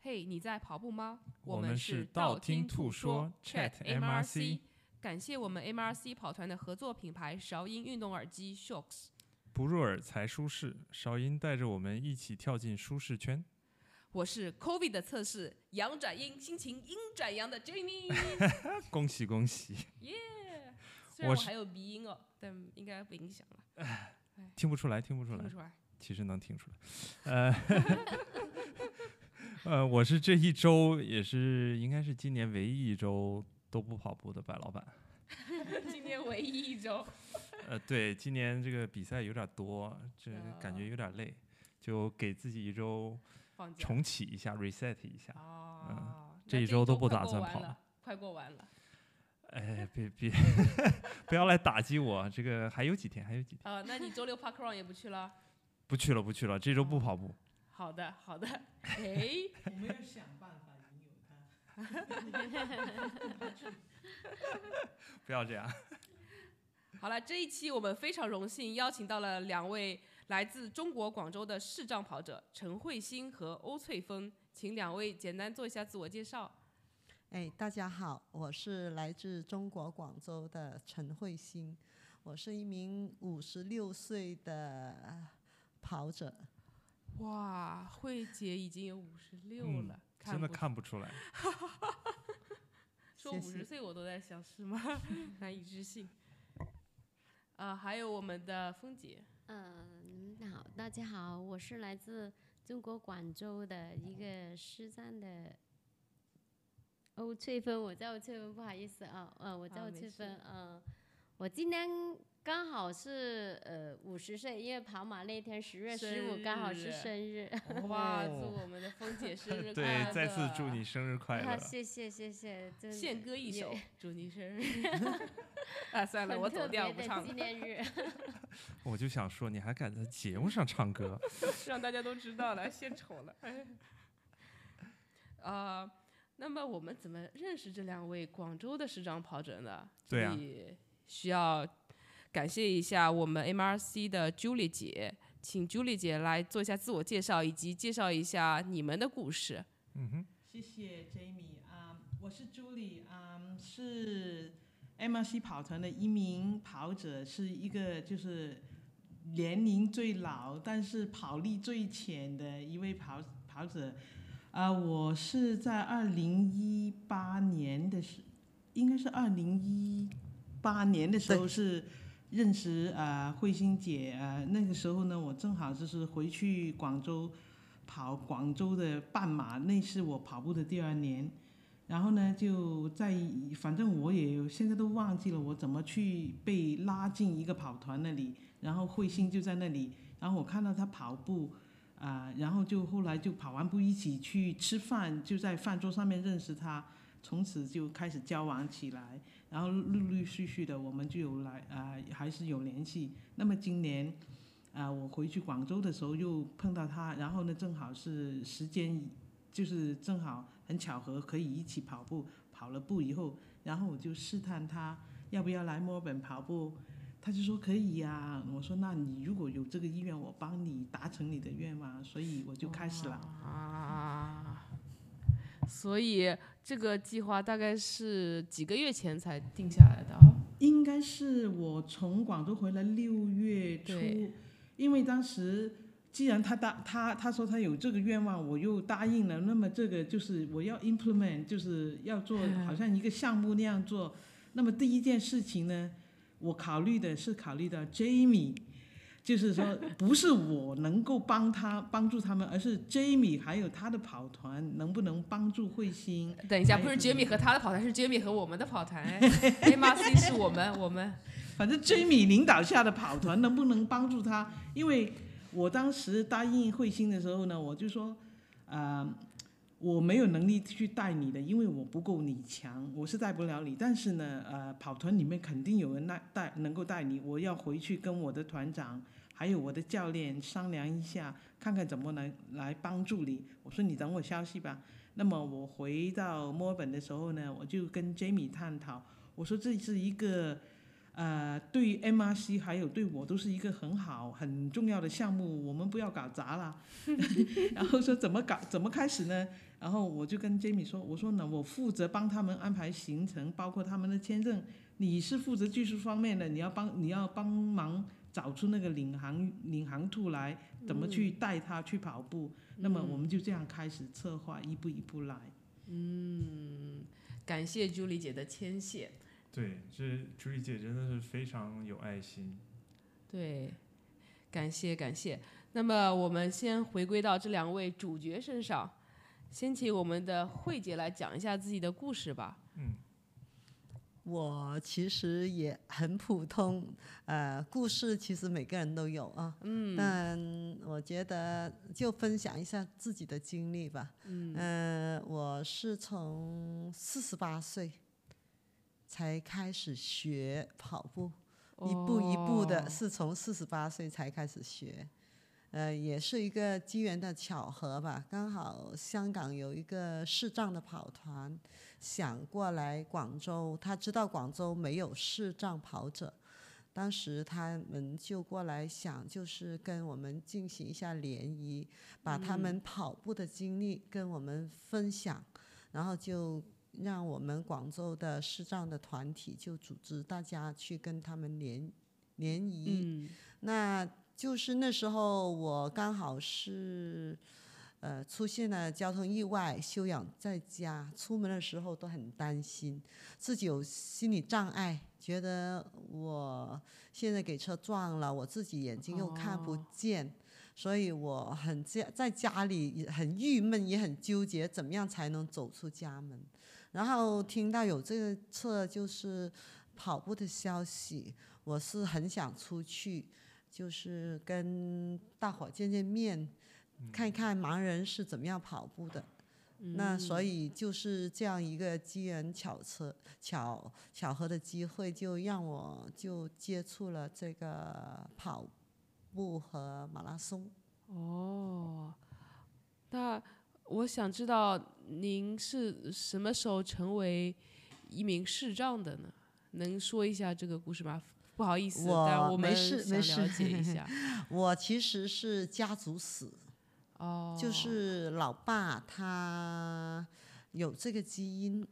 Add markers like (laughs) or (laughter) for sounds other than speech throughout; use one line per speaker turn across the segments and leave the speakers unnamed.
嘿你在跑步吗？
我们是道听途说 Chat MRC。
感谢我们 MRC 跑团的合作品牌韶音运动耳机 Shocks。
不入耳才舒适。韶音带着我们一起跳进舒适圈。 (laughs)
我是 COVID 的测试，阳转阴，心情阴转阳的
(laughs)
Jamie。
恭喜恭喜！
虽然
我
我
是
还有鼻音哦，但应该不影响了，
听不出来，听不出
听
来
不，出来。
其实能听出来。呃， (laughs) 呃，我是这一周也是应该是今年唯一一周都不跑步的白老板。 (laughs)
今天唯一一周，
呃，对，今年这个比赛有点多，这感觉
哦
有点累，就给自己一周
放假
重启一下，reset 一下。
哦，那
这一
一
周都不
快
打
过
算
完
跑
了
了，
快过完了。
哎，别别， (laughs) 不要来打击我，这个还有几天，还有几天，
啊，那你周六 Park Run 也不去了？
不去了，不去了，这周不跑步。
好的，好的。 (laughs) 诶，
我们要想办法引诱他。
不要这样。
好了，这一期我们非常荣幸邀请到了两位来自中国广州的视障跑者陈慧欣和欧翠峰，请两位简单做一下自我介绍。
哎，大家好，我是来自中国广州的陈慧欣，我是一名五十六岁的呃跑者。
哇，慧姐已经有五十六
嗯
了，看
真的
不
看不出来。
说
谢
五十
谢
岁我都在想是
(laughs)
吗？难以置信。啊、还有我们的峰姐，
嗯，好，大家好，我是来自中国广州的一个师范的欧翠芬，我叫欧翠芬，不好意思啊，呃，我
啊
叫欧
没
翠
事
芬，嗯、我今天刚好是呃五十岁，因为跑马那天十月
生
十五刚好
日
是生日，
哇，
哦
祝我们的峰姐生
(laughs)
日快乐！
对，再次祝你生日
(laughs)
快
啊，
乐。
谢谢谢谢，真的
哎献歌一
也
首，祝你生
(laughs)
日。啊，算了，
很
我
特
走掉，不
别
唱
的纪
了，
念日，
我就想说，你还敢在节目上唱歌？
(laughs) 让大家都知道了，献丑了。 (laughs) 啊、那么我们怎么认识这两位广州的市长跑者呢？
对啊，
需要感谢一下我们 MRC 的 Julie 姐，请 Julie 姐来做一下自我介绍，以及介绍一下你们的故事。
嗯哼，
谢谢 Jamie 啊、我是 Julie 啊、是 MRC 跑团的一名跑者，是一个就是年龄最老，但是跑力最浅的一位跑跑者。啊、我是在二零一八年的时，应该是二零一八年的时候是认识呃慧心姐，呃那个时候呢，我正好就是回去广州跑广州的半马，那是我跑步的第二年。然后呢，就在反正我也现在都忘记了我怎么去被拉进一个跑团那里，然后慧心就在那里，然后我看到她跑步，啊、然后就后来就跑完步一起去吃饭，就在饭桌上面认识她，从此就开始交往起来，然后陆陆续续的我们就有来啊、还是有联系。那么今年。啊，我回去广州的时候又碰到他，然后呢，正好是时间，就是正好很巧合可以一起跑步，跑了步以后，然后我就试探他要不要来墨尔本跑步，他就说可以呀、我说那你如果有这个意愿，我帮你达成你的愿望，所以我就开始了。
啊，所以这个计划大概是几个月前才定下来的啊、
应该是我从广州回来六月初
对，
因为当时既然他答他他说他有这个愿望，我又答应了，那么这个就是我要 implement，就是要做好像一个项目那样做。那么第一件事情呢，我考虑的是考虑到 Jamie。就是说，不是我能够帮他帮助他们，而是 Jamie 还有他的跑团能不能帮助慧心？
等一下，
还
不是
有
Jamie 和他的跑团，是 Jamie 和我们的跑团。MRC 是我们，我们
反正 Jamie 领导下的跑团能不能帮助他？因为我当时答应慧心的时候呢，我就说，呃，我没有能力去带你的，因为我不够你强，我是带不了你。但是呢，呃，跑团里面肯定有人带带能够带你，我要回去跟我的团长还有我的教练商量一下，看看怎么来来帮助你。我说你等我消息吧。那么我回到墨尔本的时候呢，我就跟 Jamie 探讨，我说这是一个。呃，对 MRC 还有对我都是一个很好很重要的项目，我们不要搞砸了。 (laughs) 然后说怎么搞，怎么开始呢？然后我就跟 Jamie 说，我说呢，我负责帮他们安排行程，包括他们的签证。你是负责技术方面的，你要帮你要帮忙找出那个领航领航兔来，怎么去带他去跑步。那么我们就这样开始策划，一步一步来。
感谢 Julie 姐的牵线。
对，这朱莉姐真的是非常有爱心。
对，感谢感谢。那么我们先回归到这两位主角身上，先请我们的慧姐来讲一下自己的故事吧。
我其实也很普通，呃，故事其实每个人都有啊。嗯。但我觉得就分享一下自己的经历吧。嗯。呃，我是从四十八岁才开始学跑步，一步一步
哦
的，是从四十八岁才开始学。呃，也是一个机缘的巧合吧，刚好香港有一个视障的跑团，想过来广州，他知道广州没有视障跑者，当时他们就过来想，就是跟我们进行一下联谊，把他们跑步的经历跟我们分享，然后就让我们广州的视障的团体就组织大家去跟他们联联谊。
嗯
那就是那时候我刚好是，呃，出现了交通意外，休养在家，出门的时候都很担心，自己有心理障碍，觉得我现在给车撞了，我自己眼睛又看不
哦
见。所以我很家在家里也很郁闷，也很纠结，怎么样才能走出家门？然后听到有这个册就是跑步的消息，我是很想出去，就是跟大伙见见面，看一看盲人是怎么样跑步的。那所以就是这样一个机缘巧合、巧巧合的机会，就让我就接触了这个跑步和马拉松。
哦，那我想知道您是什么时候成为一名视障的呢？能说一下这个故事吗？不好意思，
我
但我
没
们
事
想
没事
了解一下。
我其实是家族史，
哦，
就是老爸他有这个基因，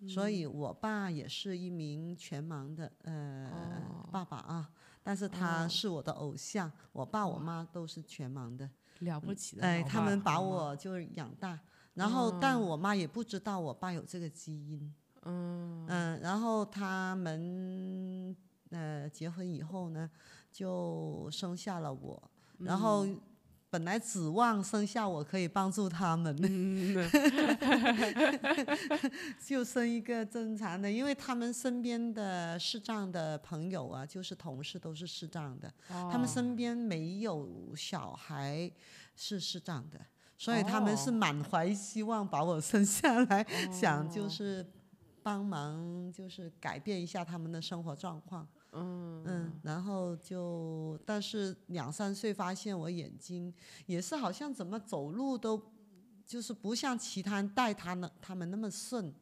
嗯
所以我爸也是一名全盲的呃、
哦
爸爸啊，但是他
哦
是我的偶像，我爸我妈都是全盲的，
了哦不起的老爸，
哎，他们把
好吗哦
我就是养大，然后、但我妈也不知道我爸有这个基因，
哦
嗯然后他们呃结婚以后呢，就生下了我，然后
嗯
本来指望生下我可以帮助他们，
嗯
(laughs) 就生一个正常的，因为他们身边的视障的朋友啊，就是同事都是视障的，他们
哦
身边没有小孩是视障的，所以他们是
哦
满怀希望把我生下来，想就是帮忙就是改变一下他们的生活状况。嗯然后就，但是两三岁发现我眼睛也是好像怎么走路都，就是不像其他人带他呢他们那么顺，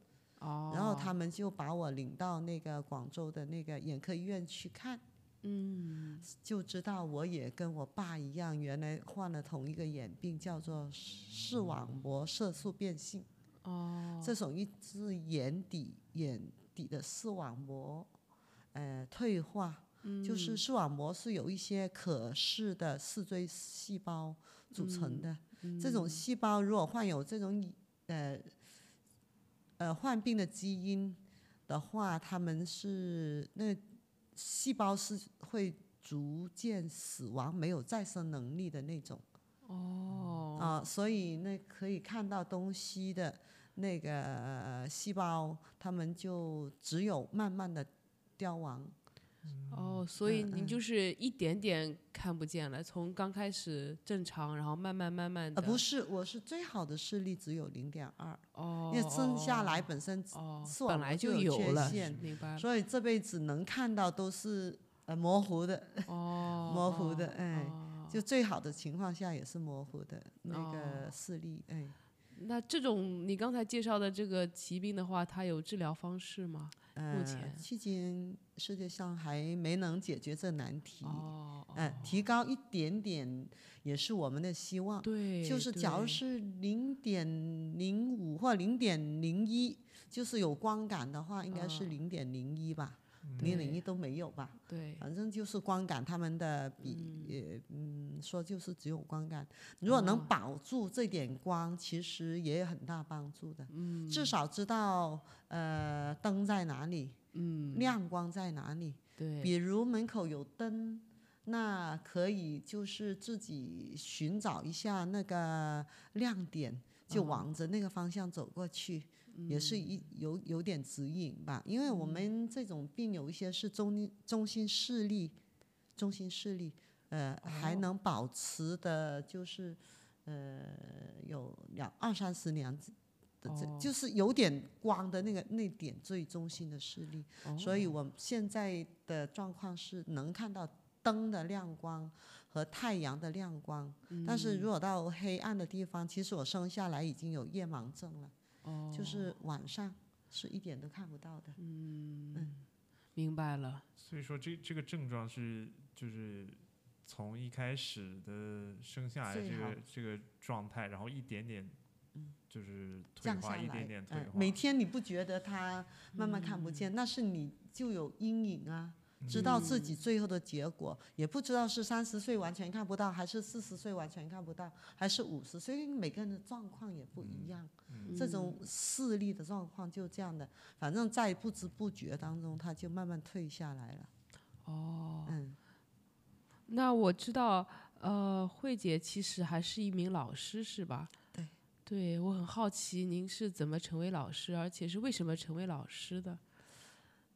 哦，
然后他们就把我领到那个广州的那个眼科医院去看，嗯，就知道我也跟我爸一样，原来患了同一个眼病，叫做视网膜色素变性。哦，这种一是眼底眼底的视网膜，呃，退化。就是视网膜是有一些可视的视锥细胞组成的，这种细胞如果患有这种呃呃患病的基因的话，他们是那个细胞是会逐渐死亡，没有再生能力的那种。哦，啊，所以那可以看到东西的那个呃细胞，他们就只有慢慢的凋亡。
哦，所以
嗯
您
嗯
就是一点点看不见了，从刚开始正常，然后慢慢慢慢的，
呃，不是，我是最好的视力只有零点二，
哦，
因为生下来本身
哦，
视
本
网
来
膜
就
就有缺
了，
陷
明白了，
所以这辈子能看到都是呃模糊的，
哦，
(laughs) 模糊的
哦
哎
哦
就最好的情况下也是模糊的那
哦
个视力，哎，
那这种你刚才介绍的这个疾病的话，它有治疗方式吗？
呃，
前
迄今世界上还没能解决这难题，
哦，哦
嗯、提高一点点也是我们的希望。
对，
就是假如
对
是零点零五或零点零一，就是有光感的话，应该是
嗯
零点零一吧，
对
零零一都没有吧，
对，
反正就是光感他们的比也嗯说就是只有光感，如果能
哦
保住这点光，其实也有很大帮助的，嗯，至少知道呃灯在哪里，
嗯，
亮光在哪里，
对，
比如门口有灯，那可以就是自己寻找一下那个亮点，就
嗯
往着那个方向走过去，也是一有有点指引吧。
嗯
因为我们这种病有一些是中中心视力，中心视力，呃，还
哦
能保持的，就是呃有两二三十年。的这
哦
就是有点光的那个那点最中心的视力，所以
哦
我现在的状况是能看到灯的亮光和太阳的亮光，但
嗯
是如果到黑暗的地方，其实我生下来已经有夜盲症了，
哦，
就是晚上是一点都看不到的。
嗯
明白了，
所以说这这个症状是就是从一开始的生下来
最
这
好
个这个状态，然后一点点就是退
降下
化，
来，
一点点退
嗯
化，嗯
每天你不觉得它慢慢看不见，那是你就有阴影啊。知道自己最后的结果，也不知道是三十岁完全看不到，还是四十岁完全看不到，还是五十岁，因为每个人的状况也不一样。这种视力的状况就这样的，反正在不知不觉当中，它就慢慢退下来了。哦，嗯，
那我知道，呃，慧姐其实还是一名老师，是吧？
对。
对，我很好奇您是怎么成为老师，而且是为什么成为老师的？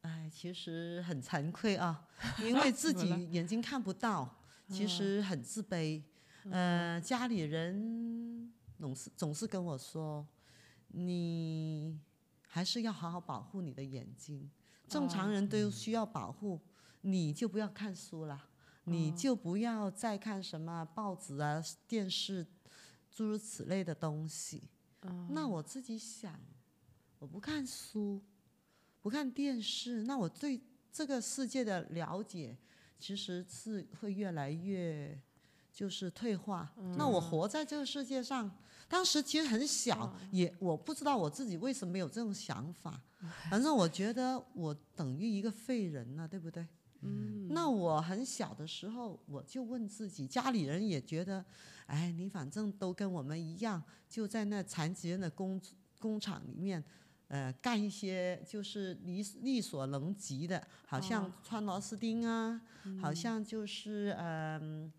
哎，其实很惭
(laughs)
愧啊，因为自
怎么了嗯
己眼睛看不到，其实很自卑。呃，家里人总是总是跟我说，你还是要好好保护你的眼睛。
哦
正常人
嗯
都需要保护，你就不要看书了，
哦
你就不要再看什么报纸啊、电视，诸如此类的东西。
哦
嗯那我自己想，我不看书，不看电视，那我对这个世界的了解其实是会越来越就是退化。
嗯
那我活在这个世界上，当时其实很小，也我不知道我自己为什么有这种想法。反正我觉得我等于一个废人了，对不对？嗯，那我很小的时候，我就问自己，家里人也觉得，哎，你反正都跟我们一样，就在那残疾人的工工厂里面，呃，干一些就是力力所能及的，好像
哦
穿螺丝钉啊，好像就是嗯、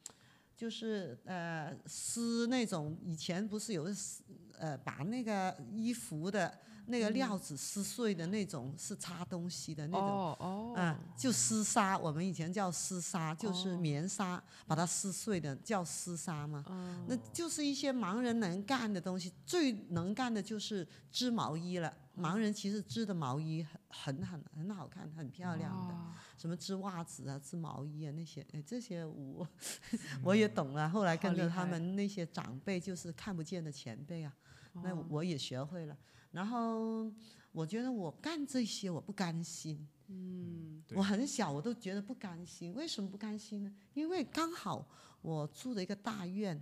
就是呃撕那种以前不是有撕呃把那个衣服的那个料子撕碎的那种，是擦东西的那种。
哦哦，
嗯，就丝纱，我们以前叫丝纱，就是
哦
棉纱，把它撕碎的叫丝纱嘛。
嗯
那就是一些盲人能干的东西，最能干的就是织毛衣了。盲人其实织的毛衣很很很很好看，很漂亮的，
哇
什么织袜子啊、织毛衣啊那些，哎，这些我 (laughs)
嗯
我也懂了。后来
好
跟着
厉
他
害
们那些长辈，就是看不见的前辈啊，那
哦
我也学会了。然后我觉得我干这些我不甘心，
嗯
对
我很小，我都觉得不甘心。为什么不甘心呢？因为刚好我住的一个大院，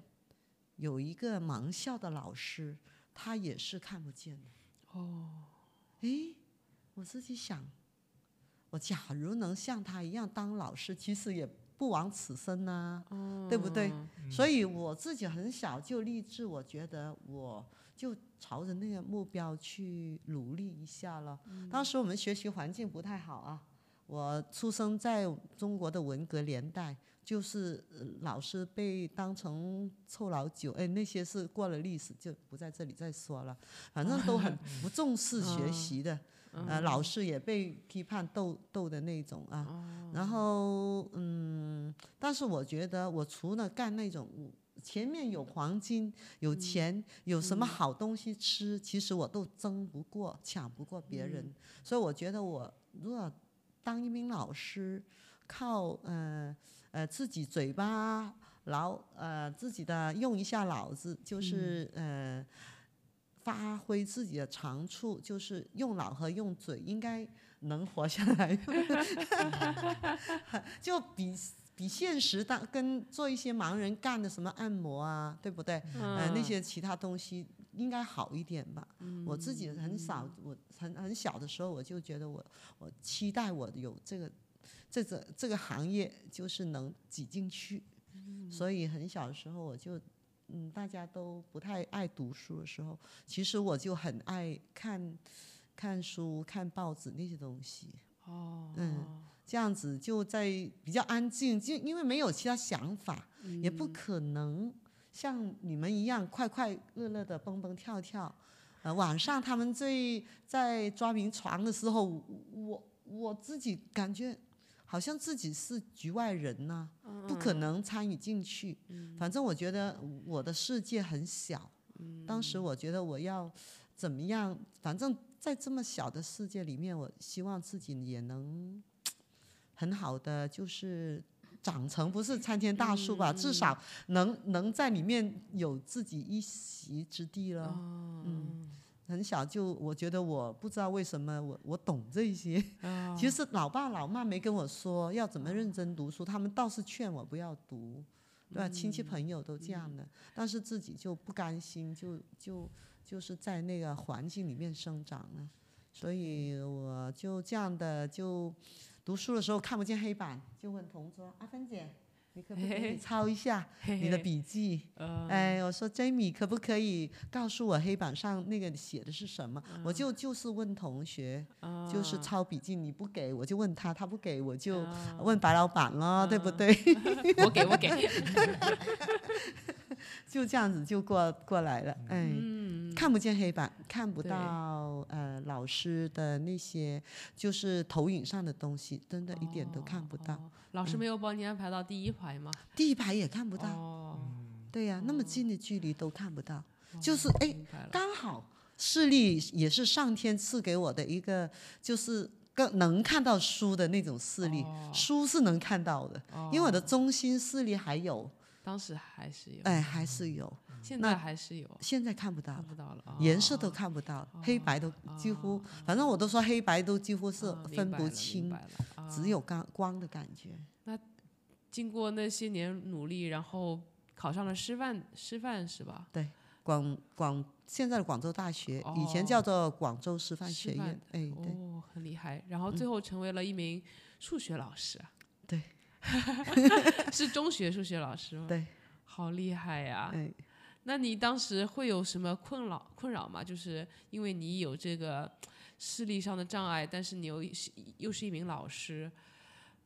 有一个盲校的老师，他也是看不见的。
哦
诶，我自己想，我假如能像他一样当老师，其实也不枉此生啊呐、对不对？
嗯
所以我自己很小就立志，我觉得我就朝着那个目标去努力一下了。当时我们学习环境不太好啊，我出生在中国的文革年代，就是呃老师被当成臭老九，哎，那些是过了历史，就不在这里再说了。反正都很不重视学习的，
嗯
呃，老师也被批判斗斗的那种啊。然后嗯，但是我觉得我除了干那种前面有黄金、有钱、有什么好东西吃，其实我都争不过、抢不过别人。所以我觉得我如果当一名老师，靠呃呃自己嘴巴劳呃自己的用一下脑子，就是、呃发挥自己的长处，就是用脑和用嘴，应该能活下来。 (laughs) 就比比现实当跟做一些盲人干的什么按摩啊，对不对？呃，
嗯
那些其他东西应该好一点吧。我自己很少，我很很小的时候我就觉得我我期待我有这个这个这个行业就是能挤进去，所以很小的时候我就。嗯，大家都不太爱读书的时候，其实我就很爱看，看书、看报纸那些东西。
哦，
嗯这样子就在比较安静，就因为没有其他想法，也不可能像你们一样快快乐乐的蹦蹦跳跳。呃，晚上他们最在抓迷床的时候，我我自己感觉好像自己是局外人呐、不可能参与进去。反正我觉得我的世界很小，当时我觉得我要怎么样，反正在这么小的世界里面，我希望自己也能很好的，就是长成不是参天大树吧，至少能能在里面有自己一席之地
哦
了。嗯，很小就我觉得我不知道为什么我我懂这些，嗯
哦
(laughs) 其实老爸老妈没跟我说要怎么认真读书，他们倒是劝我不要读。对吧？亲戚朋友都这样的，但是自己就不甘心，就就就是在那个环境里面生长了，所以我就这样的就读书的时候看不见黑板，就问同桌阿芬姐，你可不可以抄一下你的笔记？
呃
哎，我说 Jamie 可不可以告诉我黑板上那个写的是什么？
嗯
我就就是问同学，就是抄笔记，你不给我就问他，他不给我嗯就
嗯
问白老板了，对不对？ (laughs)
我给我给，
就这样子就过过来了，哎。
嗯，
看不见黑板，看不
对
到呃老师的那些就是投影上的东西，真的一点都看不到，
哦老师没有帮你安排到第一排吗？
第一排也看不到。
哦，
对呀、那么近的距离都看不到，就是哎，
明白了，
刚好视力也是上天赐给我的一个，就是更能看到书的那种视力，
哦
书是能看到的，因为我的中心视力还有，
当时还是有，
哎，还是有，
现
那
在还是有，
现在看不到
看
了。
不到了，嗯哦
颜色都看不到了，黑白都几乎，反正我都说黑白都几乎是
哦明
分
白
不
了
清
明，白了啊
只有光光的感觉。
经过那些年努力，然后考上了师范，师范是吧？
广广现在的广州大学，以前
哦
叫做广州师范
师
学
范
院，哎，对。嗯
哦，很厉害。然后最后成为了一名数学老师啊。
对，
(laughs) 是中学数学老师吗？
对，
好厉害呀、
哎
那你当时会有什么困扰困扰吗？就是因为你有这个视力上的障碍，但是你又是又是一名老师，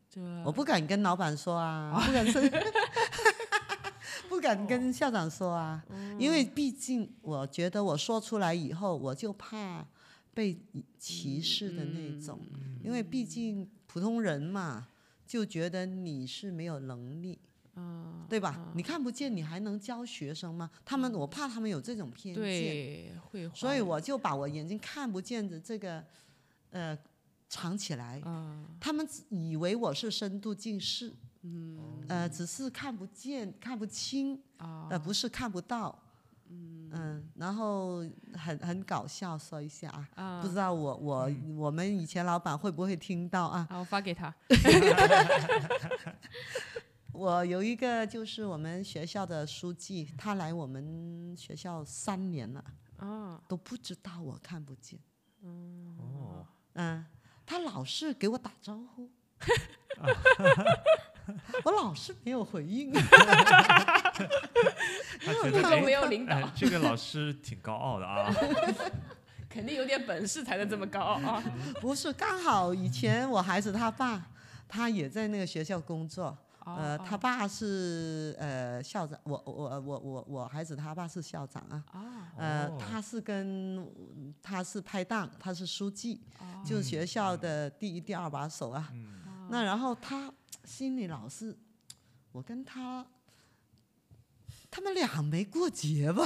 这
我不敢跟老板说啊，不敢跟， (laughs) 不敢跟校长说啊，因为毕竟我觉得我说出来以后，我就怕被歧视的那种，因为毕竟普通人嘛，就觉得你是没有能力。对吧？你看不见，你还能教学生吗？他们，我怕他们有这种偏见，
对会怀疑，
所以我就把我眼睛看不见的这个，呃，藏起来。
嗯
他们只以为我是深度近视，嗯，呃，只是看不见、看不清，
啊
呃，不是看不到，嗯然后很很搞笑，说一下啊，
啊
不知道我我我们以前老板会不会听到啊？
啊，我发给他， (laughs)
我有一个就是我们学校的书记，他来我们学校三年了，啊，都不知道我看不见，
哦，
嗯，他老是给我打招呼， (laughs) 我老是没有回应。 (laughs)
他觉
不
得
都
哎
没有领导
(laughs)
哎，这个老师挺高傲的啊，
肯定有点本事才能这么高啊。 (laughs)
不是，刚好以前我孩子他爸，他也在那个学校工作。
哦
呃，他爸是呃校长，我我我我我孩子他爸是校长啊。
啊
呃
哦，
他是跟他是拍档，他是书记，
啊
就是学校的第一、第二把手啊。
嗯，
那然后他心里老是，我跟他，他们俩没过节吧？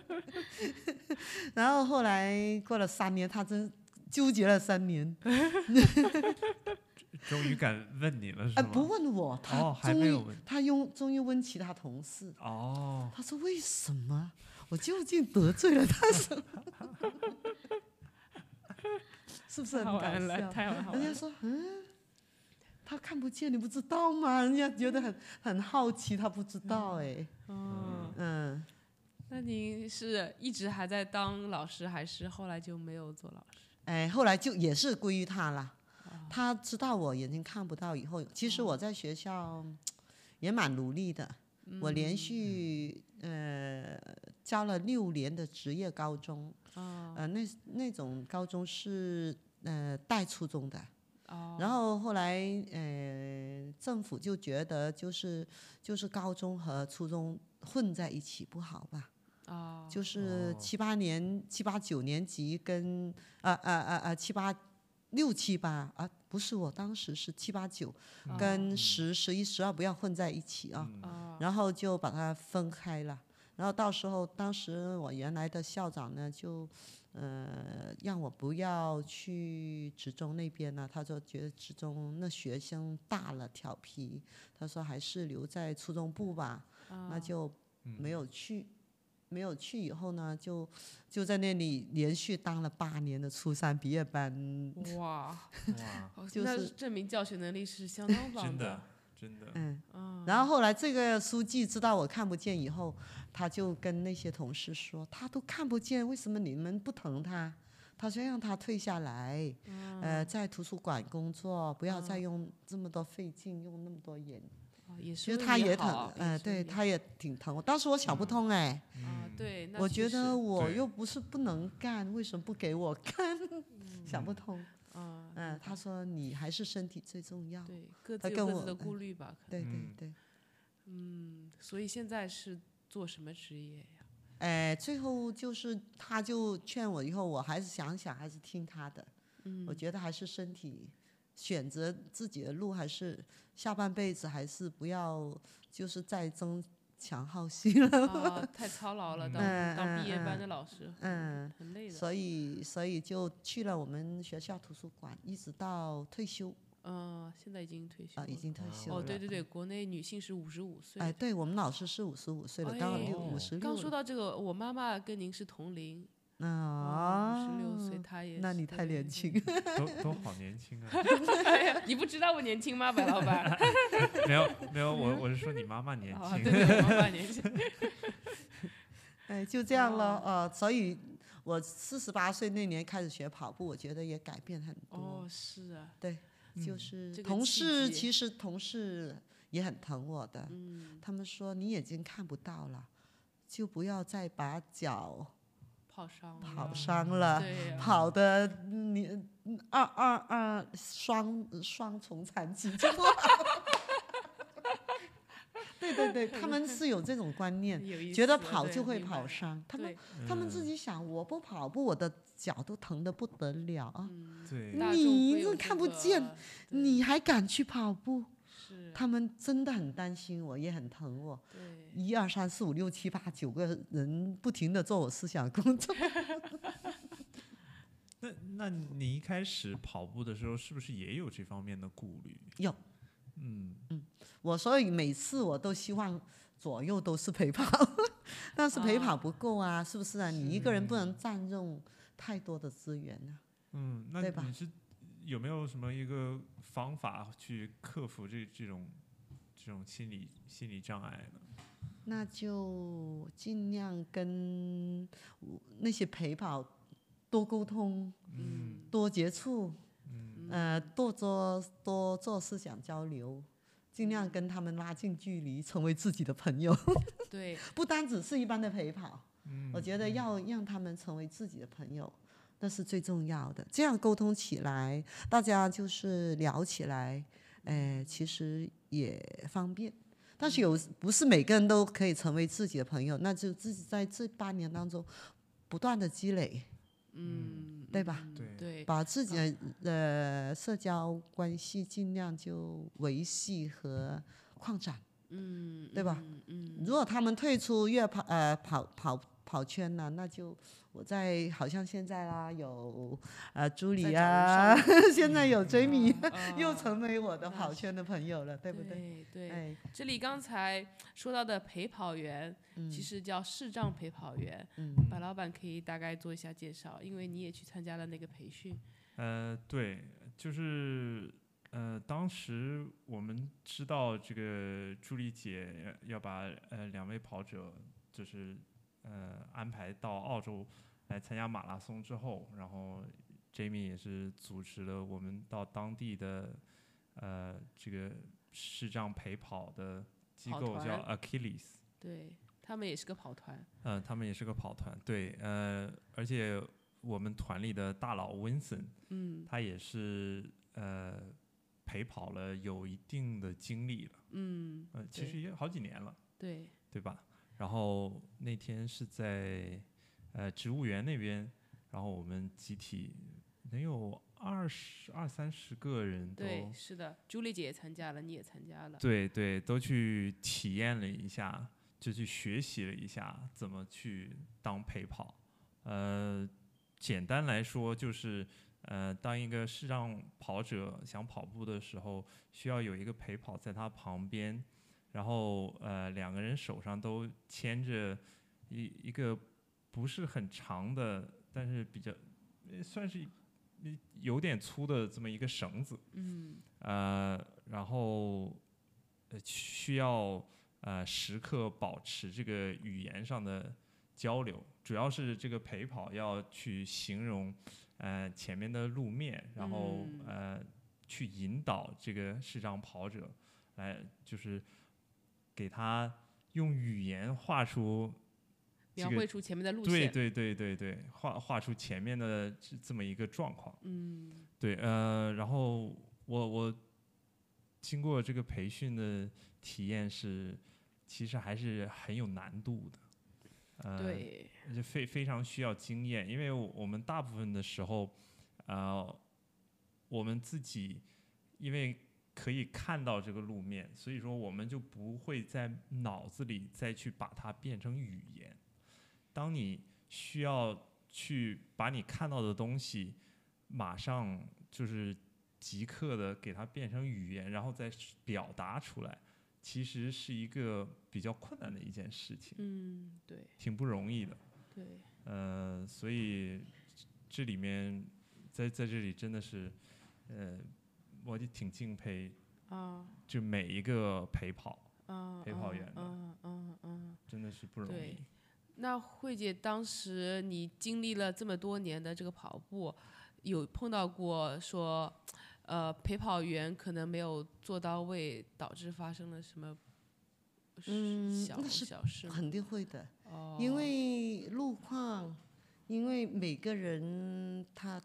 (laughs) 然后后来过了三年，他真纠结了三年，
终于敢问你了是
哎，
吗？
不问我，他
哦还
终
没
于、
有问
他用终于问其他同事，
哦，
他说为什么我究竟得罪了他什么？ (laughs) 是不是
太
很
好
搞
玩了，
笑？
太好玩
人
了
家。说，嗯，他看不见，你不知道吗？人家觉得很很好奇，他不知道哎、
嗯，
嗯，
那您是一直还在当老师，还是后来就没有做老师？
哎，后来就也是归于他了。他知道我眼睛看不到以后，其实我在学校也蛮努力的，我连续呃教了六年的职业高中，
啊
呃那那种高中是呃带初中的，
哦，
然后后来，呃，政府就觉得就是就是高中和初中混在一起不好吧，
啊，
就是
哦
七八年、七八九年级跟啊啊啊啊七八六七八啊，不是我当时是七八九
啊
跟十十一十二不要混在一起啊，
嗯
啊
然后就把它分开了。然后到时候，当时我原来的校长呢，就呃让我不要去职中那边呢、他说觉得职中那学生大了调皮，他说还是留在初中部吧，
啊哦
那就没有去。没有去以后呢，就就在那里连续当了八年的初三毕业班，嗯
哇，
哇，
哦
就
那
是
证明教学能力是相
(laughs)
当棒啊
真的真的，
嗯，然后后来这个书记知道我看不见以后，他就跟那些同事说，他都看不见，为什么你们不疼他？他说让他退下来，呃，在图书馆工作，不要再用这么多费劲，用那么多眼。
啊也是
其实
为
他
你
也
好
疼，呃，对，
也是为
他也挺疼我。当时我想不通哎，
你好啊，
嗯
对，那
我
其
觉
实
得我
对
又不是不能干，为什么不给我干？ (laughs) 想不通。
啊，
嗯、他说你还是身体最重要。
对，各
他
自有各
跟
自
我
的
嗯
顾虑吧，可能
对对
嗯
对。
嗯，所以现在是做什么职
(laughs)
业呀？
哎，最后就是他就劝我，以后我还是想想，还是听他的。
嗯
我觉得还是身体选择自己的路，还是下半辈子还是不要就是再争强好胜了。
啊，太操劳了，当
嗯
当毕业班
嗯
的老师，
(laughs) 嗯，
很累的。
所以所以就去了我们学校图书馆，一直到退休
嗯，现在已经退休
啊、
了，
已经退休了。嗯
哦，对对对，国内女性是五十五岁。
哎，对我们老师是五十五岁了，刚好
哎
六
哦
五十六
刚说
了。
到这个，我妈妈跟您是同龄，
啊，
哦五十六岁，她也
那
是
你
对
太
对
年
对
(laughs) 轻。
(laughs) 都都好年轻啊！
哎呀你不知道我年轻吗，白老板？
没有没有，我我是说你妈妈年
啊，
哦
对
轻，
对，我妈妈年
(laughs)
轻。
哎，就这样了，呃，所以我四十八岁那年开始学跑步，我觉得也改变很多。
哦，是啊，
就
嗯
是
这个
同
契
事，
机
其实同事也很疼我的，
嗯，
他们说你眼睛看不到了，就不要再把脚
跑伤了，
跑伤了，
对呀、
跑的你嗯二二二双双重残疾就不好。 (laughs) 对对
(laughs)
对，他们是有这种观念，
有意思，
觉得跑就
对
会
明白
跑伤，他们
对
他们自
嗯
己想，我不跑步，我的脚都疼得不得了啊！
嗯，
对
大众
你
会
这
有
看不见
个，对
你还敢去跑步？
是
他们真的很担心我，也很疼我。
对，
一二三四五六七八九个人不停的做我思想工作。
那那你一开始跑步的时候，是不是也有这方面的顾虑？
有，
嗯，
我所以每次我都希望左右都是陪跑， (laughs) 但是陪跑不够啊，是不是啊？你一个人不能占用太多的资源啊呢、
嗯，那
对吧
你是有没有什么一个方法去克服这这种这种心理心理障碍呢？
那就尽量跟那些陪跑多沟通。
嗯，
多接触，
嗯
呃，多做多做思想交流，尽量跟他们拉近距离，成为自己的朋友， (laughs)
嗯对，
不单只是一般的陪跑，
嗯
我觉得要让他们成为自己的朋友，那是最重要的。这样沟通起来，大家就是聊起来，呃，其实也方便。但是有不是每个人都可以成为自己的朋友，那就自己在这八年当中不断的积累，
嗯，
对吧
嗯
对
对，
把自己的呃社交关系尽量就维系和扩展。
嗯，
对吧
嗯？嗯，
如果他们退出越跑呃跑跑跑圈了，那就我在好像现在啦有呃朱
在
莉
小红
啊， (laughs) 现在有追米、
啊啊
(laughs) 又成为我的
那
跑
是
圈的朋友了，对不对？
对对
哎，
这里刚才说到的陪跑员，其实叫视障陪跑员。
嗯
白老板可以大概做一下介绍，因为你也去参加了那个培训。
呃，对，就是呃，当时我们知道这个朱莉姐要要把呃两位跑者就是呃安排到澳洲来参加马拉松之后，然后 Jamie 也是组织了我们到当地的呃这个视障陪跑的机
跑
构叫
团
Achilles。
对他们也是个跑团，
嗯、他们也是个跑团，对，呃，而且我们团里的大佬 Vincent，
嗯
他也是呃陪跑了有一定的经历了，
嗯，
嗯、其实
对
也好几年了，
对，
对吧？然后那天是在呃植物园那边，然后我们集体能有二十二三十个人都
对，是的，朱莉姐也参加了，你也参加了，
对对，都去体验了一下，就去学习了一下怎么去当陪跑。呃，简单来说就是，呃，当一个视障跑者想跑步的时候，需要有一个陪跑在他旁边，然后呃，两个人手上都牵着一一个不是很长的，但是比较呃算是呃有点粗的这么一个绳子。
嗯
呃，然后呃需要呃时刻保持这个语言上的交流，主要是这个陪跑要去形容呃前面的路面，然后、
嗯
呃去引导这个视障跑者来就是给他用语言画出这
描
个
绘出前面的路
对
线，
对对对对画画出前面的这这么一个状况。
嗯
对，呃，然后我我经过这个培训的体验是，其实还是很有难度的，呃，，
对，
就非非常需要经验，因为我我们大部分的时候，呃，我们自己因为可以看到这个路面，所以说我们就不会在脑子里再去把它变成语言。当你需要去把你看到的东西，马上就是即刻的给它变成语言，然后再表达出来，其实是一个比较困难的一件事情，
嗯对
挺不容易的。
对，
呃，所以这里面在在这里真的是，呃，我就挺敬佩
啊
就每一个陪跑，
啊，
陪跑
啊
员的
啊啊啊。
真的是不容
对
易。
那慧姐，当时你经历了这么多年的这个跑步，有碰到过说，呃，陪跑员可能没有做到位，导致发生了什么是
嗯
小
那是
小事吗？
肯定会的，
哦，
因为路况，因为每个人他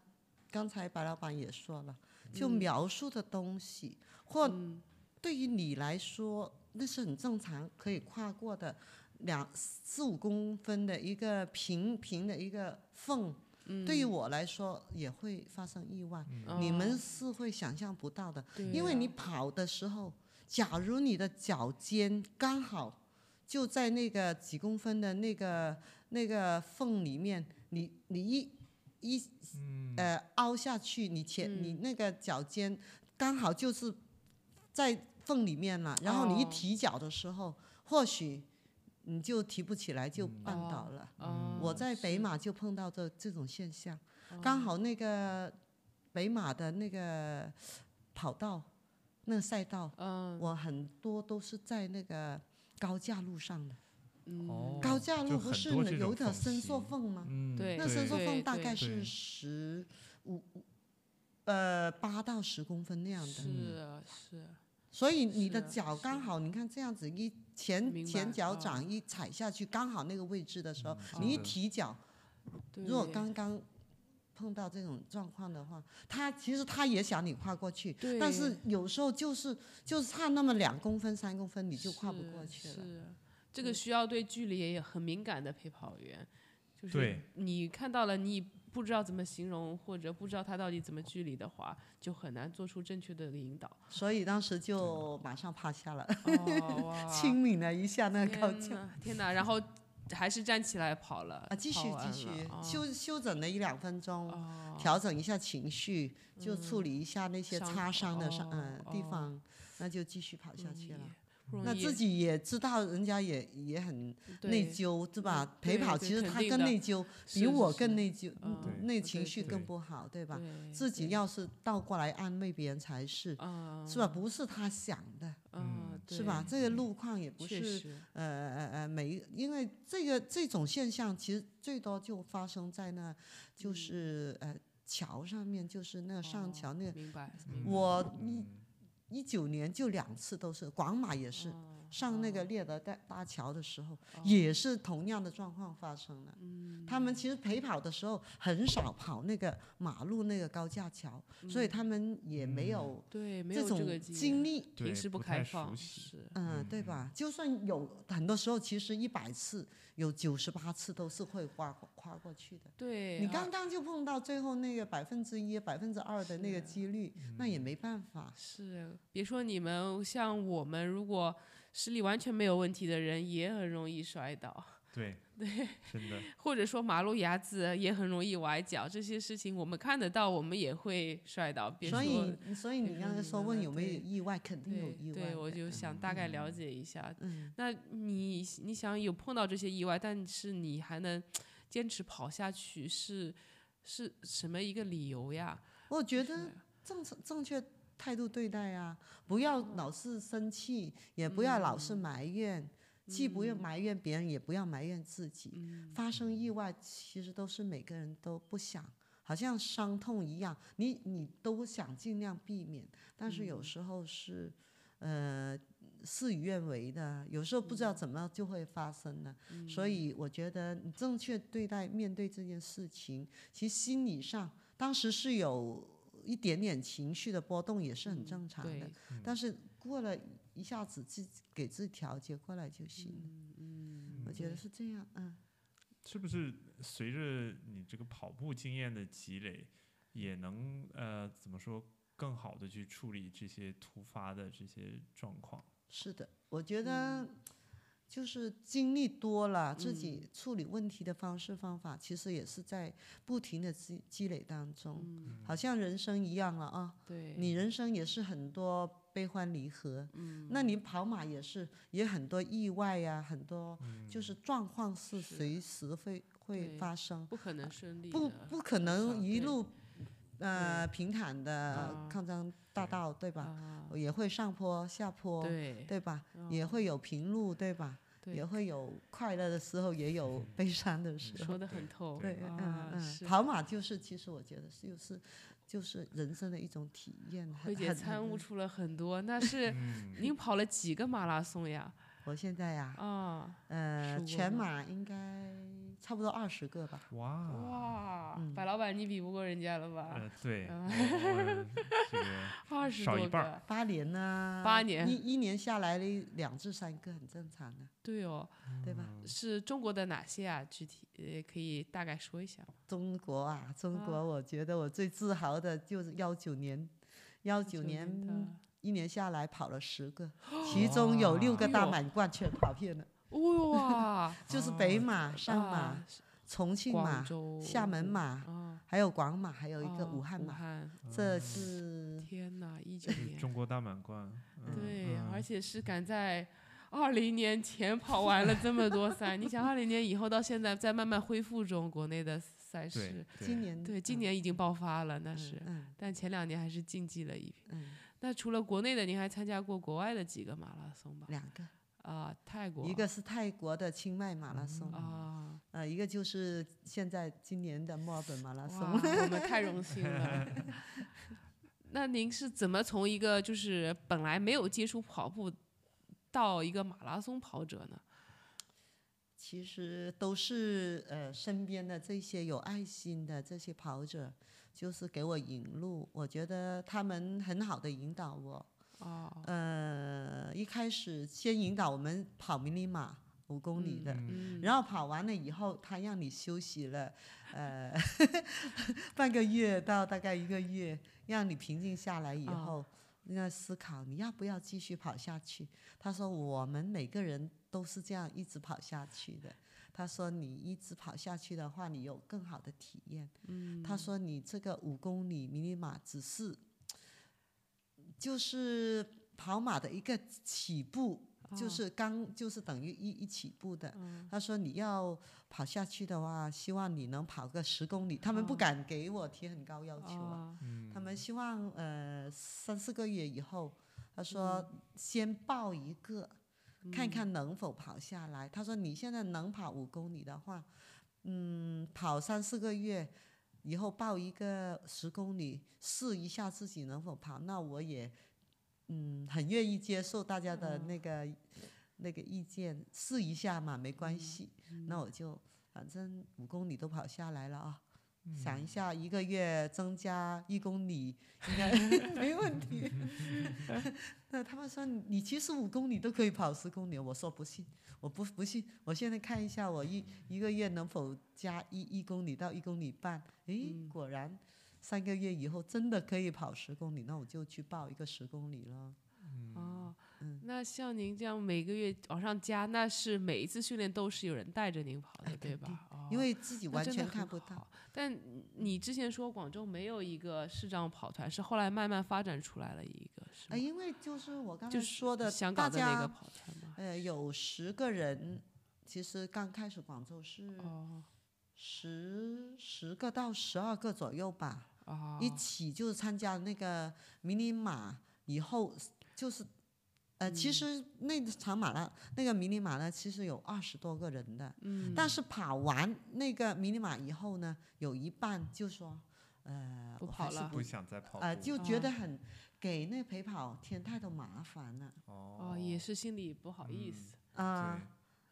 刚才白老板也说了，就
嗯
描述的东西、或
嗯
对于你来说，那是很正常可以跨过的两四五公分的一个平平的一个缝，
嗯
对于我来说也会发生意外，
嗯
你们
哦
是会想象不到的，
对啊
因为
呀
你跑的时候，假如你的脚尖刚好就在那个几公分的那个那个缝里面，你你一一
嗯，
呃凹下去，你前、
嗯
你那个脚尖刚好就是在缝里面了，然后你一
哦
提脚的时候，或许你就提不起来，就
嗯
绊
哦
倒了。
哦
我在北
是啊
马就碰到这这种现象，
嗯
刚好那个北马的那个跑道，那个赛道，
嗯
我很多都是在那个高架路上的。
嗯
哦
高架
就
路不
很
是
多这
有
种
点
缝
伸
隙
缩缝吗？
嗯，
对
那伸缩缝大概
对
是十五呃八到十公分那样的。
啊是是，
所以你
是
的
啊
脚刚
是
好，你看这样子一
明
前
白
前脚
哦
掌一踩下去，刚好那个位置的时候，
嗯
你一
是的
提脚，
嗯对
如果刚刚碰到这种状况的话，他其实他也想你跨过去，
对，
但是有时候就是就是差那么两公分、三公分，你就跨不
是
过去了。
是，这个需要对距离也很敏感的陪跑员，就是
对
你看到了你不知道怎么形容，或者不知道他到底怎么距离的话，就很难做出正确的引导。
所以当时就马上趴下了，
哦 (laughs) 哇！
轻抿了一下那个高
天
脚。
呐，天呐，然后还是站起来跑了
啊，继续
跑完
继续
了哦
休休整了一两分钟，
哦嗯
调整一下情绪，就处理一下那些
伤
擦
口
伤的伤
哦
嗯、地
哦
方，那就继续跑下去
不
了。，
容易不容
那
易
自己也知道，人家也也很内
对嗯
疚，对吧？
对
陪跑
对
其实
肯
他
定
更
的
内疚，
是
比
是
我
是
更内疚，
嗯
嗯
对
那
对
情绪
对
更
对
不好，对吧？
对
自己
对
要是倒过来安慰别人才是，
啊
是吧？不是他想的，
啊
嗯，
是吧？
对
这个路况也不
确
是
实
呃呃呃，每因为这个这种现象其实最多就发生在那，就是、呃桥上面，就是那
嗯
上
哦
桥那个。
明白，
嗯
明白
我一
嗯
一九年就两次都是，广马也是、
哦
上那
哦
个猎德大大桥的时候，
哦嗯
也是同样的状况发生了。他们其实陪跑的时候很少跑那个马路那个高架桥，所以他们也没
嗯
有
对没
这
有这个
种经历。
对
平时
不
开
太
放
熟悉
是
嗯，对吧？就算有很多时候，其实一百次有九十八次都是会跨跨过去的。
对，
你
啊
刚刚就碰到最后那个百分之一、百分之二的那个几率，那也没办法。
是别说你们，像我们如果视力完全没有问题的人，也很容易摔倒，
对
(laughs)
对，真的
或者说马路牙子也很容易崴脚，这些事情我们看得到，我们也会摔倒。别
所
说
以，所以
别
你
说
刚才
你
说
们
问
了
有没有
对
意外，肯定有
对
意外
对，
的。
我就想大概了解一下。
嗯，
那你你想有碰到这些意外，但是你还能坚持跑下去，是是什么一个理由呀？
我觉
是
得正正确态度对待啊，不要老是生气，也不要老是埋怨，既不要埋怨别人，也不要埋怨自己。发生意外其实都是每个人都不想，好像伤痛一样，你你都想尽量避免，但是有时候是，呃。事与愿违的，有时候不知道怎么就会发生的，所以我觉得你正确对待面对这件事情，其实心理上当时是有一点点情绪的波动，也是
嗯
很正常的。
对，
但是过了一下子自己给自己调节过来就行了。嗯，我觉得是这样。嗯，
是不是随着你这个跑步经验的积累，也能呃怎么说更好的去处理这些突发的这些状况？
是的，我觉得就是经历多了，自己处理问题的方式方法，其实也是在不停的积积累当中，好像人生一样了啊。
对，
你人生也是很多悲欢离合，嗯，那你跑马也是也很多意外呀、很多就是状况嗯是
是
随时会会
对
发生，
不可能顺利
不
的
不可能
上
一
对
路呃平坦的
啊
抗争大
对
道，对吧？
啊，
也会上坡下坡，
对
对吧？也会有平路，对吧？
对
也会有快乐的时候，也
(laughs)
有悲伤的时候
说。的很透，
对，嗯
啊
嗯，
是
跑马就是，其实我觉得是就是就是人生的一种体验。
慧
很
姐
很
参
很
悟出了很多，那
(laughs)
是
嗯
您跑了几个马拉松呀？
嗯我现在呀、
啊，
呃，
15
全
个
马应该差不多二十个吧。
哇，
哇，
嗯
嗯白老板你比不过人家了吧？
呃，对，我我这个
二十
少一
多
半儿
个，
八年呢、
八年
一一年下来了两至三个，很正常的，
对哦，
对吧？
嗯
是中国的哪些啊？具体呃可以大概说一下吗？
中国啊，中
啊
国，我觉得我最自豪的就是幺九年，幺九
年
年
的，哦
一年下来跑了十个，其中有六个大
哇
满贯全跑遍了，
哦哇，
就是北马、 (laughs) 上马
啊、
重庆
广
马、
州、
厦门马，
啊，
还有广马，还有一个
啊
武汉
武
马，嗯
汉，
嗯
嗯
这是
天哪，一九
是
年，
(laughs) 中国大满贯，
嗯
嗯
对，而且是赶在二零年前跑完了这么多赛。你想，二零年以后到现在在慢慢恢复中，国内的赛
对
事，，
对
今年
对，今年已经爆发了，那
嗯
是，
嗯
但前两年还是竞技了一批。
嗯
那除了国内的，您还参加过国外的几个马拉松吧？
两个，
啊，泰国
一个是泰国的清迈马拉松，
啊，
呃，一个就是现在今年的墨尔本马拉
哇，
松。 (laughs)
我们太荣幸了。那您是怎么从一个就是本来没有接触跑步，到一个马拉松跑者呢？
其实都是呃身边的这些有爱心的这些跑者，就是给我引路。我觉得他们很好的引导我。
哦，
呃，一开始先引导我们跑迷你马五公里的，
嗯，
然后跑完了以后，他让你休息了，呃， (laughs) 半个月到大概一个月，让你平静下来以
啊
后，那思考你要不要继续跑下去。他说我们每个人都是这样一直跑下去的。他说你一直跑下去的话，你有更好的体验。嗯，他说你这个五公里迷你马只是，就是跑马的一个起步。就
哦
是刚就是等于一一起步的。他说你要跑下去的话，希望你能跑个十公里。他们不
哦
敢给我提很高要求啊，
啊
嗯
他们希望呃三四个月以后，他说先报一个，看看能否跑下来。他说你现在能跑五公里的话，嗯，跑三四个月。以后报一个十公里，试一下自己能否跑。那我也，嗯，很愿意接受大家的那个、那个意见，试一下嘛，没关系。那我就反正五公里都跑下来了啊，
嗯
想一下一个月增加一公里应该 (laughs) 没问
(laughs)
题。那他们说你你其实五公里都可以跑十公里，我说不信，我不不信，我现在看一下我一一个月能否加一一公里到一公里半，诶，
嗯
果然。三个月以后真的可以跑十公里，那我就去报一个十公里了。
哦
嗯，
那像您这样每个月往上加，那是每一次训练都是有人带着您跑的，对吧？哦
哎因为自己
那
完
真的
全
很
看不到。
好。但你之前说广州没有一个视障跑团，是后来慢慢发展出来了一个，是
哎，
吗？
因为就是我刚
就
才
是
说的，
香
大
港的那个
家
跑团吗？
呃有十个人，其实刚开始广州是
哦
十十个到十二个左右吧，
哦，
一起就是参加那个迷你马以后就是。呃，其实
嗯
那场马拉那个迷你马呢，其实有二十多个人的，
嗯，
但是跑完那个迷你马以后呢，有一半就说，呃，
不
我还
跑
是
了
不想再跑步
呃，就觉
哦
得很给那陪跑添太多麻烦了
哦
哦也是心里不好意
嗯
思。
啊。
对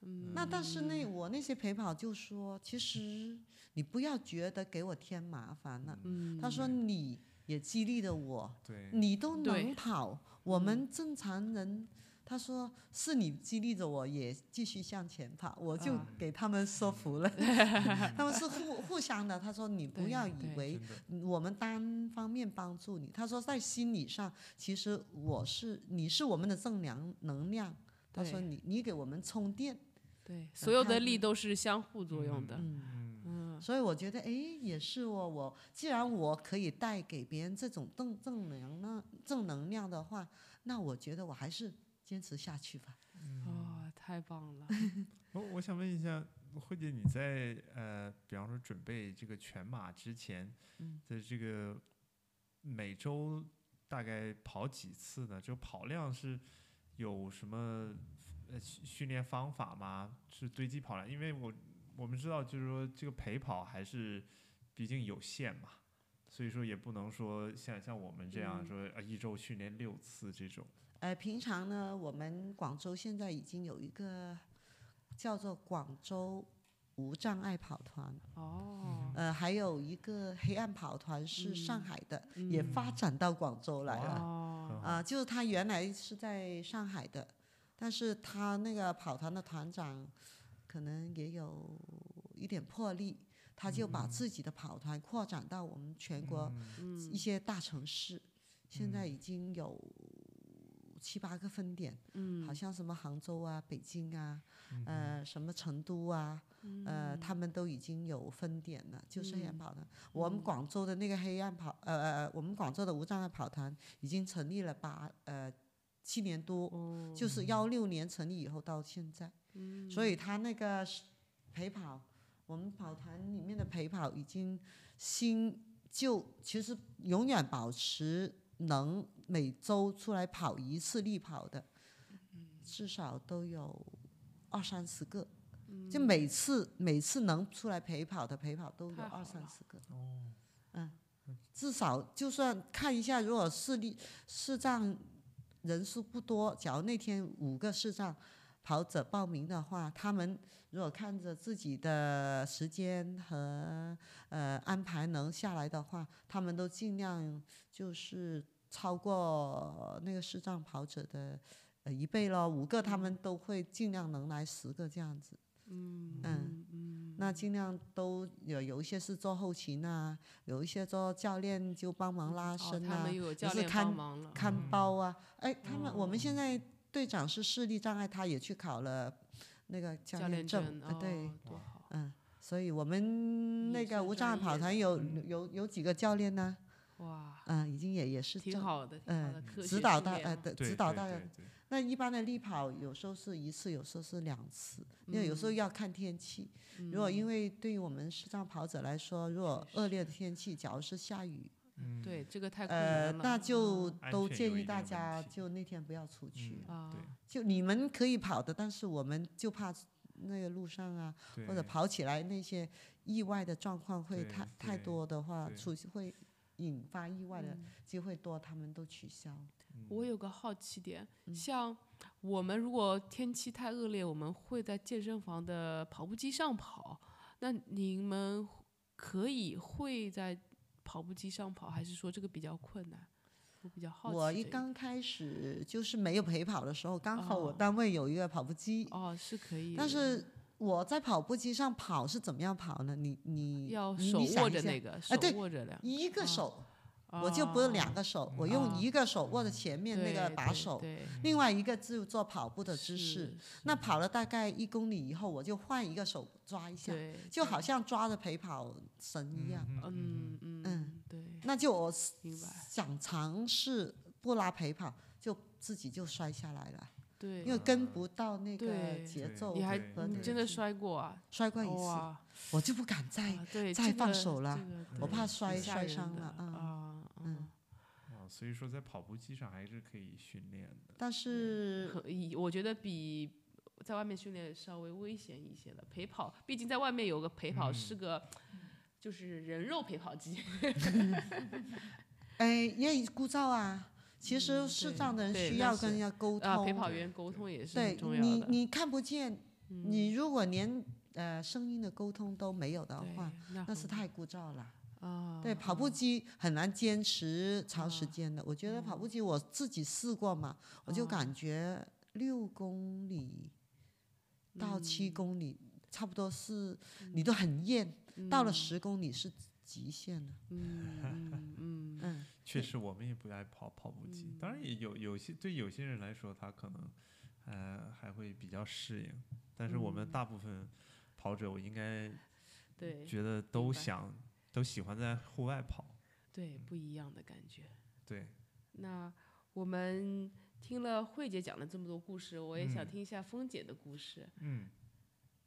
嗯，
那但是那我那些陪跑就说，其实你不要觉得给我添麻烦了。
嗯，
他说
对
你也激励了我，
对，
你都
对嗯
能跑，我们正常人。他说：“是你激励着我，也继续向前跑。”我就
啊
给他们说服
(laughs)
了，他们是互互相的。他说：“你不
对
要
对
以为
真的
我们单方面帮助你。”他说：“在心理上，其实我是你是我们的正能能量。”他说
对
你：“你给我们充电。”
对，所有的
看
力都是相互作用的。
嗯，
嗯
嗯，
所以我觉得，哎，也是哦。我既然我可以带给别人这种正正能量、正能量的话，那我觉得我还是坚持下去吧。
哦，太棒了。
我我想问一下，慧姐，你在呃，比方说准备这个全马之前
嗯
的这个每周大概跑几次呢？这个跑量是有什么呃训训练方法吗？是堆积跑量？因为我我们知道，就是说这个陪跑还是毕竟有限嘛。所以说也不能说像像我们这样
嗯
说啊一周训练六次这种，
呃，平常呢，我们广州现在已经有一个叫做广州无障碍跑团，
哦，
呃，还有一个黑暗跑团是上海的，
嗯
也发展到广州来了。
哦，
啊、就是他原来是在上海的，但是他那个跑团的团长可能也有一点魄力，他就把自己的跑团扩展到我们全国
嗯
一些大城市，现在已经有七八个分点，
嗯，
好像什么杭州啊、北京啊，
嗯
呃，什么成都啊，
嗯
呃，他们都已经有分点了，就是黑暗跑团。我
嗯
们广州的那个黑暗跑，呃呃，呃我们广州的无障碍跑团已经成立了八呃七年多，
哦
就是幺六年成立以后到现在，所以他那个是陪跑，我们跑团里面的陪跑已经新旧，其实永远保持能每周出来跑一次力跑的，
嗯
至少都有二三十个。
嗯
就每次每次能出来陪跑的陪跑都有
太好
二三
了
十个，
哦，
嗯，至少就算看一下，如果视力视障人数不多，假如那天五个视障跑者报名的话，他们如果看着自己的时间和呃安排能下来的话，他们都尽量就是超过那个视障跑者的呃一倍咯，五个他们都会尽量能来十个这样子。
嗯
嗯
嗯
那尽量都有有一些是做后勤呐、有一些做教练就帮忙拉
哦，
伸呐、
他们又有教
是
练
看
帮忙了，
看
嗯
包啊，哎，他们、我们现在队长是视力障碍，他也去考了那个
教
练证，
证，
啊，对
哦，，多好，
嗯，所以我们那
也
个
算
无障碍
专
跑
业
团
的
有
嗯
有有几个教练呢，
哇，
嗯，已经也也是
挺
正
好的，挺好的，科
指
学
导
训
大
练
呃
啊
对
对
指导
对
大家
对。对
那一般的力跑有时候是一次，有时候是两次，因为有
嗯
时候要看天气。如果因为对于我们视障跑者来说，如果恶劣的天气，假如是下雨，
嗯，
对这个太困
呃，
难了，
那就
安
都
全
建
有
议
一
大
定的问
家
题
就那天不要出去。
嗯
啊，
就你们可以跑的，但是我们就怕那个路上啊，
对
或者跑起来那些意外的状况会
对
太太
对
多的话，
对
出会引发意外的
嗯
机会多，他们都取消。
我有个好奇点，
嗯
像我们如果天气太恶劣，我们会在健身房的跑步机上跑。那你们可以会在跑步机上跑，还是说这个比较困难？我比较好奇。
我一刚开始就是没有陪跑的时候，刚好我
哦
单位有一个跑步机，
哦是可以，
但是我在跑步机上跑是怎么样跑呢？你你
要
你
手
你想
握
一
着
下
那个，手
对
握着两，
一个
啊
手，我就不是两
哦
个手，我用
嗯
一个手握着前面那个
对
把
对
手，
对，
另外一个就做跑步的姿势。
是，
那跑了大概一公里以后，我就换一个手抓一下，
对，
就
对
好，像抓着陪跑绳一样。
嗯嗯
嗯
对，
那就我
明白，
想尝试不拉陪跑，就自己就摔下来了，
对，
因为跟不到那个
对
节
对
奏
你还
和
对
那
你
个
真的
节
摔过啊？
摔过一次，
哇，
我就不敢再。
啊对，
哎再
这
放
个
手了
这个
我
对
怕
挺
摔
吓
摔
人
伤
的
了嗯
啊，
嗯
啊，所以说在跑步机上还是可以训练的。
但是
可以，我觉得比在外面训练稍微危险一些了。陪跑，毕竟在外面有个陪跑是
嗯
个。就是人肉陪跑机，
哎，因为枯燥啊。其实视
嗯对
障的人
对
需
那
要
是
跟人家沟
啊，陪
通，
跑员沟通也是
对
很重要
你
的。嗯
你看不见，你如果连呃声音的沟通都没有的
对嗯
话，，那
很
是太枯燥了。
啊，
对，跑步机很难坚持长时间的。我觉得跑步机我自己试过嘛，我就
啊
感觉六公里到七公里，差不多是你都很厌，到
嗯
了十公里是极限了。嗯嗯
确实，我们也不爱跑跑步机。
嗯
当然也有有些对有些人来说，他可能呃还会比较适应，但是我们大部分跑者，我应该
嗯对
觉得都
明白
想都喜欢在户外跑。
对不一样的感觉。
对，
那我们听了慧姐讲了这么多故事，我也想
嗯
听一下峰姐的故事。
嗯，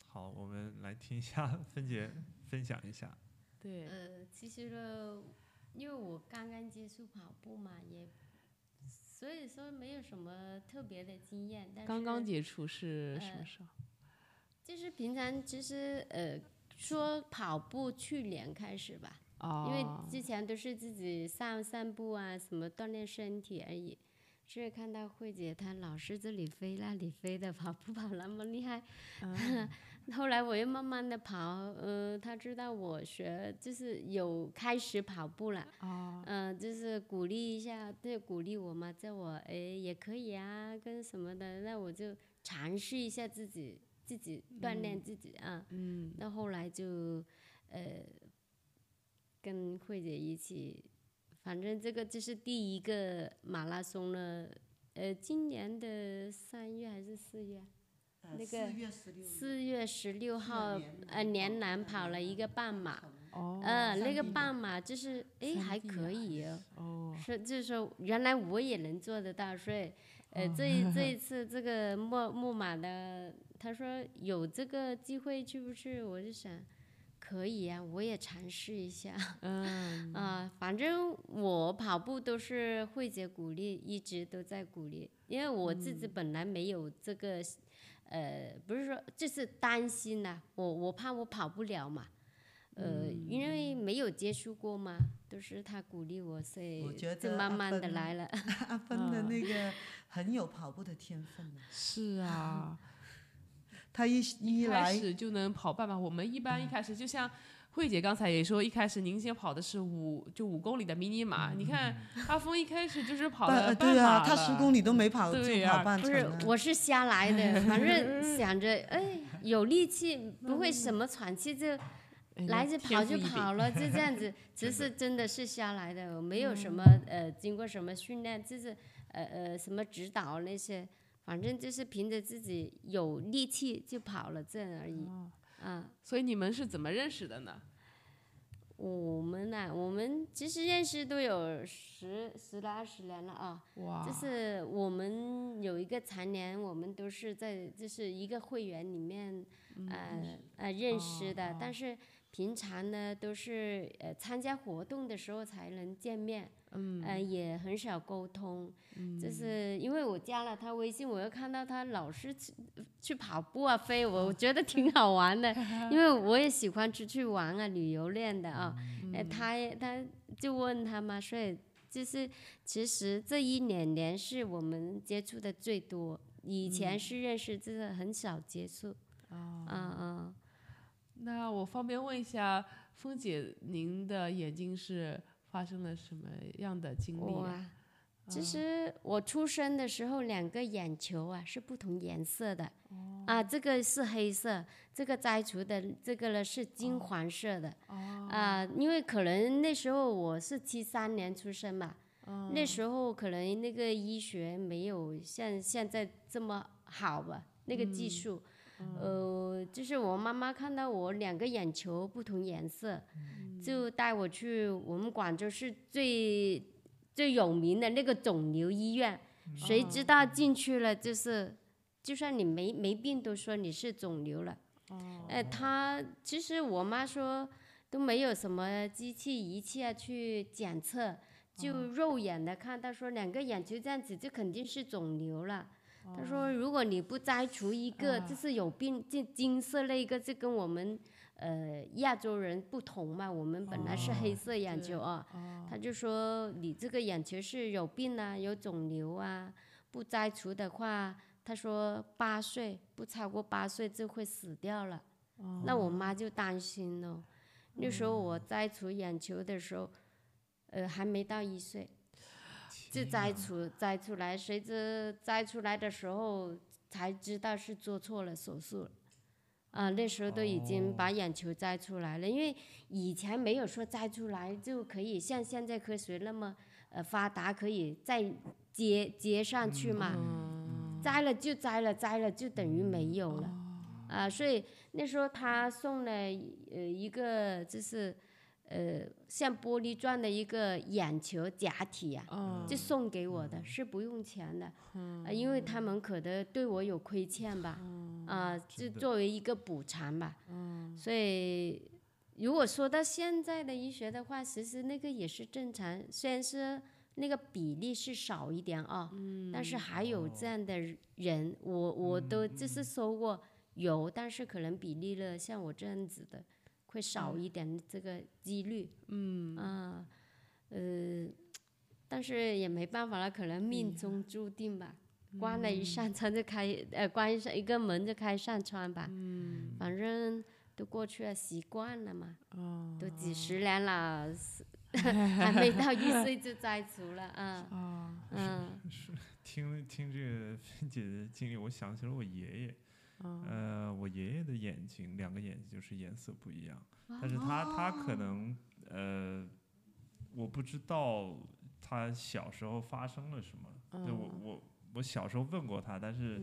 好，我们来听一下芬姐分享一下。
嗯
对，
呃，其实呢，因为我刚刚接触跑步嘛，也所以说没有什么特别的经验，但是
刚刚接触是什么
呃
时候？
就是平常其实呃说跑步去年开始吧，
呃
哦，
因为之前都是自己散散步啊，什么锻炼身体而已。是看到慧姐她老是这里飞那里飞的跑步跑那么厉害，
嗯
(laughs)
后来我又慢慢的跑，呃，她知道我学就是有开始跑步了，
啊，
嗯、就是鼓励一下，对，鼓励我嘛，叫我哎也可以啊，跟什么的，那我就尝试一下自己，自己锻炼自己啊。
嗯，
那后来就，呃，跟慧姐一起，反正这个就是第一个马拉松了，呃，今年的三月还是四月啊？
嗯，
那
四
个
月十六日
四月十六号
连，
呃，
南跑
连南
的
跑了一个半马，
哦，
呃，那个
地
半马就是，哎，
山
还
地
可
啊
以哦。
哦，
说就是说，原来我也能做得到，所以，呃，这一这一次这个木木马的，他说有这个机会去不去？我就想，可以呀、我也尝试一下。
嗯，
啊、反正我跑步都是慧姐鼓励，一直都在鼓励，因为我自己
嗯
本来没有这个，呃，不
嗯
是说就是担心呐、我我怕我跑不了嘛，呃，因为没有接触过嘛，都是他鼓励我，所以
我觉
就
得啊
慢
阿
慢的
芬
来了。
阿芬的那个很有跑步的天分的，
是
(laughs)
啊，
她一一
开
来
始就能跑半马。我们一般一开始就像慧姐刚才也说，一开始您先跑的是五就五公里的迷你马，你看阿峰一开始就是跑
嗯半
了
呃
半
对
马
啊，
了，
她十公里都没跑，
对
就
呀
跑半
不
程
是
了，。
我是瞎
(laughs)
来的，反正想着哎有力气，不会什么喘气就
哎那
来就
天
跑
赋
就
异禀
跑了，就这样
(laughs)
子。只
真的
是真的是瞎来的，我没有什么
嗯
呃经过什么训练，就是呃呃什么指导那些，反正就是凭着自己有力气就跑了这样而已。
哦
啊，
所以你们是怎么认识的呢？
我们呐、我们其实认识都有十十来二十年了啊。
哇，
就是我们有一个常年，我们都是在就是一个会员里面，呃呃认识的，但是平常呢都是呃参加活动的时候才能见面，嗯，呃也很少沟通，就是因为我加了他微信，我又看到他老是去去跑步啊飞， (laughs) 我我觉得挺好玩 (laughs) 的，因为我也喜欢出去玩啊旅游练的啊，呃他也他就问他嘛，所以就是。其实这一两年是我们接触的最多，以前是认识，就是很少接触。啊啊、
那我方便问一下，峰姐，您的眼睛是发生了什么样的经历、啊？
哇！其实我出生的时候，两个眼球啊是不同颜色的。啊，这个是黑色，这个摘除的这个呢是金黄色的。啊，因为可能那时候我是七三年出生嘛，那时候可能那个医学没有像现在这么好吧，那个技术。呃，就是我妈妈看到我两个眼球不同颜色，就带我去我们广州市最最有名的那个肿瘤医院，谁知道进去了就是，就算你没没病都说你是肿瘤了。
哦
呃，他其实我妈说都没有什么机器仪器啊去检测，就肉眼的看到说两个眼球这样子就肯定是肿瘤了。
哦
他说：“如果你不摘除一个，就是有病，就金色那一个，就跟我们呃亚洲人不同嘛。我们本来是黑色眼球啊，
哦
他就说你这个眼球是有病啊，有肿瘤啊，不摘除的话，他说八岁不超过八岁就会死掉了。
哦
哦
那我妈就担心了。那时候我
嗯
摘除眼球的时候，呃，还没到一岁。就
天
摘
哪
除摘出来，谁知摘出来的时候才知道是做错了手术了，啊，那时候都已经
哦
把眼球摘出来了，因为以前没有说摘出来就可以像现在科学那么呃发达，可以再接接上
嗯
去嘛，
嗯
摘了就摘了，摘了就等于没
哦
有了，啊，所以那时候他送了呃一个就是。呃，像玻璃状的一个眼球假体呀、
嗯，
就送给我的，是不用钱的，啊，因为他们可能对我有亏欠吧，啊，就
真的
作为一个补偿吧，所以如果说到现在的医学的话，其实那个也是正常，虽然是那个比例是少一点啊，但是还有这样的人，我我都就是说过有，但是可能比例呢，像我这样子的会少一点这个几率，嗯啊，呃，但是也没办法了，可能命中注定吧。关了一扇窗就开，呃，关一扇一个门就开一扇窗吧。嗯，反正都过去了，习惯了嘛。哦，都几十年了， (laughs) 是还没到一岁就摘除了 (laughs) 啊。
(laughs)
嗯，
听听这个芬姐的经历，我想起了我爷爷。呃，我爷爷的眼睛，两个眼睛就是颜色不一样，但是他他可能呃，我不知道他小时候发生了什么。就我我我小时候问过他，但是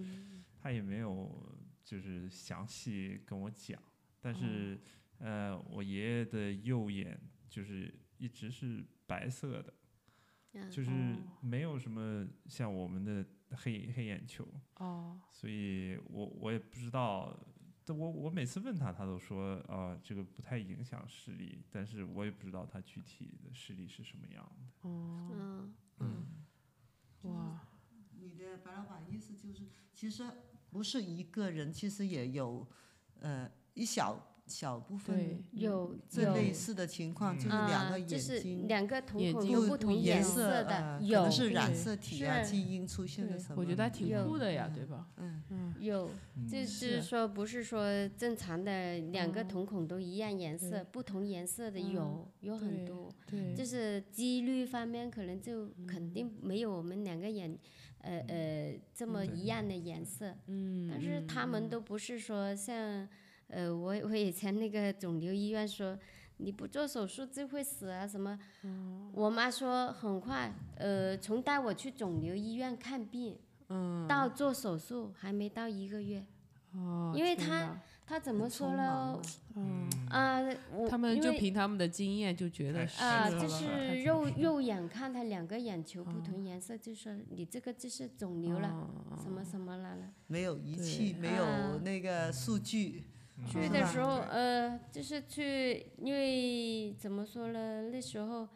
他也没有就是详细跟我讲。但是呃，我爷爷的右眼就是一直是白色的。
嗯
就是没有什么像我们的黑黑眼球，
哦，
所以我我也不知道。但我我每次问他，他都说啊、这个不太影响视力，但是我也不知道他具体的视力是什么样的。
嗯，
哦哇，
你的白老板意思就是，其实不是一个人，其实也有，呃，一小小部
对
分，
有
最
有
嗯类似的情
嗯
况，就是两
啊，
个
就
眼
是
睛
两个瞳
眼
孔
睛
有
有
不同
颜
色
色
呃
的，
可
有
能是染
对
色体啊、
是
基因出现的
对
什么？
我觉得还挺
有
酷的呀，
嗯
对吧？
嗯，
嗯，
有，
嗯
就就是是说不是说正常的两个
嗯
瞳孔都一样颜色，
对
不同颜色的
嗯
有有很
对
多，
对，
就是几率方面可能就肯定没有我们两个眼，呃呃这么
对
一样的颜色，
嗯，
但是他们都不是说像，呃，我我以前那个肿瘤医院说，你不做手术就会死啊什么。我妈说很快，呃，从带我去肿瘤医院看病，
嗯
到做手术还没到一个月。
哦，
因为
天
他
哪
她怎么说
匆忙
呢
了？
嗯，
啊、我
他们
因
就
为
凭他们的经验就觉得
太
是
啊、
深刻了
就是
肉
肉肉眼看她两个眼球不同颜色，就说你这个就是肿瘤了，
哦
什么什么了了。
没有仪
对
器，没
啊
有那个数据，
嗯
去
是
的
吧
时候，呃，就是去，因为怎么说呢？那时候，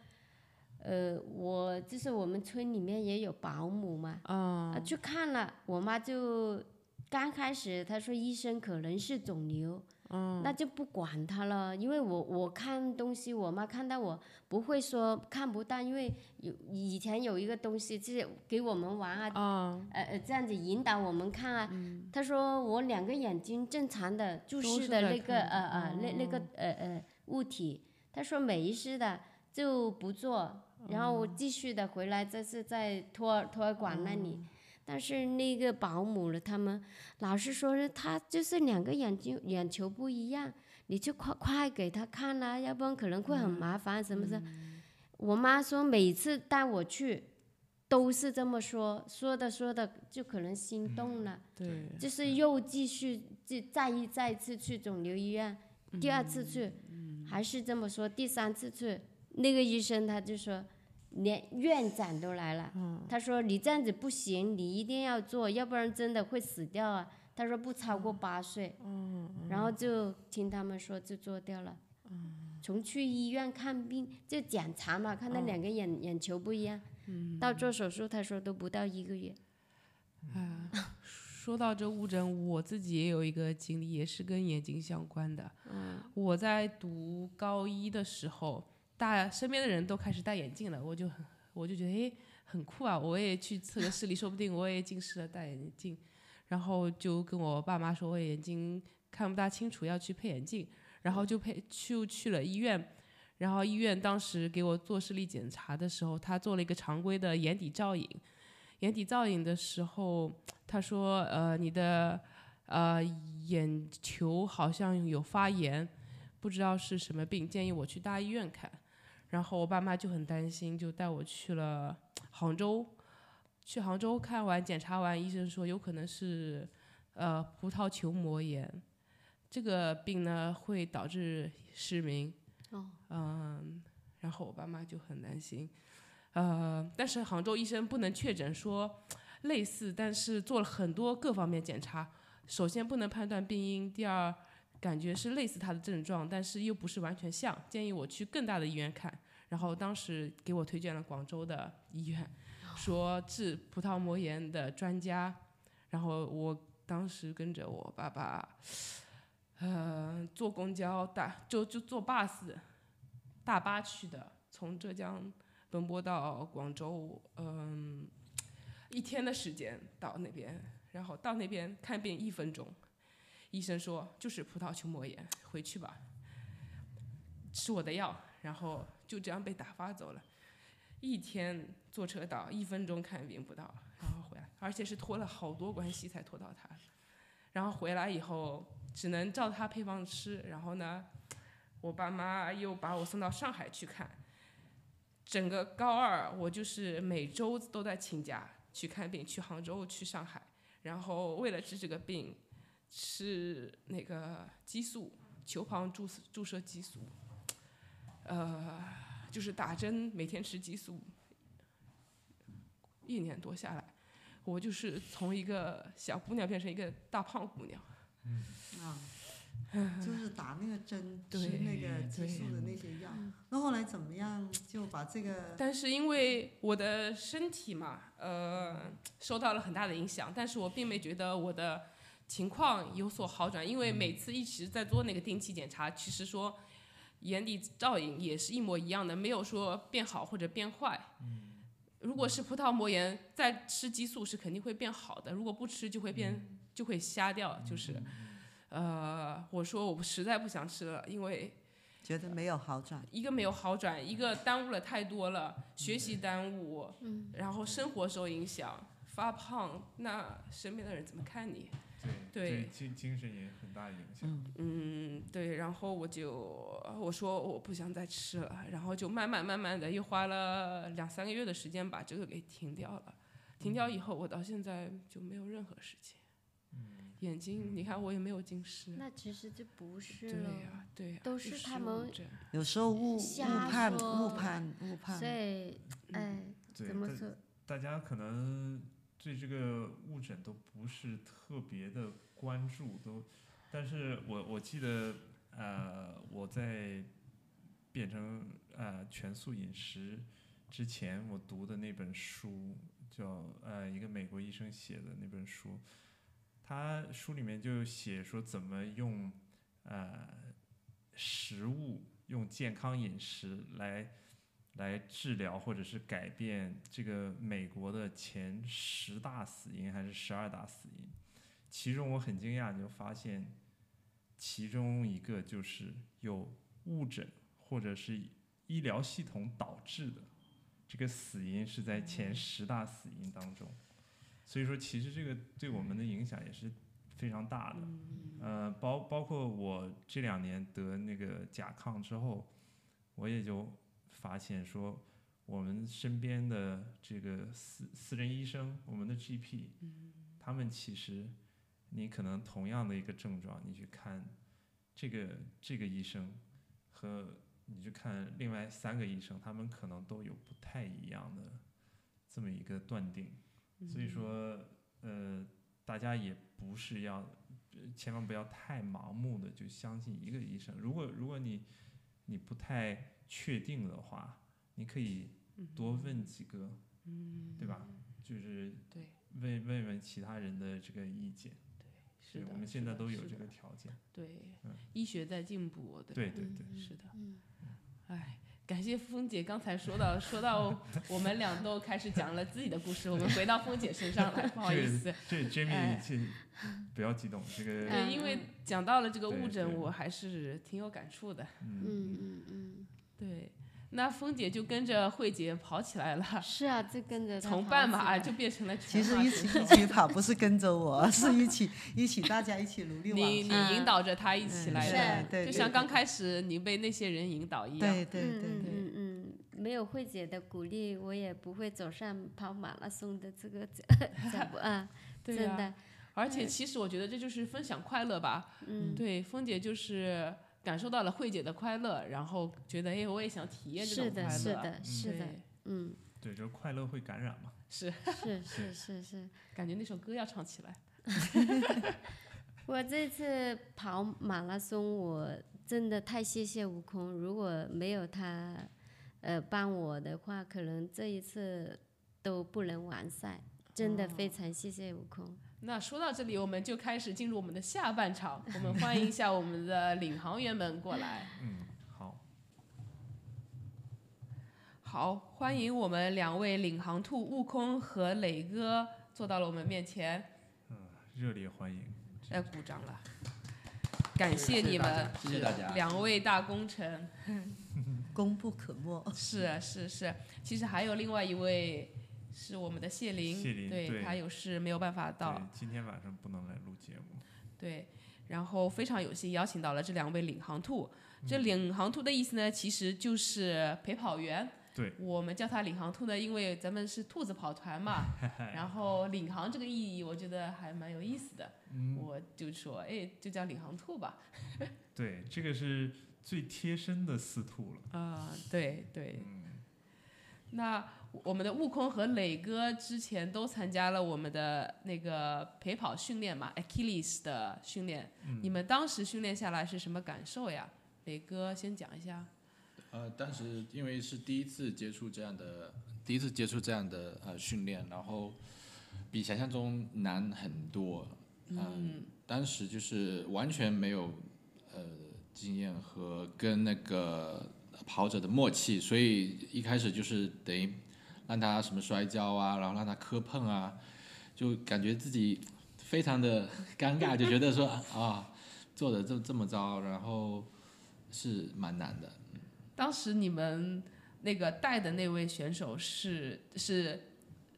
呃，我就是我们村里面也有保姆嘛，
哦
啊，去看了，我妈就刚开始她说医生可能是肿瘤，那就不管她了，因为我我看东西，我妈看到我不会说看不到，因为有以前有一个东西就是给我们玩啊，
啊，
呃呃，这样子引导我们看啊。他说我两个眼睛正常的注
嗯都
视
是
的
在
那个
看
呃呃那那个
哦
呃呃物体，他说没事的就不
哦
做，然后继续的回来，这是在托儿托儿馆那
哦
里。但是那个保姆了，他们老师说呢，他就是两个眼睛眼球不一样，你就快快给他看啦、要不然可能会很麻烦，什么的。我妈说每次带我去，都是这么说，说的说的就可能心动了，
对，
就是又继续就再一再一次去肿瘤医院，第二次去、
嗯
还是这么说，第三次去那个医生他就说，连院长都来了，
嗯
他说你这样子不行，你一定要做，要不然真的会死掉啊。他说不超过八岁，
嗯
然后就听他们说就做掉了。
嗯
从去医院看病就检查嘛，看到两个眼、眼球不一样，
嗯
到做手术他说都不到一个月。
啊，说到这误诊，我自己也有一个经历，也是跟眼睛相关的。嗯，我在读高一的时候，大身边的人都开始戴眼镜了，我就很，我就觉得诶很酷啊，我也去测个视力，说不定我也近视了，戴眼镜。然后就跟我爸妈说，我眼睛看不大清楚，要去配眼镜，然后就配就去了医院。然后医院当时给我做视力检查的时候，他做了一个常规的眼底造影，眼底造影的时候，他说呃你的呃眼球好像有发炎，不知道是什么病，建议我去大医院看。然后我爸妈就很担心，就带我去了杭州。去杭州看完检查完，医生说有可能是呃葡萄球膜炎，这个病呢会导致失明。
哦，
嗯，然后我爸妈就很担心，呃，但是杭州医生不能确诊说类似，但是做了很多各方面检查，首先不能判断病因，第二感觉是类似他的症状，但是又不是完全像，建议我去更大的医院看。然后当时给我推荐了广州的医院，说治葡萄膜炎的专家，然后我当时跟着我爸爸。呃，坐公交大就就坐 bus，大巴去的，从浙江奔波到广州，嗯，一天的时间到那边，然后到那边看病一分钟，医生说就是葡萄球膜炎，回去吧，吃我的药，然后就这样被打发走了。一天坐车到，一分钟看病不到，然后回来，而且是托了好多关系才拖到他。然后回来以后，只能照他配方吃，然后呢，我爸妈又把我送到上海去看。整个高二，我就是每周都在请假去看病，去杭州，去上海。然后为了治这个病，吃那个激素，球旁注注射激素，呃，就是打针，每天吃激素。一年多下来，我就是从一个小姑娘变成一个大胖姑娘。
啊，就是打那个针，吃
对
那个激
对
素的那些药。那后来怎么样就把这个
但是因为我的身体嘛，呃，受到了很大的影响，但是我并没觉得我的情况有所好转，因为每次一直在做那个定期检查，其实说眼底照影也是一模一样的，没有说变好或者变坏。如果是葡萄膜炎，再吃激素是肯定会变好的，如果不吃就会变、就会瞎掉，就是。呃，我说我实在不想吃了，因为
觉得没有好转，
一个没有好转，一个耽误了太多了，学习耽误，
嗯，
然后生活受影响，发胖，那身边的人怎么看你？
对
对
精精神也很大影响。
嗯，
嗯，对，然后我就我说我不想再吃了，然后就慢慢慢慢的又花了两三个月的时间把这个给停掉了。停掉以后，我到现在就没有任何事情，
嗯，
眼睛你看我也没有近视，
那其实就不是
嗯对
了。
呀、对呀、
都
就是失
他
误
们
症
有时候误误
瞎
判
说
误判误
所
判，
以，哎，
对
怎么
但
说？
大家可能对这个误诊都不是特别的关注，都，但是我我记得，呃，我在变成呃全素饮食之前，我读的那本书叫呃一个美国医生写的那本书，他书里面就写说怎么用呃食物用健康饮食来来治疗或者是改变这个美国的前十大死因还是十二大死因，其中我很惊讶，就发现其中一个就是有误诊或者是医疗系统导致的这个死因是在前十大死因当中，所以说其实这个对我们的影响也是非常大的。呃，包包括我这两年得那个甲亢之后，我也就发现说，我们身边的这个私私人医生，我们的 GP，、他们其实你可能同样的一个症状，你去看这个这个医生和你去看另外三个医生，他们可能都有不太一样的这么一个断定，所以说呃，大家也不是要。呃千万不要太盲目的就相信一个医生。如果如果你你不太确定的话，你可以
嗯
多问几个，嗯，对吧？就是
对
问问问其他人的这个意见。
是
对
的
我们
是
现在
的
都有
是
这
的
个条件。
对
嗯，
医学在进步，对吧
对对对，
是的，
嗯，
哎，感谢峰姐刚才说到 (laughs) 说到我们俩都开始讲了自己的故事，我们回到峰姐身上来，不好意思， (laughs)
这 Jamie
哎
这不要激动，这个
对，因为讲到了这个误诊，
对对
我还是挺有感触的。
嗯嗯嗯，
对，那峰姐就跟着慧姐跑起来了，
是啊，就跟着他
从
跑
半
起
马
来
啊就变成了全
其实
马
一
选
起
手
一起跑，不是跟着我，是一起一起大家一起努力往
你
前，
你引导着她一起
嗯
来
是
的，
对
就
对
像
对
刚开始你被那些人引导一样。
对对对
嗯
对，
嗯嗯嗯，没有慧姐的鼓励，我也不会走上跑马拉松的这个脚步啊，
对
真
啊
的，
而且其实我觉得这就是分享快乐吧。
嗯，
对，峰姐就是感受到了慧姐的快乐，然后觉得哎，我也想体验这
是
种快乐。
的，是的，是的，
对
嗯，
对，就是快乐会感染嘛。
是，
是是是是，
感觉那首歌要唱起来。
我这次跑马拉松，我真的太谢谢悟空，如果没有他，呃，帮我的话，可能这一次都不能完赛，真的非常谢谢悟空。
那说到这里，我们就开始进入我们的下半场，我们欢迎一下我们的领航员们过来。
嗯，好，
好，欢迎我们两位领航兔悟空和磊哥坐到了我们面前，
热烈欢迎。
呃，鼓掌了，感谢你们，
谢谢大家谢谢大家
两位大功臣。
功不可没。
(laughs) 是啊是是，其实还有另外一位是我们的谢林，
谢林
对
对
他有事没有办法到
对，，今天晚上不能来录节目。
(laughs) 对，然后非常有幸邀请到了这两位领航兔。这
嗯
领航兔的意思呢，其实就是陪跑员。
对，
我们叫它领航兔呢，因为咱们是兔子跑团嘛。
(laughs)
然后领航这个意义，我觉得还蛮有意思的。
嗯
我就说，哎，就叫领航兔吧。
对，这个是最贴身的司徒了。
啊、对对，
嗯，
那我们的悟空和磊哥之前都参加了我们的那个陪跑训练嘛，Achilles 的训练、你们当时训练下来是什么感受呀？磊哥先讲一下。
呃，当时因为是第一次接触这样的，第一次接触这样的呃训练，然后比想象中难很多，嗯，当时就是完全没有呃经验和跟那个跑者的默契，所以一开始就是等于让他什么摔跤啊，然后让他磕碰啊，就感觉自己非常的 (laughs) 尴尬，就觉得说啊做的这这么糟，然后是蛮难的。
当时你们那个带的那位选手是是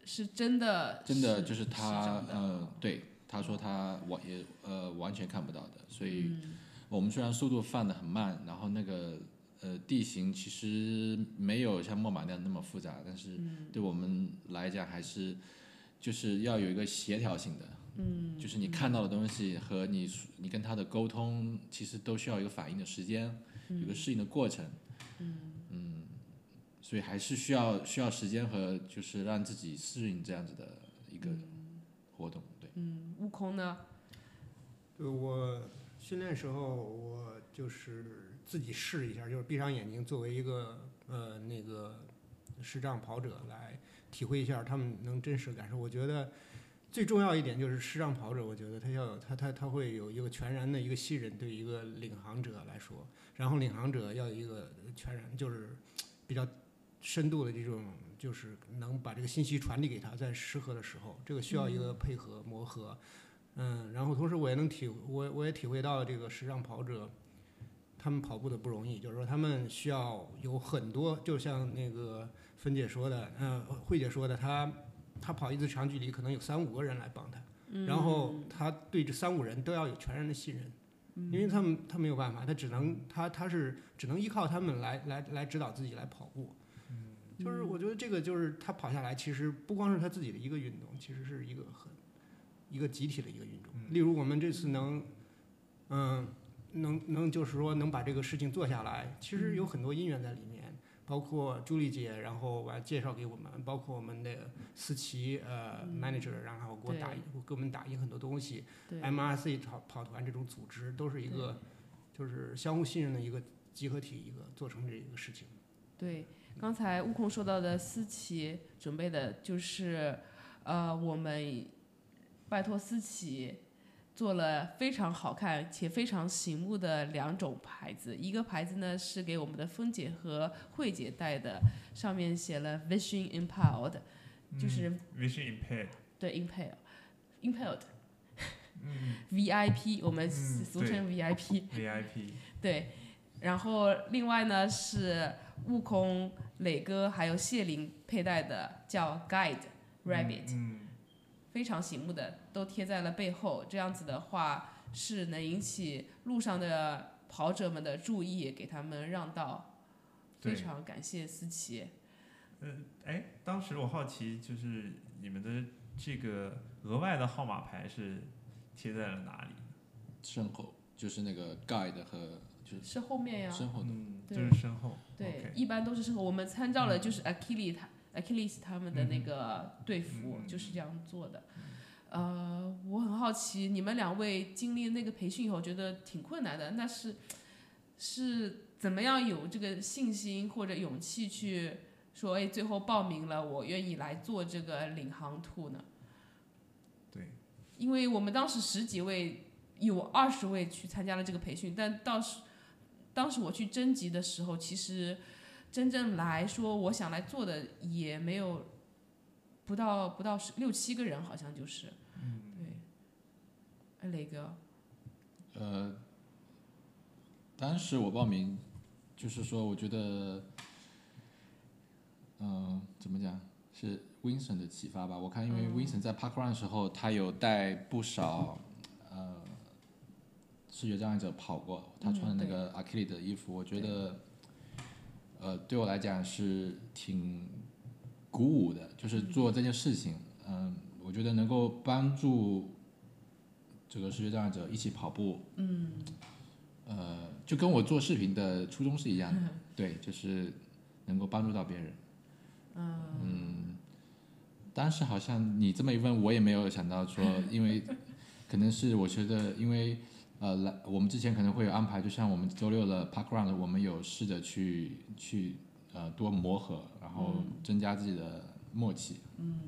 是真的
真的
是
就是
是
他
长，的
呃，对，他说他完也呃完全看不到的，所以
嗯
我们虽然速度放的很慢，然后那个呃地形其实没有像墨马那样那么复杂，但是
嗯
对我们来讲还是就是要有一个协调性的，嗯，就是你看到的东西和你你跟他的沟通，其实都需要一个反应的时间，有个适应的过程，嗯，所以还是需要需要时间和就是让自己适应这样子的一个活动，对。
嗯悟空呢？
对我训练时候，我就是自己试一下，就是闭上眼睛，作为一个呃那个视障跑者来体会一下他们能真实感受。我觉得最重要一点就是视障跑者，我觉得他要有他他他会有一个全然的一个信任，对一个领航者来说，然后领航者要有一个全然就是比较深度的这种。就是能把这个信息传递给他，在适合的时候，这个需要一个配合磨合，嗯，然后同时我也能体，我我也体会到这个时尚跑者，他们跑步的不容易，就是说他们需要有很多，就像那个芬姐说的，嗯、慧姐说的，她她跑一次长距离可能有三五个人来帮她，然后她对这三五人都要有全然的信任，因为他们他没有办法，他只能他他是只能依靠他们来来来指导自己来跑步。就是我觉得这个就是他跑下来，其实不光是他自己的一个运动，其实是一个很一个集体的一个运动。例如我们这次能，嗯，能能就是说能把这个事情做下来，其实有很多因缘在里面，包括朱莉姐，然后完介绍给我们，包括我们的思琪呃 manager，然后给我打
对
给我们打印很多东西，
对
MRC 跑跑团这种组织都是一个就是相互信任的一个集合体，一个做成这一个事情。
对，刚才悟空说到的思琪准备的就是，呃，我们拜托思琪做了非常好看且非常醒目的两种牌子，一个牌子呢是给我们的芬姐和慧姐带的，上面写了 Vision Empowered，就是
嗯 vision impaired，
对 Impaled，Impaled，VIP，我 (laughs) 们俗称 VIP，
VIP，
对，然后另外呢是悟空、磊哥还有谢林佩戴的叫 Guide (laughs) Rabbit，、
嗯，
非常醒目的，都贴在了背后。这样子的话是能引起路上的跑者们的注意，给他们让道。非
对
常感谢思琪。
哎，当时我好奇，就是你们的这个额外的号码牌是贴在了哪里？
身后，就是那个 guide 和就是
是后面呀，
身后的。
嗯，就
对
是身后。
对
OK 嗯
一般都是适合我们参照了就是 Achilles 他 Achilles 他们的那个队服
嗯嗯嗯
就是这样做的。呃，我很好奇，你们两位经历那个培训以后，觉得挺困难的，那是是怎么样有这个信心或者勇气去说，哎，最后报名了，我愿意来做这个领航兔呢？
对，
因为我们当时十几位，有二十位去参加了这个培训，但到时当时我去征集的时候，其实真正来说我想来做的也没有不到不到十六七个人，好像就是，
嗯
对。哎，磊哥，
呃，当时我报名，就是说我觉得，嗯、怎么讲，是 Winson 的启发吧。我看因为 Winson 在 Parkrun 的时候，他有带不少呃视觉障碍者跑过，他
嗯
穿的那个 a k i l 的衣服，我觉得，呃，对我来讲是挺鼓舞的，就是做这件事情，嗯、我觉得能够帮助这个视觉障碍者一起跑步，嗯，呃，就跟我做视频的初衷是一样的，对，就是能够帮助到别人，嗯，当时好像你这么一问，我也没有想到说，因为可能是我觉得，因为呃，来我们之前可能会有安排，就像我们周六的 Park Round，我们有试着去去呃多磨合，然后增加自己的默契，嗯，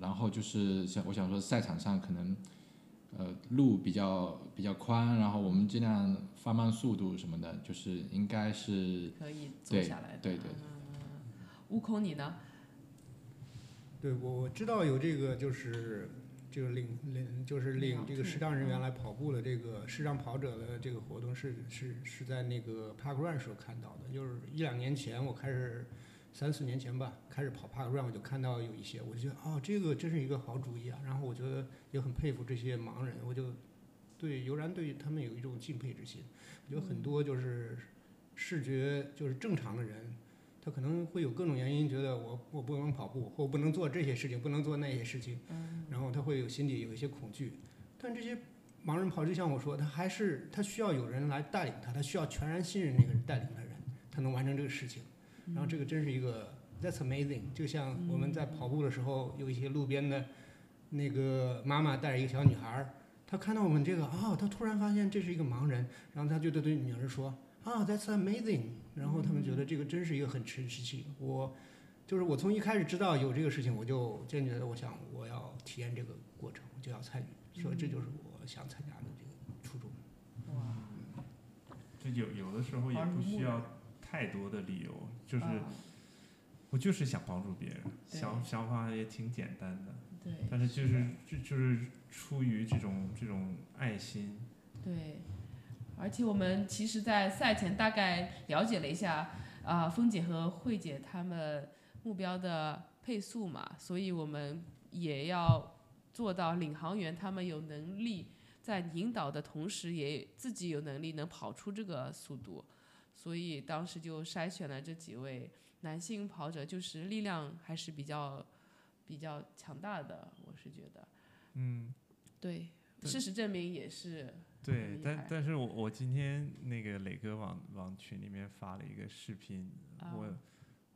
然后就是像我想说，赛场上可能，呃，路比较比较宽，然后我们尽量放慢速度什么的，就是应该是
可以坐下来的。
对对对
悟空你呢？
对，我我知道有这个，就是这个领领，就是领这个视障人员
嗯
来跑步的这个视障跑者的这个活动是是是在那个 Park Run 时候看到的，就是一两年前我开始，三四年前吧，开始跑 Park Run 我就看到有一些，我就觉得哦，这个真是一个好主意啊，然后我觉得也很佩服这些盲人，我就对尤然对他们有一种敬佩之心，我觉得很多就是视觉就是正常的人。他可能会有各种原因，觉得我我不能跑步，或不能做这些事情，不能做那些事情，然后他会有心里有一些恐惧。但这些盲人跑，就像我说，他还是他需要有人来带领他，他需要全然信任那个带领的人，他能完成这个事情。然后这个真是一个 that's amazing，就像我们在跑步的时候，有一些路边的那个妈妈带着一个小女孩儿，她看到我们这个啊、她突然发现这是一个盲人，然后她就对对女儿说啊、that's amazing，然后他们觉得这个真是一个很神奇。我就是我从一开始知道有这个事情，我就坚决的我想我要体验这个过程，我就要参与，所以这就是我想参加的这个初衷。
哇，
就有有的时候也
耳濡
不
目
需
染
要太多的理由，就是
啊
我就是想帮助别人，
对
想想法也挺简单的，
对，
但是就是是
的
就就是出于这种这种爱心，
嗯对，而且我们其实，在赛前大概了解了一下，啊、峰姐和慧姐她们目标的配速嘛，所以我们也要做到领航员他们有能力在引导的同时，也自己有能力能跑出这个速度，所以当时就筛选了这几位男性跑者，就是力量还是比较比较强大的，我是觉得，
嗯，
对，
对
事实证明也是。厉，
对
害
但但是我我今天那个磊哥往往群里面发了一个视频，
啊
我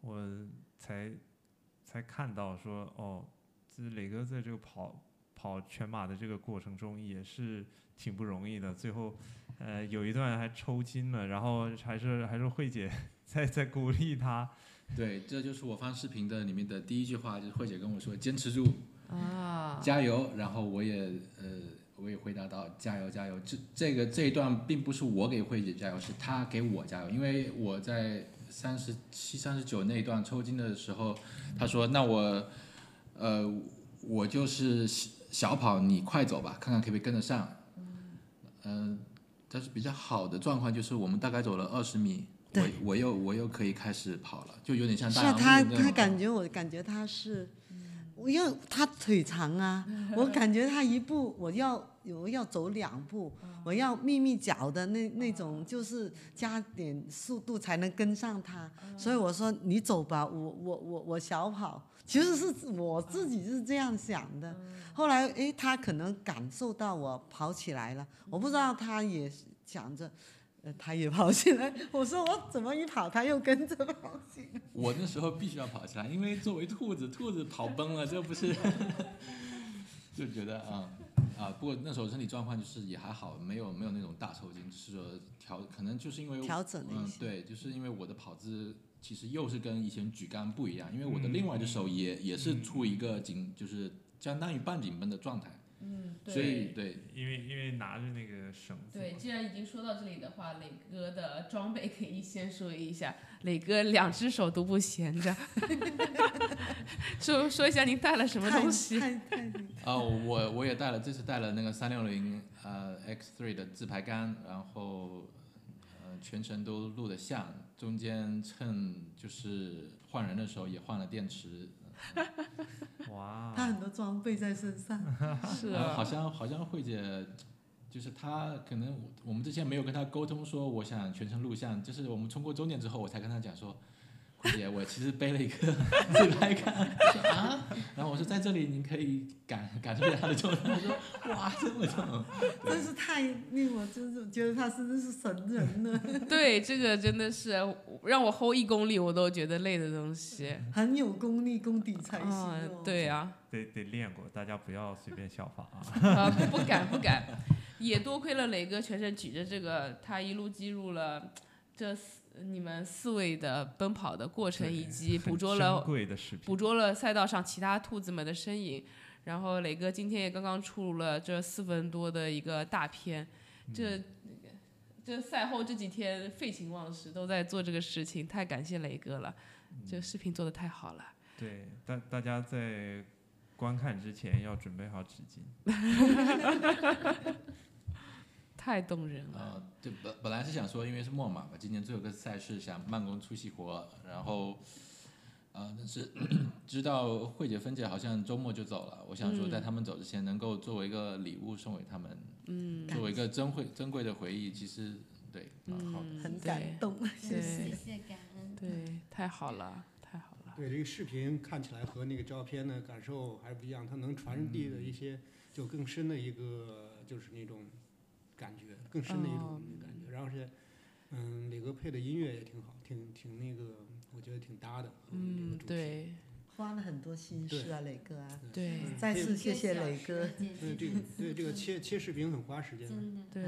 我才才看到说哦，这磊哥在这个跑跑全马的这个过程中也是挺不容易的，最后呃有一段还抽筋了，然后还是还是慧姐 (laughs) 在在鼓励他，
对，这就是我放视频的里面的第一句话，就是慧姐跟我说坚持住，
啊，
加油，然后我也呃我也回答到加油加油，这这个这一段并不是我给慧姐加油，是她给我加油，因为我在三十七三十九那一段抽筋的时候，她说那我呃我就是小小跑，你快走吧，看看可不可以跟得上，嗯、但是比较好的状况就是我们大概走了二十米。我
对
我又我又可以开始跑了，就有点像
是
大
啊，
洋路
他
那
他
种
感觉我感觉他是，我因为他腿长啊，我感觉他一步我要我要走两步，我要秘密脚的那那种，就是加点速度才能跟上他。所以我说你走吧，我我我我小跑，其实是我自己是这样想的。后来诶，他可能感受到我跑起来了，我不知道他也想着。呃，他也跑起来， (laughs) 我说我怎么一跑，他又跟着跑起来。
我那时候必须要跑起来，因为作为兔子，兔子跑崩了，这不是就觉得啊啊！不过那时候身体状况就是也还好，没有没有那种大抽筋，只是说调，可能就是因为
调整了一
嗯
下，
对，就是因为我的跑姿其实又是跟以前举杆不一样，因为我的
嗯
另外一只手也、也是
嗯
处于一个紧，就是相当于半紧绷的状态，
嗯，对。
所以对
因为因为拿着那个绳子
(laughs)
嘛，
对，既然已经说到这里的话，磊哥的装备可以先说一下，磊哥两只手都不闲着， (laughs) 说说一下您带了什么
太
东西？
太太
哦，我我也带了，这次带了那个三六零呃 X3 的自排杆，然后呃全程都录的像，中间趁就是换人的时候也换了电池，
哇，
他很多装备在身上，
(laughs)
是啊
呃、好像好像慧姐就是她可能我我们之前没有跟她沟通说我想全程录像，就是我们冲过终点之后我才跟她讲说。慧姐，我其实背了一个自拍杆，她说啊，然后我说在这里您可以感感受一下它的重量，她说哇这么重，
真是太令我真是觉得他真的是神人了， (laughs)
(laughs) 对，这个真的是让我 hold 一公里我都觉得累的东西。
很有功力，功底才行
啊
哦。，
对
(laughs)
啊，
得得练过，大家不要随便效仿啊。
啊，不不敢不敢，也多亏了磊哥全程举着这个，他一路记录了这四你们四位的奔跑的过程，
对
以及捕
很
捉
珍
了
贵的视频
捕，捉了赛道上其他兔子们的身影。然后磊哥今天也刚刚出炉了这四分多的一个大片，
嗯
这这赛后这几天废寝忘食都在做这个事情，太感谢磊哥了，
嗯
这个视频做的太好了。
对，大大家在观看之前要准备好纸巾。
太动人了，
啊
呃，对，本本来是想说，因为是墨尔马嘛，今年最后一个赛事想慢工出细活，然后，呃，但是知道慧姐、芬姐好像周末就走了，我想说在他们走之前，能够作为一个礼物送给他们，嗯，作为一个珍贵珍贵的回忆，其实对，蛮好的。
很
嗯对
感动。
对
谢谢感恩。
对，太好了，太好了。
对这个视频看起来和那个照片呢感受还不一样，它能传递的一些就更深的一个就是那种感觉，更深的一
哦
种感觉。然后而且，嗯，磊哥配的音乐也挺好，挺挺那个，我觉得挺搭的。和我们这个
嗯，
主题。
对
花了很多心思啊，磊哥啊！
对
再次谢谢
一个小
磊
时
哥
的，剪辑
对这个对这个切切视频很花时间的。
真的
对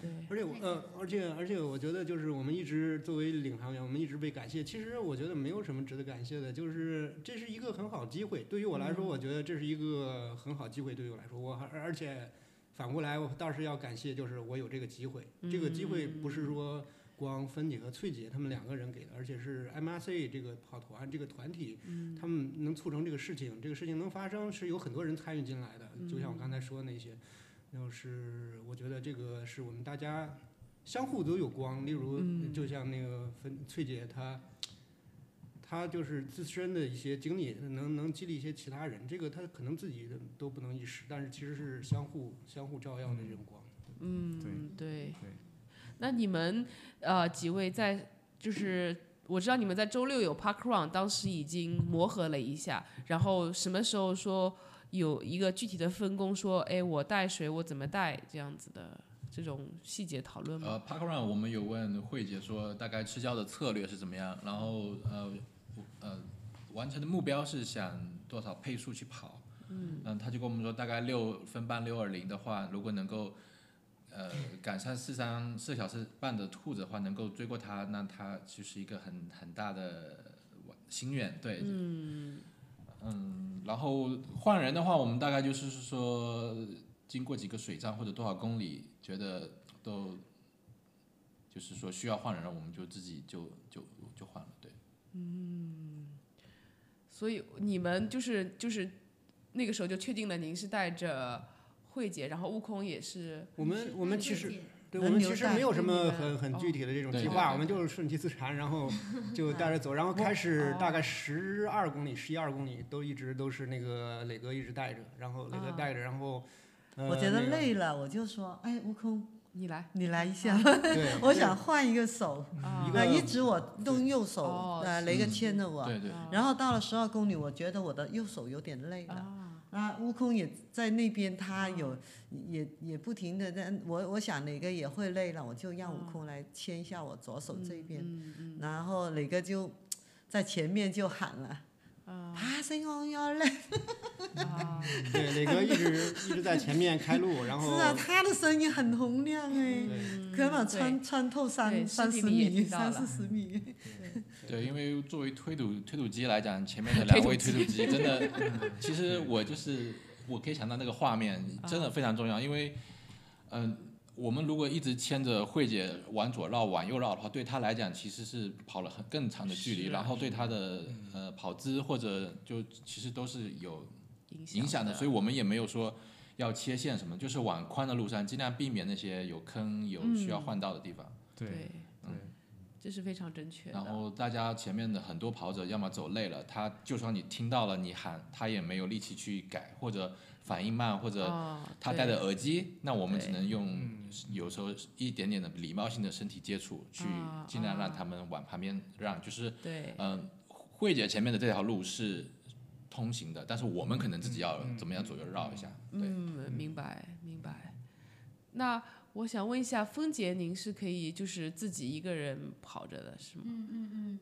对，
而且我呃，而且而且，我觉得就是我们一直作为领航员，我们一直被感谢。其实我觉得没有什么值得感谢的，就是这是一个很好机会。对于我来说，我觉得这是一个很好机会。对于我来说，我还而而且反过来，我倒是要感谢，就是我有这个机会。这个机会不是说光芬姐和翠姐她们两个人给的，而且是 MRC 这个跑团这个团体，他们能促成这个事情，这个事情能发生，是有很多人参与进来的。就像我刚才说的那些。就是我觉得这个是我们大家相互都有光，例如就像那个芬翠姐她，她就是自身的一些经历，能能激励一些其他人，这个她可能自己都不能意识，但是其实是相互相互照耀的这种光。
嗯对
对
那你们呃几位在就是我知道你们在周六有 Park Run，当时已经磨合了一下，然后什么时候说有一个具体的分工说，哎我带水我怎么带这样子的这种细节讨论吗？
呃，Park Run 我们有问慧姐说大概吃胶的策略是怎么样，然后呃呃完成的目标是想多少配速去跑，嗯，他就跟我们说大概六分半六二零的话，如果能够呃赶上四三四小时半的兔子的话，能够追过他，那他就是一个很很大的心愿，对，嗯然后换人的话，我们大概就是说经过几个水站或者多少公里，觉得都就是说需要换人了，我们就自己就就就换了，对。
所以你们就是就是那个时候就确定了您是带着慧姐，然后悟空也是
我们呃我们其实对我
轮
们
流
其实
带
没有
那
什
你
么
们哦
很很具体的这种
对
计
对
划，
对
我们就是顺其自然，然后就带着走，然后开
哦
始大概十二公里、十一二公里都一直都是那个磊哥一直带着，然后磊哥
啊
带着，然后。呃
我觉得
那个
累了，我就说，哎，悟空，
你来
你来一下，
啊
(laughs)
对，
我想换一个手。
啊
嗯一
啊，
个嗯
一直我用右手
哦，
呃，
是
雷哥牵着我。
对对，
嗯
然后到了十二公里，我觉得我的右手有点累了。
啊
啊，悟空也在那边，他有也也不停的在，我我想哪个也会累了，我就让悟空来牵一下我左手这
嗯
边，
嗯
然后哪个就在前面就喊了。Passing
嗯
哦 on your leg，
啊
对，磊哥一直一直在前面开路，然后
是啊，他的声音很洪亮哎，(laughs)
对
可把
嗯对
穿穿透
对
三三
视
十
频里也
米、
听到
三
了嗯
四十米，
对，因为作为推土推土机来讲，前面的两位推土机真的，嗯其实我就是我可以想到那个画面真的非常重要，因为，嗯、我们如果一直牵着慧姐往左绕往右绕的话，对她来讲其实是跑了很更长的距离，
是啊
然后对她的呃跑姿或者就其实都是有影
影
响
响
的，所以我们也没有说要切线什么，就是往宽的路上尽量避免那些有坑有需
嗯
要换道的地方。
对，这是非常正确的
然。后大家前面的很多跑者，要么走累了，他就算你听到了你喊，他也没有力气去改，或者反应慢，或者
啊，
他
对
戴着耳机，那我们
对
只能用有时候一点点的礼貌性的身体接触，去
啊
尽量让
啊
他们往旁边让。就是
对
嗯，慧姐前面的这条路是通行的，但是我们可能自己要怎么样左右绕一下。对，
嗯，明白明白。那我想问一下，峰姐，您是可以就是自己一个人跑着的
(laughs)
是吗？
嗯嗯嗯，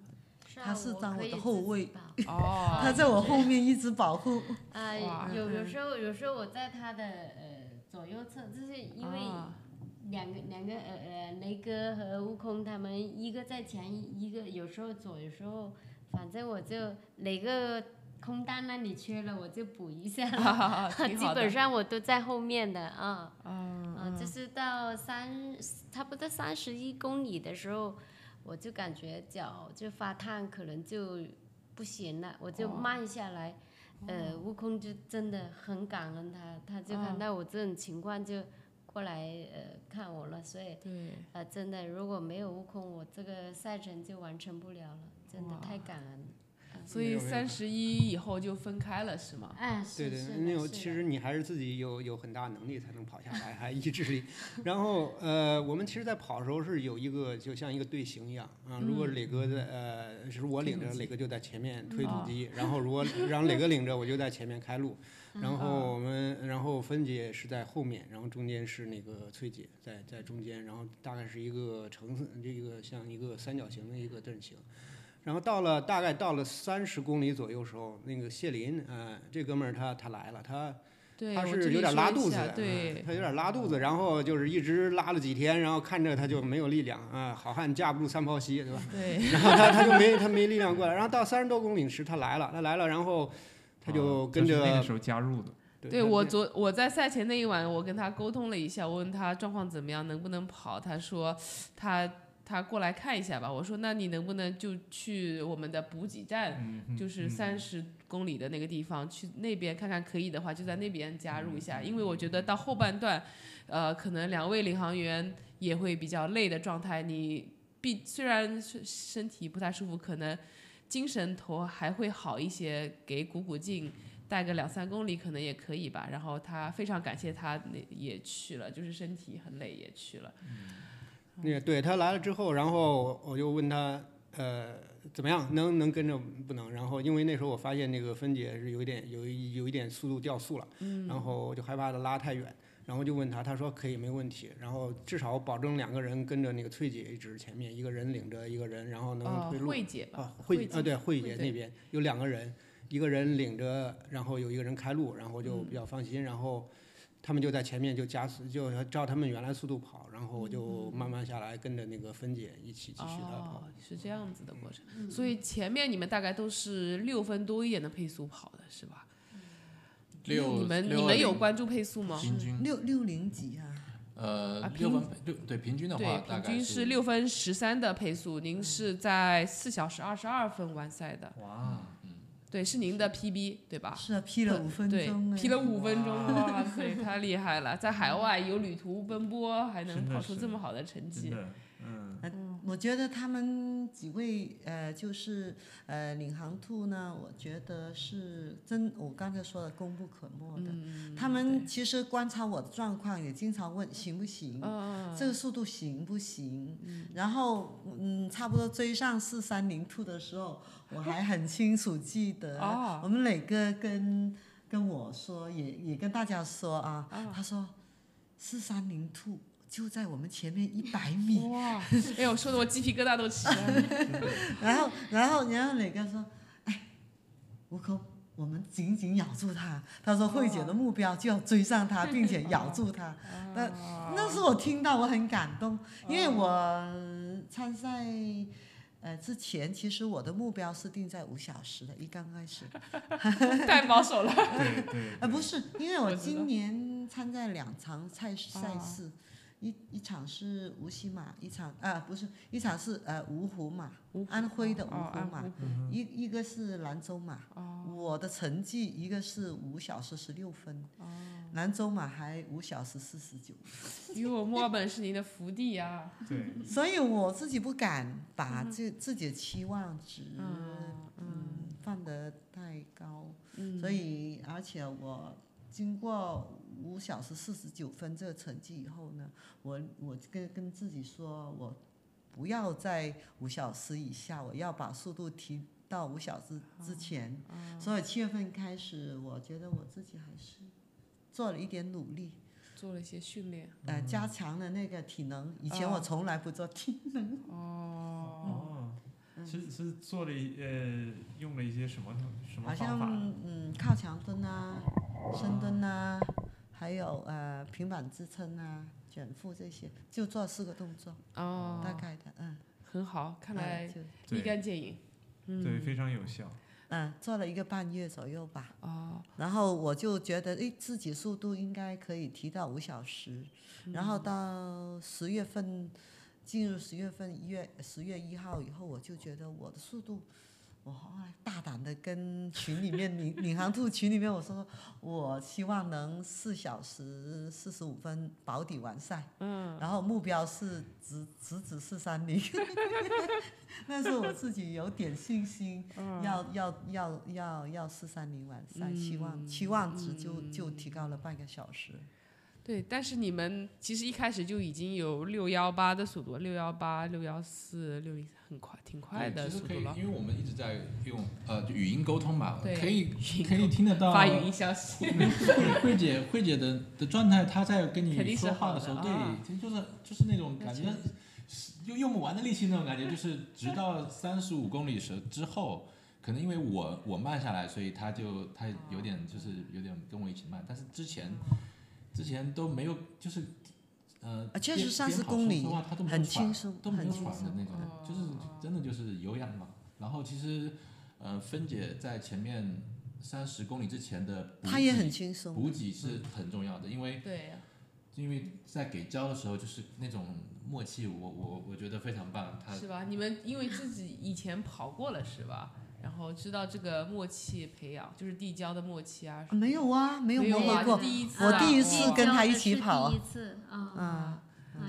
他是当我的后卫
哦，
(laughs) 他在我后面一直保护。
啊、
哇
有有
嗯
呃 (laughs) 时候有时候我在他的呃左右侧，就是因为
啊 (laughs)
两个两个呃呃雷哥和悟空他们一个在前一个有时候左有时候反正我就哪个空档那里缺了我就补一下 (laughs) 了，
啊，挺
基
好的
本上我都在后面的啊。
嗯
嗯，就是到三差不多三十一公里的时候，我就感觉脚就发烫，可能就不行了，我就
哦
慢下来。呃，悟空就真的很感恩他，他就看
嗯
到我这种情况就过来呃看我了，所以
对，
呃真的如果没有悟空，我这个赛程就完成不了了，真的
哇
太感恩了。
所以
没有没有
三十一以后就分开了是吗？
哎，是
对对，
是
那
的
有
是
其
的
实你还是自己有有很大能力才能跑下来，还意志力。然后呃，我们其实，在跑的时候是有一个就像一个队形一样啊。如果磊哥在呃，是我领着磊哥就在前面推土
啊
机，然后如果让磊哥领着，我就在前面开路。
嗯
然
啊
后我们，然后芬姐是在后面，然后中间是那个翠姐在在中间，然后大概是一个橙色，这个像一个三角形的一个阵型。然后到了大概到了三十公里左右时候，那个谢林，啊、这哥们儿他他来了，他
对，
他
我
是
这
有
里
点
说
拉
一
肚子
下
的，
对
嗯，他有点拉肚子，然后就是一直拉了几天，然后看着他就没有力量啊、好汉架不住三泡稀，对吧？
对，
然后他他就没他没力量过来，然后到三十多公里时他来了，他来了，然后他就
啊
跟
是
着、
那个时候加入的，
嗯
对
他
我
那
昨我在赛前那一晚，我跟他沟通了一下，我问他状况怎么样，能不能跑，他说他他过来看一下吧。我说那你能不能就去我们的补给站，
嗯嗯
就是
嗯
三十公里的那个地方，去那边看看，可以的话就在那边加入一下，因为我觉得到后半段，呃，可能两位领航员也会比较累的状态，你必虽然是身体不太舒服，可能精神头还会好一些，给鼓鼓劲。带个两三公里可能也可以吧。然后他非常感谢他那也去了，就是身体很累也去了。
那个对他来了之后，然后我就问他，呃，怎么样？能能跟着不能？然后因为那时候我发现那个芬姐是有一点有一有一点速度掉速了，然后我就害怕她拉太远，然后就问他，他说可以，没问题。然后至少保证两个人跟着那个翠姐一直前面，一个人领着一个人，然后哦能
呃
推，路。
慧姐吧，
啊，
慧
慧啊，
姐
对，
慧
慧姐
姐
那边有两个人，一个人领着，然后有一个人开路，然后就比较放心，然后他们就在前面就加速，就照他们原来速度跑，然后我就慢慢下来跟着那个芬姐一起继续的啊嗯跑
哦。，是这样子的过程。所以前面你们大概都是六分多一点的配速跑的是吧？
六
你们
六
你
二
们有
零
关注配速吗？
平均
六六零几啊？
呃
啊
六
平
分六对平均的话
对，
大
平
概嗯
均是六分十三的配速，您是在四小时二十二分完赛的，
哇，
对，是您的 PB 对吧？
是啊，劈了五分
对
钟，啊，
劈了五分钟， (laughs) 哇
(laughs)
塞，太厉害了！在海外有旅途奔波，还能
真的
跑出
是
这么好的成
真
绩，
的，嗯，
我觉得他们几位呃，就是呃，领航兔呢，我觉得是真，我刚才说的功不可没的。他们其实观察我的状况，也经常问行不行，这个速度行不行？然后嗯，差不多追上四三零兔的时候，我还很清楚记得，
哦
我们磊哥跟跟我说，也也跟大家说啊，他说四三零兔就在我们前面一百米。
哇！哎呦，说的我鸡皮疙瘩都起来了。
然后，然后，然后磊哥说：“哎，悟空，我们紧紧咬住他。”他说：“慧姐的目标就要追上他，并且咬住他。那那是我听到我很感动，因为我参赛。呃，之前其实我的目标是定在五小时的，一刚开始，
太保守了。
对对，
呃，不是，因为我
我知道
今年参加了两场赛赛
啊
事，一一场是无锡马，一场啊不是，一场是呃芜湖马， (laughs) 安徽的芜
哦，
湖马，一一个是兰州马，我的成绩一个是五小时十六分，兰州马还五小时四十九，
因为我墨尔本是您的福地呀。
对，
所以我自己不敢把这自己的期望值
嗯
嗯放得太高，所以而且我经过五小时四十九分这个成绩以后呢，我我跟跟自己说我。不要在五小时以下，我要把速度提到五小时之前。所以七月份开始，我觉得我自己还是做了一点努力，
做了一些训练。
呃，加强了那个体能。以前我
哦
从来不做体能，
哦，是是做了一呃用了一些什么什么
好
方
像
法呢？
嗯，靠墙蹲啊，深蹲啊，还有呃平板支撑啊，卷腹这些，就做四个动作，
哦，
大概的，嗯，
很好，看
嗯
来
就
立
对
竿见影。
对，非常有效。
嗯做了一个半月左右吧，
哦，
然后我就觉得，诶，自己速度应该可以提到五小时，然后到十月份，进入十月份一月十月一号以后，我就觉得我的速度，我后来大胆的跟群里面领领航兔群里面我说，我希望能四小时四十五分保底完赛，嗯，然后目标是直直指四三零， (laughs) 那是我自己有点信心，要要要要要四三零完赛，期望期望值就就提高了半个小时。
对，但是你们其实一开始就已经有六幺八的速度，六幺八、六幺四、六零，很快，挺快
对
的速
其实可
度
以
了，。
因为我们一直在用呃就语音沟通嘛，
对
可以
语音
可以听得到
发语音消息，
慧姐，慧姐的的状态，她在跟
肯定
你
是
说话的
好
时
的
候，对
啊，
其实就是就是那种
那
感觉
确实，
用用不完的力气那种感觉，就是直到三十五公里时之后，可能因为我我慢下来，所以她就她有点就是有点跟我一起慢，但是之前之前都没有就是。呃
啊，确
边
实
边
30
跑
公里
说实话她都没有
很
喘
轻松
都没
很
有
轻
喘的那种，就是
哦
真的就是有氧嘛。然后其实，呃，芬姐在前面三十公里之前的补
他也
给
很轻松，
补给是很重要的，因为
对啊，
因为在给胶的时候就是那种默契我，我我觉得非常棒。他
是吧？你们因为自己以前跑过了是吧？然后知道这个默契培养，就是递交的默契啊
啊。没有啊，没有
没
模
有吧
拟过
这。第一次
我
啊
第一
哦
次跟他一起跑
第一次啊
嗯，
啊，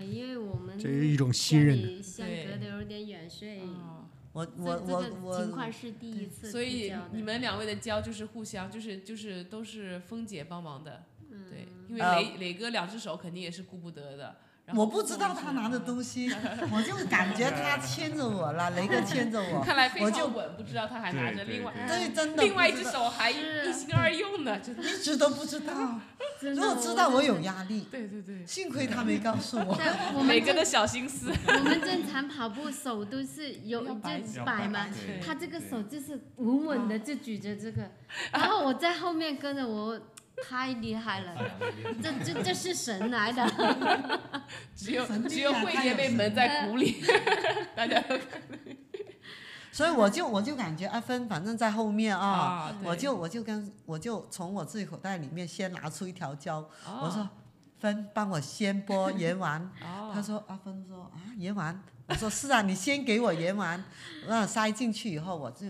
因为我们
这是一种信任
家里相隔的有点远，所以
哦
我
这
嗯我
这
我
个情
我
况是第一次
所
比
以
较的
你们两位的交就是互相，就是就是都是峰姐帮忙的，
嗯
对，因为
呃
磊磊哥两只手肯定也是顾不得的。然后
我不知道
凤姐
他拿的
嗯
东西， (laughs) 我就感觉他牵着我了，雷哥牵着我，
看来非
我就
常稳，不知道他还拿
对
着
对
另外
对
对，真的
另外一
不
只
知道
手还
是
一心二用呢，真的。
一直都不知道。
真
如
的
果知道我有
们
压力，
对对对，
幸亏他没告诉
(laughs)
我。
在我
每
们
个
正
的小心思。
我们正常跑步手都是有
要
就
摆
要
嗯摆嘛
摆，对
他这个
对
手就是稳稳的就举着这个，
啊
然后我在后面跟着我，太厉害
放
了，
两个月
这这这是神来的，
(laughs)
只有
神
只
秘
有
啊
慧
太
姐
有啊
被
神
蒙在鼓里， (laughs) 大家都
所以我就我就感觉阿芬反正在后面啊，
啊，对
我就我就跟我就从我自己口袋里面先拿出一条胶，我说芬帮我先剥盐丸，他
哦，
说阿芬说啊盐丸，我说是啊，你先给我盐丸，然后塞进去以后我就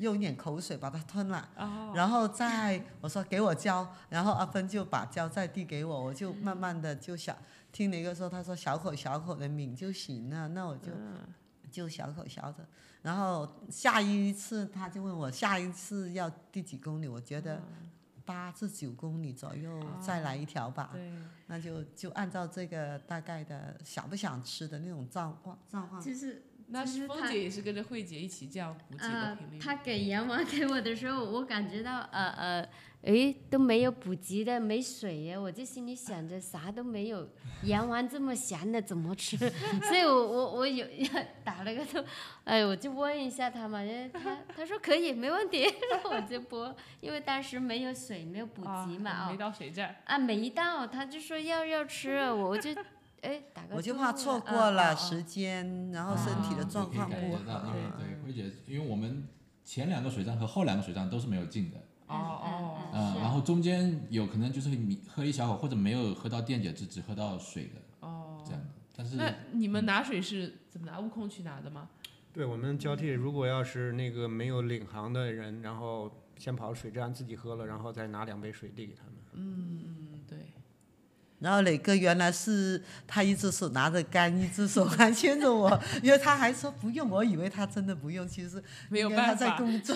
用一点口水把它吞了，
哦
然后再我说给我胶，然后阿芬就把胶再递给我，我就慢慢的就小听雷哥说，他说小口小口的抿就行了，那我就
嗯
就小口小口，然后下一次他就问我下一次要第几公里，我觉得八至九公里左右
嗯哦
再来一条吧，
对，
那就就按照这个大概的想不想吃的那种状况状况。
就是
那
其
是
实
峰
他
姐也是跟着慧姐一起这样补给的
啊
频率，。
他给羊毛给我的时候，我感觉到呃呃，诶都没有补给的，没水耶，我就心里想着啥都没有，羊丸这么咸的怎么吃？ (laughs) 所以我我我有 (laughs) 打了个头，哎，我就问一下他嘛，因为他他说可以，没问题， (laughs) 然后我就播，因为当时没有水，没有补
啊
给嘛啊
没到水站，
啊，没到，他就说要要吃，我就哎打个
我就
招
怕
呼
错
啊
过
啊
了
嗯
啊
时间，然后身体的状况
我啊可以
不
感觉到，
好
因。为对慧姐，因为我们前两个水站和后两个水站都是没有进的，
哦
嗯
哦，
嗯，
是
然后中间有可能就是你喝一小口，或者没有喝到电解质，只喝到水的
哦
这样的。但是
那你们拿水是怎么拿？悟空去拿的吗？
对我们交替，如果要是那个没有领航的人，然后先跑水站自己喝了，然后再拿两杯水递给他们。
嗯，对，
然后磊哥原来是他一只手拿着杆，一只手还牵着我， (laughs) 因为他还说不用，我以为他真的不用，其实
没有
因为他
办
在
法，
工作。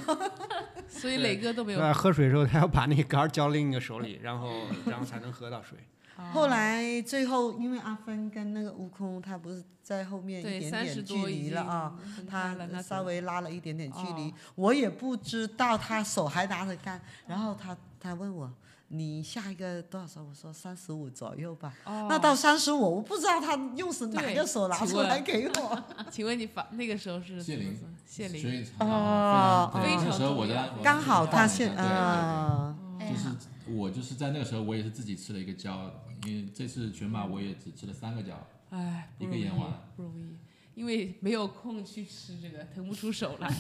所以磊哥都没有。
那喝水的时候，他要把那个杆儿交另一个手里，然后然后才能喝到水。
啊嗯
后来最后因为阿芬跟那个悟空，他不是在后面一
对
点
三十
点距
多已
离
经
了啊。
分开
他
了，那怎
稍
么
微拉了一点点距离，
哦
我也不知道他手还拿着杆，然后他他问我你下一个多少手？我说三十五左右吧。
哦
那到三十五，我不知道他用是哪
对
个手拿
请
出
问
来给我。
啊请问你发那个时候是
谢
怎么
灵
做谢
所
灵，
以
哦
非
非
常对
常
那时候我
重
就
要
让我
刚好
去晃
他
一
现
嗯
下对对对
啊，
哎呀
就是
我就是在那个时候，我也是自己吃了一个胶，因为这次全马我也只吃了三个胶，
哎，不
一个
容易
演完
不容易，因为没有空去吃这个，腾不出手来。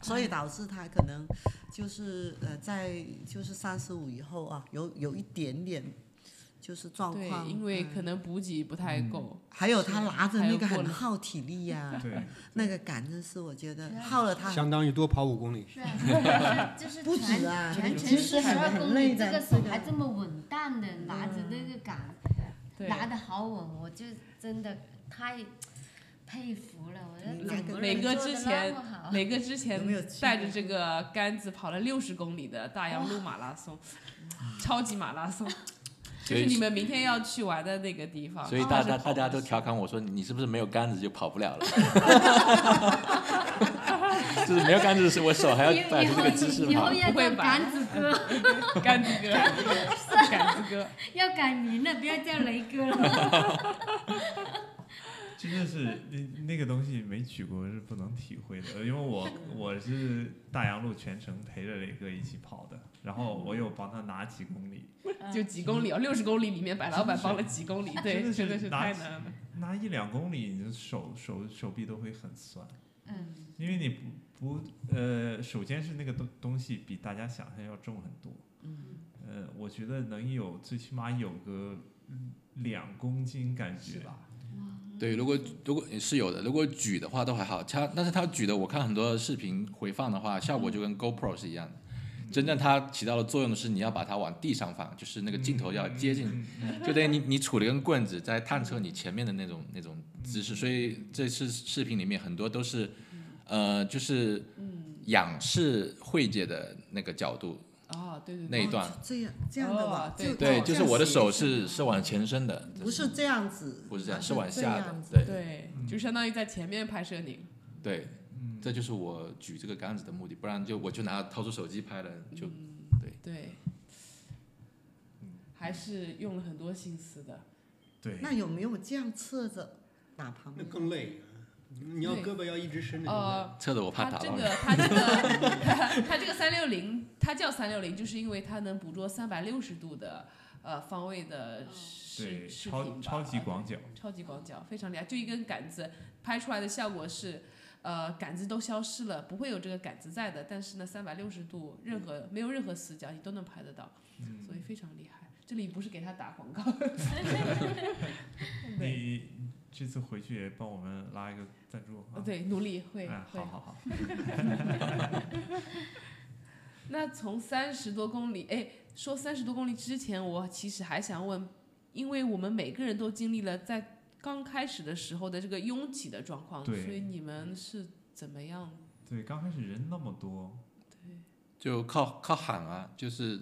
所以导致他可能就是呃，在就是三十五以后啊，有有一点点就是状
对
况，，
因为
嗯
可能补给不太
嗯
够。
还有他拿着
还有
那个
过
很
了
耗体力呀、
(laughs) 对，
那个感真是我觉得耗了他
相当于多跑五公里。
是啊，就是
不
就是全
止啊，
全
其
程
实
四十
很
二
很
公
累
里，
的
这个。手还这么稳当的拿着那个杆，
对，
拿得好稳，我就真的太佩服了。我
你
说
那
怎
个
么
磊
能
哥
做
之
得
前
那么好？
磊哥之
有没有
前
去
带
过
着这个杆子跑了六十公里的大洋路马拉松， (laughs) 超级马拉松，
所
就是你
以
们明天要去玩的那个地方。
所以
他
大
是
家
跑
大家
步
都
机
调侃我说你是不是没有杆子就跑不
(laughs)
了了？就是没有杆子的时候，我手还
以
要摆
以
出
后
这个姿势
以
跑
后。要
不会
叫
吧
杆子哥，
杆子哥，杆子哥，
(laughs) 要改名了，不要叫雷哥了。 (laughs)
真的是那那个东西没举过是不能体会的，因为
(laughs)
我我是大洋路全程陪着磊哥一起跑的，然后我有帮他拿几公里，
(laughs)
嗯
就几公里哦，六十公里里面百老板帮了几公里，对，
真的
真的
是
是
拿
太
起
难了。
拿一两公里，你的手手手臂都会很酸，
嗯，
因为你不不呃，首先是那个东东西比大家想象要重很多，嗯，呃，我觉得能有最起码有个嗯两公斤感觉吧，
对，如果如果是有的，如果举的话都还好，他但是他举的，我看很多视频回放的话，效果就
嗯
跟 GoPro 是一样的。真正它起到的作用是，你要把它往地上放，就是那个镜头
嗯
要接近，
(laughs)
就等于你你杵了根棍子在探测你前面的那种那种姿势。所以这次视频里面很多都是，呃，就是
嗯
仰视慧姐的那个角度
啊，
哦
对对
那
对，
一段，
这样这样的吧
哦，
就
对，就是我的手
这样
是是往前伸的，
斜，不是这样子，
不是这样，
而
是往
这
下的
样子，
对
对，
嗯
就相当于在前面拍摄你。
对，
嗯
这就是我举这个杆子的目的，不然就我就拿掏出手机拍了，就
对，还是用了很多心思的。
对，
那有没有这样侧着打旁
那
边？
更累，你要胳膊要一直伸
嗯
着。
呃，
测得我怕
它
打
这
到
个
人。
它这个它这个三六零，它叫三六零，就是因为它能捕捉三百六十度的呃方位的视
对，
视
超
频
超级
吧
广角，
超级广角，非常厉害。就一根杆子拍出来的效果是，呃，杆子都消失了，不会有这个杆子在的。但是呢，三百六十度，任何没有任何死角，你都能拍得到，
嗯
所以非常厉害。这里不是给他打广告， (laughs) 对
你这次回去也帮我们拉一个赞助啊，
哦对，努力会
哎，
会
好。好好，
那从三十多公里，哎，说三十多公里之前，我其实还想问，因为我们每个人都经历了在刚开始的时候的这个拥挤的状况，所
对
以你们是怎么样？
对，刚开始人那么多，
就靠靠喊啊，就是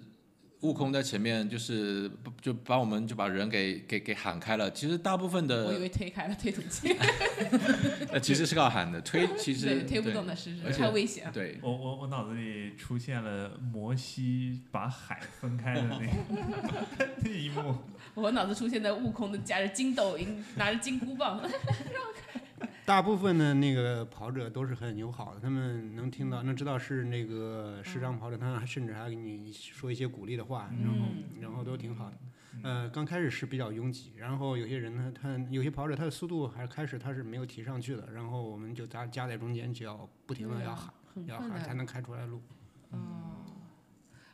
悟空在前面，就是就把我们就把人给给给喊开了。其实大部分
我以
的
为推开了推土机，
呃其实是靠喊
(laughs)
的，推其实
对，推不
对
动的是
而且
太危险了。
对，
我我我脑子里出现了摩西把海分开的那 (laughs) 那一幕，
我脑子出现在悟空的夹着金斗银，拿着金箍棒，
嗯
大部分的那个跑者都是很友好的，他们能听到、能知道是那个视障跑者，他还甚至还给你说一些鼓励的话，然后、
嗯
然后都挺好的。呃，刚开始是比较拥挤，然后有些人呢，他有些跑者他的速度还开始他是没有提上去的，然后我们就夹夹在中间，只要不停的
对啊
要喊、
很
要
困
喊才
难。
能开出来路。
哦，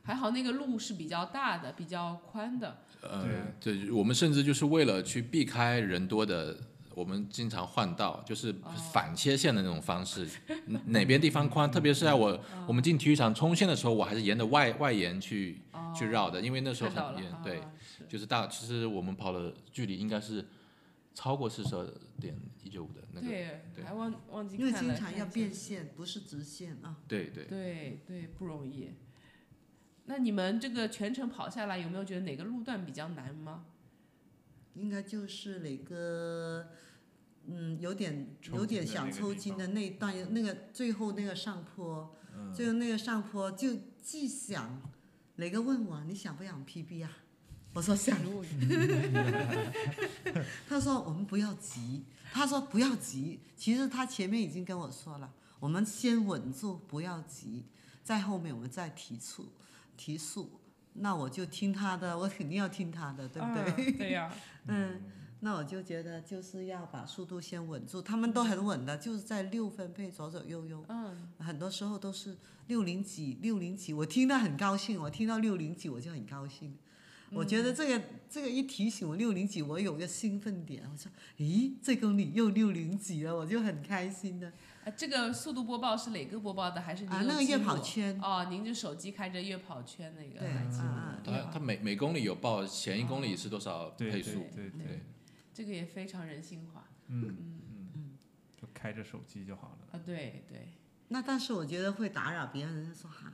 还好那个路是比较大的，比较宽的。
呃
对啊，
对，我们甚至就是为了去避开人多的，我们经常换道，就是
哦
反切线的那种
(laughs)
方式。哪哪边地方宽，特别是在我我们进体育场冲线的时候，我还是沿着外外沿去
哦，
去绕的，因为那时候
看到
很
了
远
啊，，
对，
是
就是大，其实我们跑的距离应该是超过四十二点一九五的那个，
对，
对
还忘忘记
因为
看
经
了
常
看
要
一下
变线，不是直线啊。
对对。
对对，不容易。那你们这个全程跑下来，有没有觉得哪个路段比较难吗？
应该就是磊哥，嗯，有点
抽
有点
筋的那
想
个
抽
地
筋
方
的那一段，那个最后那个上坡，
嗯，
最后那个上坡就既想，磊哥问我你想不想 PB 啊？我说想，
嗯
他说我们不要急，他说不要急，其实他前面已经跟我说了，我们先稳住，不要急，在后面我们再提速。提速，那我就听他的，我肯定要听他的，对不对？
对？对呀、
嗯，那我就觉得就是要把速度先稳住，他们都很稳的，就是在六分配左左右右，
嗯，
很多时候都是六零几六零几，我听到很高兴，我听到六零几我就很高兴。我觉
嗯
得这个这个一提醒我六零几，我有个兴奋点，我说，咦，这公里又六零几了，我就很开心的
啊，这个速度播报是哪个播报的？还是您
啊，
有
那个月
记录
跑圈，
哦，您就手机开着月跑圈那个
对
来记录
啊
的
啊
它它每每公里有报前一公里是多少
哦
对
配
对
速，
对对，
对，
这个也非常人性化
嗯
嗯
嗯，就开着手机就好了。
啊，对对，
那但是我觉得会打扰别人，说哈、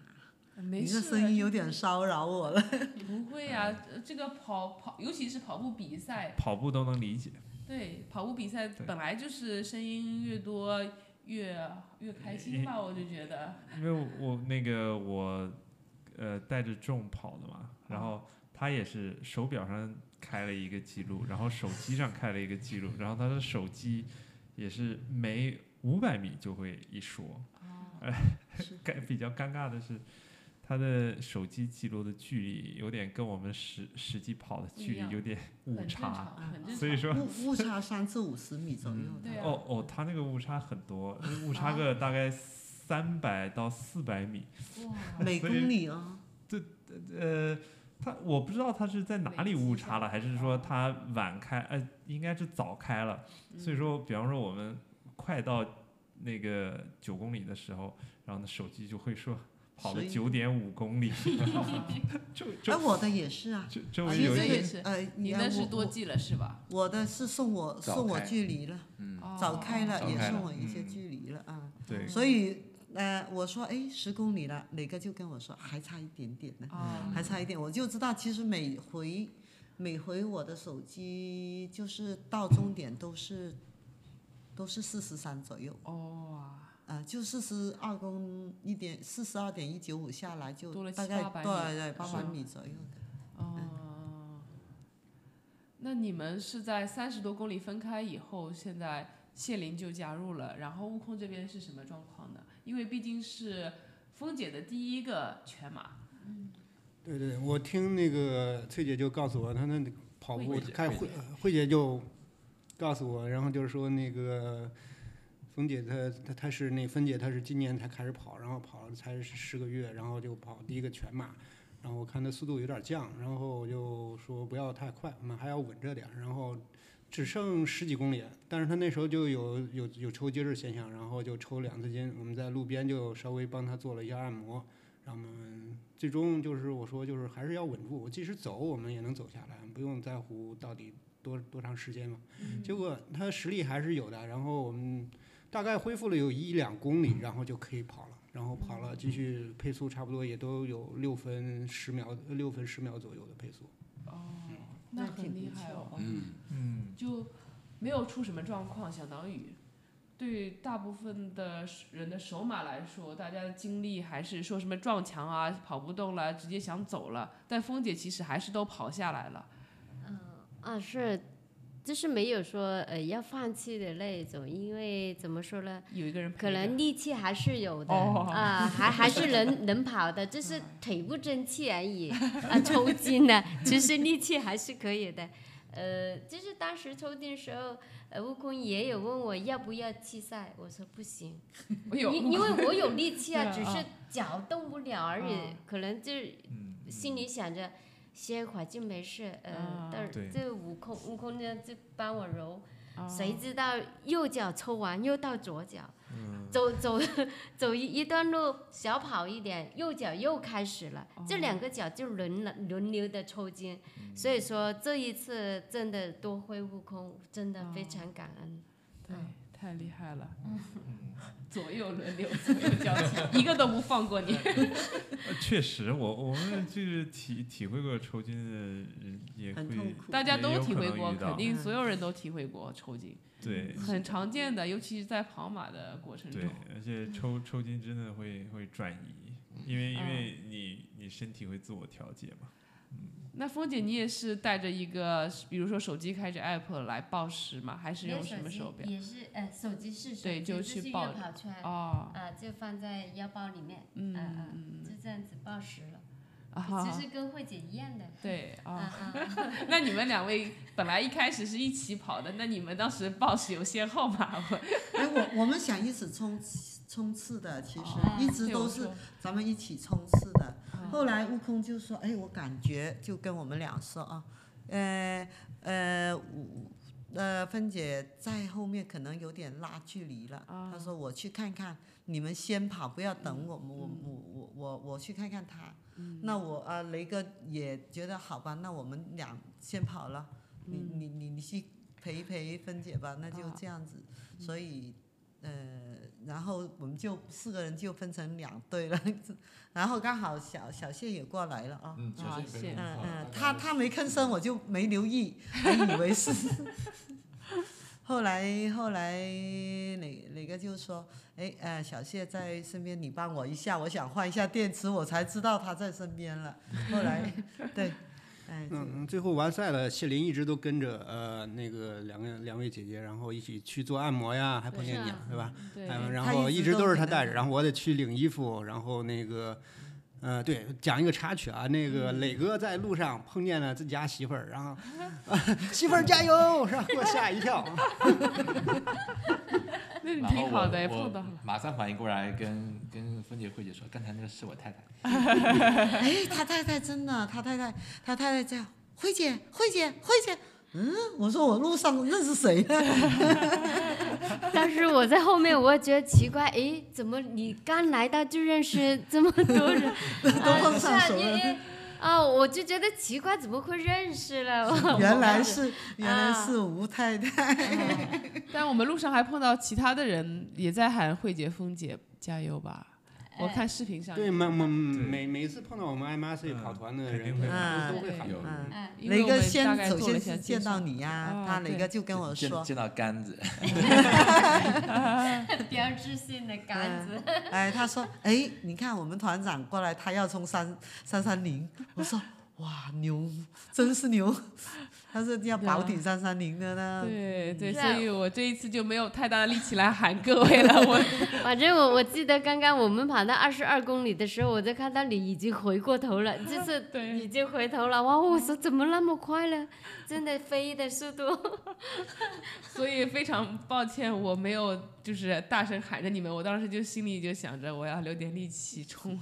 没
你
事
这
啊，
声音有点骚扰我了。
不会啊，
嗯
呃这个跑跑，尤其是跑步比赛，
跑步都能理解，
对，跑步比赛
对
本来就是声音越多越越开心吧，我就觉得，
因为我我那个我呃带着众跑的嘛，然后他也是手表上开了一个记录，然后手机上开了一个记录，然后他的手机也是每五百米就会一说，
哦
尴比较尴尬的是。他的手机记录的距离有点跟我们实实际跑的距
不一
离
样
有点误
很正
差，啊
常，很正常。
所以说
误误差三至五十米左右
嗯
的。
对啊啊
哦哦，他那个误差很多，误差个大概三百到四百米。
哇，
每
所
公
以
里哦，
呃，他我不知道他是在哪里误差了，还是
嗯
说他晚开，呃，应该是早开了。所以说，比方说我们快到那个九公里的时候，然后呢手机就会说跑了
11
九点五公里， (laughs) 就
哎，
就
我的也是啊，
就周
啊
围
其
有
实
因
一
也
为
是
呃，
你
看
那是
我
多记了是吧？
我我的是送我
早
送我
开
距离了，
嗯，
哦
早开了
早
也
开
送
了
我一些
嗯
距离了啊，
对
所以呃，我说哎十公里了，磊哥就跟我说还差一点点呢，
哦
还差一点，我就知道其实每回每回我的手机就是到终点都是都是四十三左右。
哦，
啊，就四十二公一点，四十二点一九五下来就
多了
大
700
概
800
对对八百
是
米左右的。
哦，那你们是在三十多公里分开以后，现在谢林就加入了，然后悟空这边是什么状况呢？因为毕竟是峰姐的第一个全马，
嗯
对对，我听那个翠姐就告诉我，她那个跑步
慧
姐
开
慧
慧
姐
慧姐就告诉我，然后就是说那个冯姐她她她是那芬姐她是今年才开始跑，然后跑了才十个月，然后就跑第一个全马，然后我看她速度有点降，然后我就说不要太快，我们还要稳着点儿，然后。只剩十几公里，但是她那时候就有有有抽筋儿的现象，然后就抽两次筋。我们在路边就稍微帮她做了一下按摩，让我们最终就是我说就是还是要稳住，我即使走我们也能走下来，不用在乎到底多多长时间嘛。结果他呃实力还是有的，然后我们大概恢复了有一两公里，然后就可以跑了，然后跑了继续配速差不多也都有六分十秒，六分十秒左右的配速。
哦，那很厉害哦，
嗯，
嗯，
就没有出什么状况，相当于。对于大部分的人的首马来说，大家的经历还是说什么撞墙啊、跑不动了，直接想走了。但峰姐其实还是都跑下来了。
啊，是，就是没有说呃要放弃的那一种，因为怎么说呢，
有一个人陪
可
着
能力气还是有的
哦嗯
啊、还还是能 (laughs) 能跑的，就是腿不争气而已啊，抽筋了，其实力气还是可以的。呃，就是当时抽筋的时候，呃，悟空也有问我要不要弃赛，我说不行，
哎 (laughs) 呦，
因因为我有力气啊，
(laughs) 对
只
啊
是脚动不了而已，
啊
可能就是
嗯
心里想着歇会儿就没事，
啊
呃，但
对
这悟空悟空呢就帮我揉，
啊
谁知道右脚抽完又到左脚，走走走一一段路小跑一点，右脚又开始了，这
哦
两个脚就轮了轮流的抽筋，所以说这一次真的多亏悟空，真的
哦
非常感恩。
对
嗯，
太厉害了，左右轮流，左右交替，一个都不放过你。
呃确实，我我们就是体体会过抽筋的人也
很痛
会，
苦
大家都体会
也有可能
过，
遇到
肯定
嗯
所有人都体会过抽筋，
对，
很常见的，尤其是在跑马的过程
对
中。，
而
嗯
且抽抽筋真的会会转移，因为因为你你身体会自我调节嘛。
那峰姐，你也是带着一个，比如说手机开着 app 来报时吗？还是用什么手表？
哎也是呃手机是手
对
机
就
这
去
是
抱
月跑圈，呃
哦，
啊就放在腰包里面，
嗯
嗯
嗯
就这样子报时了。
嗯啊好好
其实跟慧姐一样的。
对啊，
啊啊，
那你们两位本来一开始是一起跑的，那你们当时报是有先后吗？我
哎，我我们想一起冲刺冲刺的，其实
哦
一直
对我
都 (laughs) 是
说
咱们一起冲刺的。
啊
嗯
哦
后来悟空就说：“哎，我感觉就跟我们俩说啊，呃呃，我呃芬姐在后面可能有点拉距离了。
啊
她说：“我去看看，你们先跑，不要等我们，我我我我我去看看他。那我啊、呃雷哥也觉得好吧，那我们俩先跑了，你你你你去陪一陪芬姐吧，那就
啊
这样子。所以。呃，然后我们就四个人就分成两队了， (laughs) 然后刚好小小谢也过来了啊、
嗯，小
好
心别
谢
弄
嗯
错
嗯
了，
他他没吭声，我就没留意，还以为是。 (laughs) 后来后来哪哪个就说，哎呃，小谢在身边，你帮我一下，我想换一下电池，我才知道他在身边了。后来对，哎，就
嗯，最后完赛了，谢琳一直都跟着呃那个两个两位姐姐，然后一起去做按摩呀，还碰见你
是
了
啊，
对吧？
对，
哎
嗯，然
她
后
一
一
直
直
都
都是
给
他
她
带
带
着，然后我得去领衣服，然后那个，呃，对，讲一个插曲啊，那
嗯
个磊哥在路上碰见了自己家媳妇儿，然后、媳妇儿加油，然后给我吓一跳。
那你
然后
嗯挺好
我
的，碰到
我 (laughs)
了。
马上反应过来跟，跟芬姐、慧姐说，刚才那个是我太太。
哎，他太太真的，他太太他太太叫慧姐，慧姐，慧姐。嗯，我说我路上认识谁呢？
当时我在后面，我也觉得奇怪，诶，怎么你刚来到就认识这么多 (laughs) 人？
(laughs) 都
啊
碰
是
上
啊，
熟
因
了。
为啊，我就觉得奇怪，怎么会认识 (laughs) 了？我
原
我
来
当时
是原来
啊
是吴太太。
嗯但我们路上还碰到其他的人，也在喊慧姐、峰姐加油吧。我看视频上
对，每每
对
嗯
嗯
每每次碰到我们 MRC 跑团的
肯
人
定，会
啊
都都会喊。
有
嗯
哎
因为
雷
我
哥
们大
先
概
首
做了
先
一下
是
介
见到
绍
你呀、
啊
他雷
对
哥就跟我
见
说
见到杆子，
标志性的杆子，：“ (laughs)
哎，他说，哎，你看我们团长过来，他要冲三三三零。”我说：“哇，牛，真是牛！ (laughs) 他是要保底三三零的呢。
啊
嗯
对对，
是
所
啊
以我这一次就没有太大的力气来喊各位了。我 (laughs)
反正我我记得刚刚我们跑到二十二公里的时候，我就看到你已经回过头 (laughs) 了，就是
对
已经回头了。哇，我说怎么那么快了？真的飞的速 (laughs) 度。
所以非常抱歉，我没有就是大声喊着你们，我当时就心里就想着我要留点力气冲。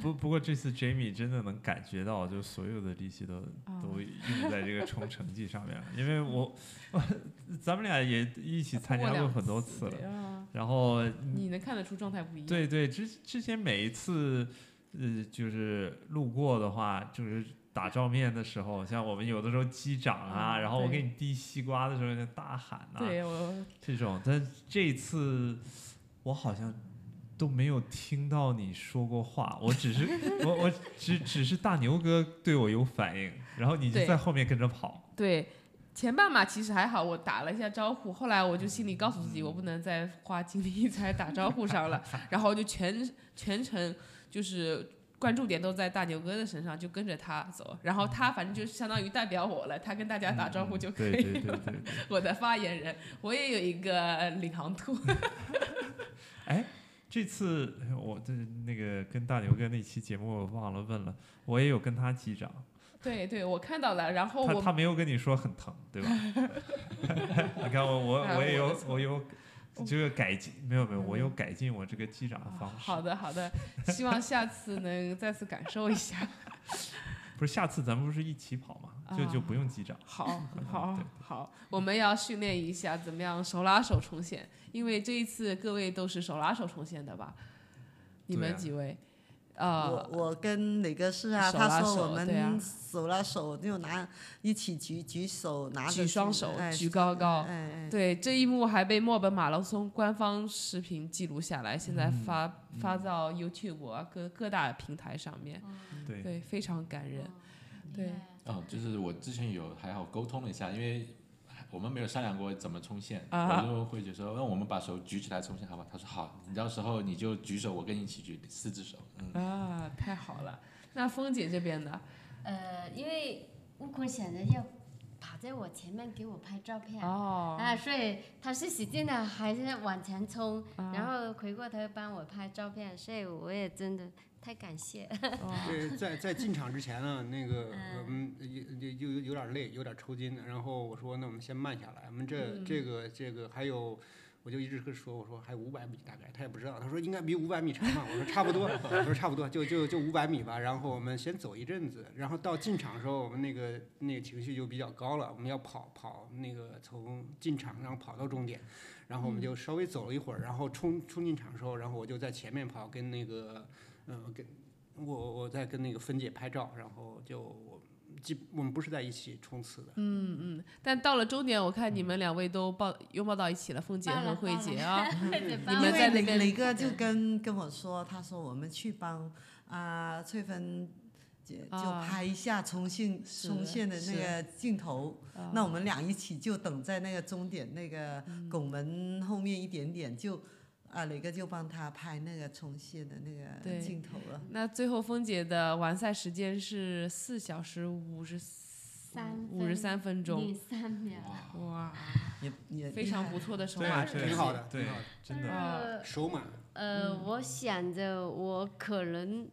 不不过这次 Jamie 真的能感觉到，就所有的力气都
嗯
哦
都用在这个冲成绩上面了，因为我
嗯
我 (laughs) 咱们俩也一起参加过很多次
(laughs)
了，
嗯
了，
然后
你能看得出状态不一样。
对对，之之前每一次，呃，就是路过的话，就是打照面的时候，像我们有的时候击掌啊，
嗯
然后我
对
给你递西瓜的时候，就大喊啊，
对，我
这种。但这次我好像都没有听到你说过话，我只是我我只只是大牛哥对我有反应，然后你就
对
在后面跟着跑。
对前半马其实还好，我打了一下招呼，后来我就心里告诉自己，我不能再花精力在打招呼上
(laughs)
了，然后我就全全程就是。关注点都在大牛哥的身上，就跟着他走，然后他反正就相当于代表我了，他跟大家打招呼就可以了。
嗯对对对
(laughs)
对对。
我的发言人，我也有一个领航图。 (laughs)
哎，这次哎我这那个跟大牛哥那期节目我忘了问了，我也有跟他击掌，
对对，我看到了。然后
他
哦我
他没有跟你说很疼，对吧？ (laughs) 你看我我
啊
我
我
也有
的错
我有这个改进，没有没有，
嗯哦
我有改进我这个击掌的方式。
好的好的，希望下次能再次感受一下。
不是下次咱们不是一起跑吗？就就不用击掌。
好好
(laughs) 对
好，我们要训练一下怎么样手拉手冲线，因为这一次各位都是手拉手冲线的吧？你
对
们
啊
几位？
我
呃，
啊我跟哪个是啊？
手拉
他说
手
我
对啊
们手拉手就拿一起举举手，拿着
举双手，
哎
举高高。
哎哎，
对这一幕还被墨尔本马拉松官方视频记录下来，现在
嗯
发、发到 YouTube 啊各各大平台上面，
对，
对，非常感人。对
厉害
哦，就是我之前有还好沟通了一下，因为我们没有商量过怎么冲线，
啊
我就会觉得说，那我们把手举起来冲线好吧？他说好，你到时候你就举手，我跟你一起举四只手。嗯，
啊，太好了！那峰姐这边呢？
呃，因为悟空想着要跑在我前面给我拍照片。
哦，
啊，所以他是使劲的，还是往前冲，
啊
然后回过头帮我拍照片，所以我也真的太感谢。
对，在在进场之前呢，那
呃
个
嗯 (laughs)
我们有有有有点累，有点抽筋。然后我说，那我们先慢下来。我们这这个这个还有，我就一直跟说，我说还五百米大概，他也不知道。他说应该比五百米长吧。我说差不多，我说差不多，就就就五百米吧。然后我们先走一阵子，然后到进场的时候，我们那个那个情绪就比较高了，我们要跑跑那个从进场然后跑到终点。然后我们就稍微走了一会儿，然后冲冲进场的时候，然后我就在前面跑，跟那个，嗯、跟我我在跟那个芬姐拍照，然后就我基我们不是在一起冲刺的，
嗯嗯，但到了终点，我看你们两位都抱拥抱到一起了，凤姐
抱
和
了
慧
抱
姐
了
啊， (laughs)
你
你们在那
因为
边
磊磊哥就跟跟我说，他说我们去帮啊、翠芬姐就
啊
拍一下重庆
是
重现的
是
那个镜头。
啊
那我们俩一起就等在那个终点那个
嗯
拱门后面一点点，就啊磊哥就帮他拍那个重现的那
对
个镜头了。
那最后峰姐的完赛时间是四小时五十
三
五十三分钟，
零三秒，
哇，
也也
非常不错的手
对
法
啊，
成
对啊
挺
绩。
好的
对
挺好的，
真的。嗯
啊
呃
手满。
呃，我想着我可能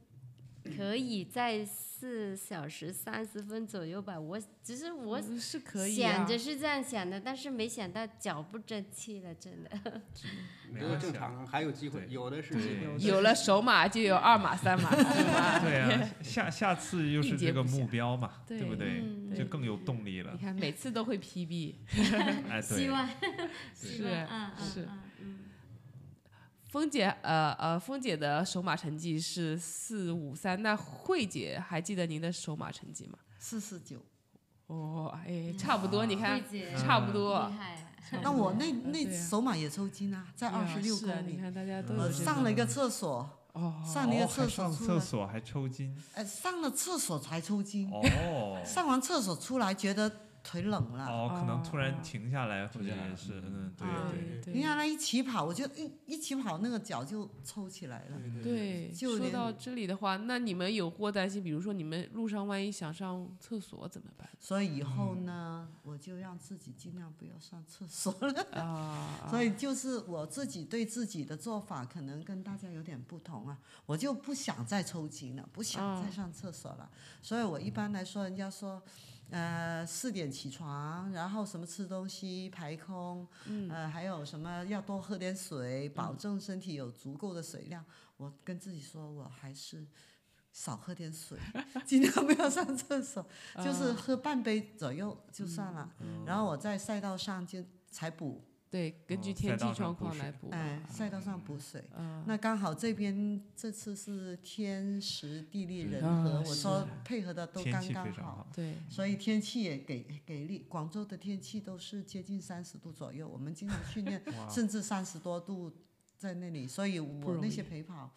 可以在四小时三十分左右吧，我只是我
嗯是可以、啊，
想着是这样想的，但是没想到脚不争气了，真的。
不
没
过
关
正
系啊
常，还有机会，
对
有的是
对
机会。
有了首马就有二马、三
(laughs)
马、四马。
对啊，下下次又
应
是
接
这个
不暇
目标嘛，对不
对
对？
嗯
就更有动力了
你。看每次都会 PB。
(laughs)
哎，对
希，望，希
是
望，嗯
是
嗯嗯嗯。
峰姐，呃呃，峰姐的首马成绩是四五三，那慧姐还记得您的首马成绩吗？
四十九。
哦，哎，差不多，你看
慧，姐
差不多
厉。害，
嗯
啊
那我那那
对啊
手马也抽筋啊，在
对啊
二十六
是啊
公
你
里，
看大家都有
我
这个
上了一个厕所，
哦，
上了一个
哦还
厕所
上
出
厕
来，
所还抽筋，
呃，上了厕所才抽筋，
哦
上完厕所出来觉得腿冷了。
哦，可能突
哎哦
然停下来，或者
停下来
也是，嗯，对
啊
对。
对
你看他一起跑，我就一一起跑，那个脚就抽起来了。
对，
就
说
连
到这里的话，那你们有过担心，比如说你们路上万一想上厕所怎么办
所以以后呢，我就让自己尽量不要上厕所了。
啊？
所以就是我自己对自己的做法可能跟大家有点不同啊，我就不想再抽筋了，不想再上厕所了。所以我一般来说，人家说，呃，四点起床，然后什么吃东西排空，呃，还有什么要多喝点水，保证身体有足够的水量。我跟自己说，我还是。少喝点水， (laughs) 尽量不要上厕所，就是喝半杯左右就算了。然后我在赛道上就才补，
对，根据
哦
天
赛
气
道上
状
补
况
水
来补嘛。啊
哎，赛道
嗯
上补水。那刚好这边这次是天时地利人和，
啊
我
是
说配合的都
天
刚
气
刚
非常好，
对，
所以天气也给给力。广州的天气都是接近三十度左右，我们经常
(laughs)
训练甚至三十多度在那里，所以我
容
那
易
些陪跑。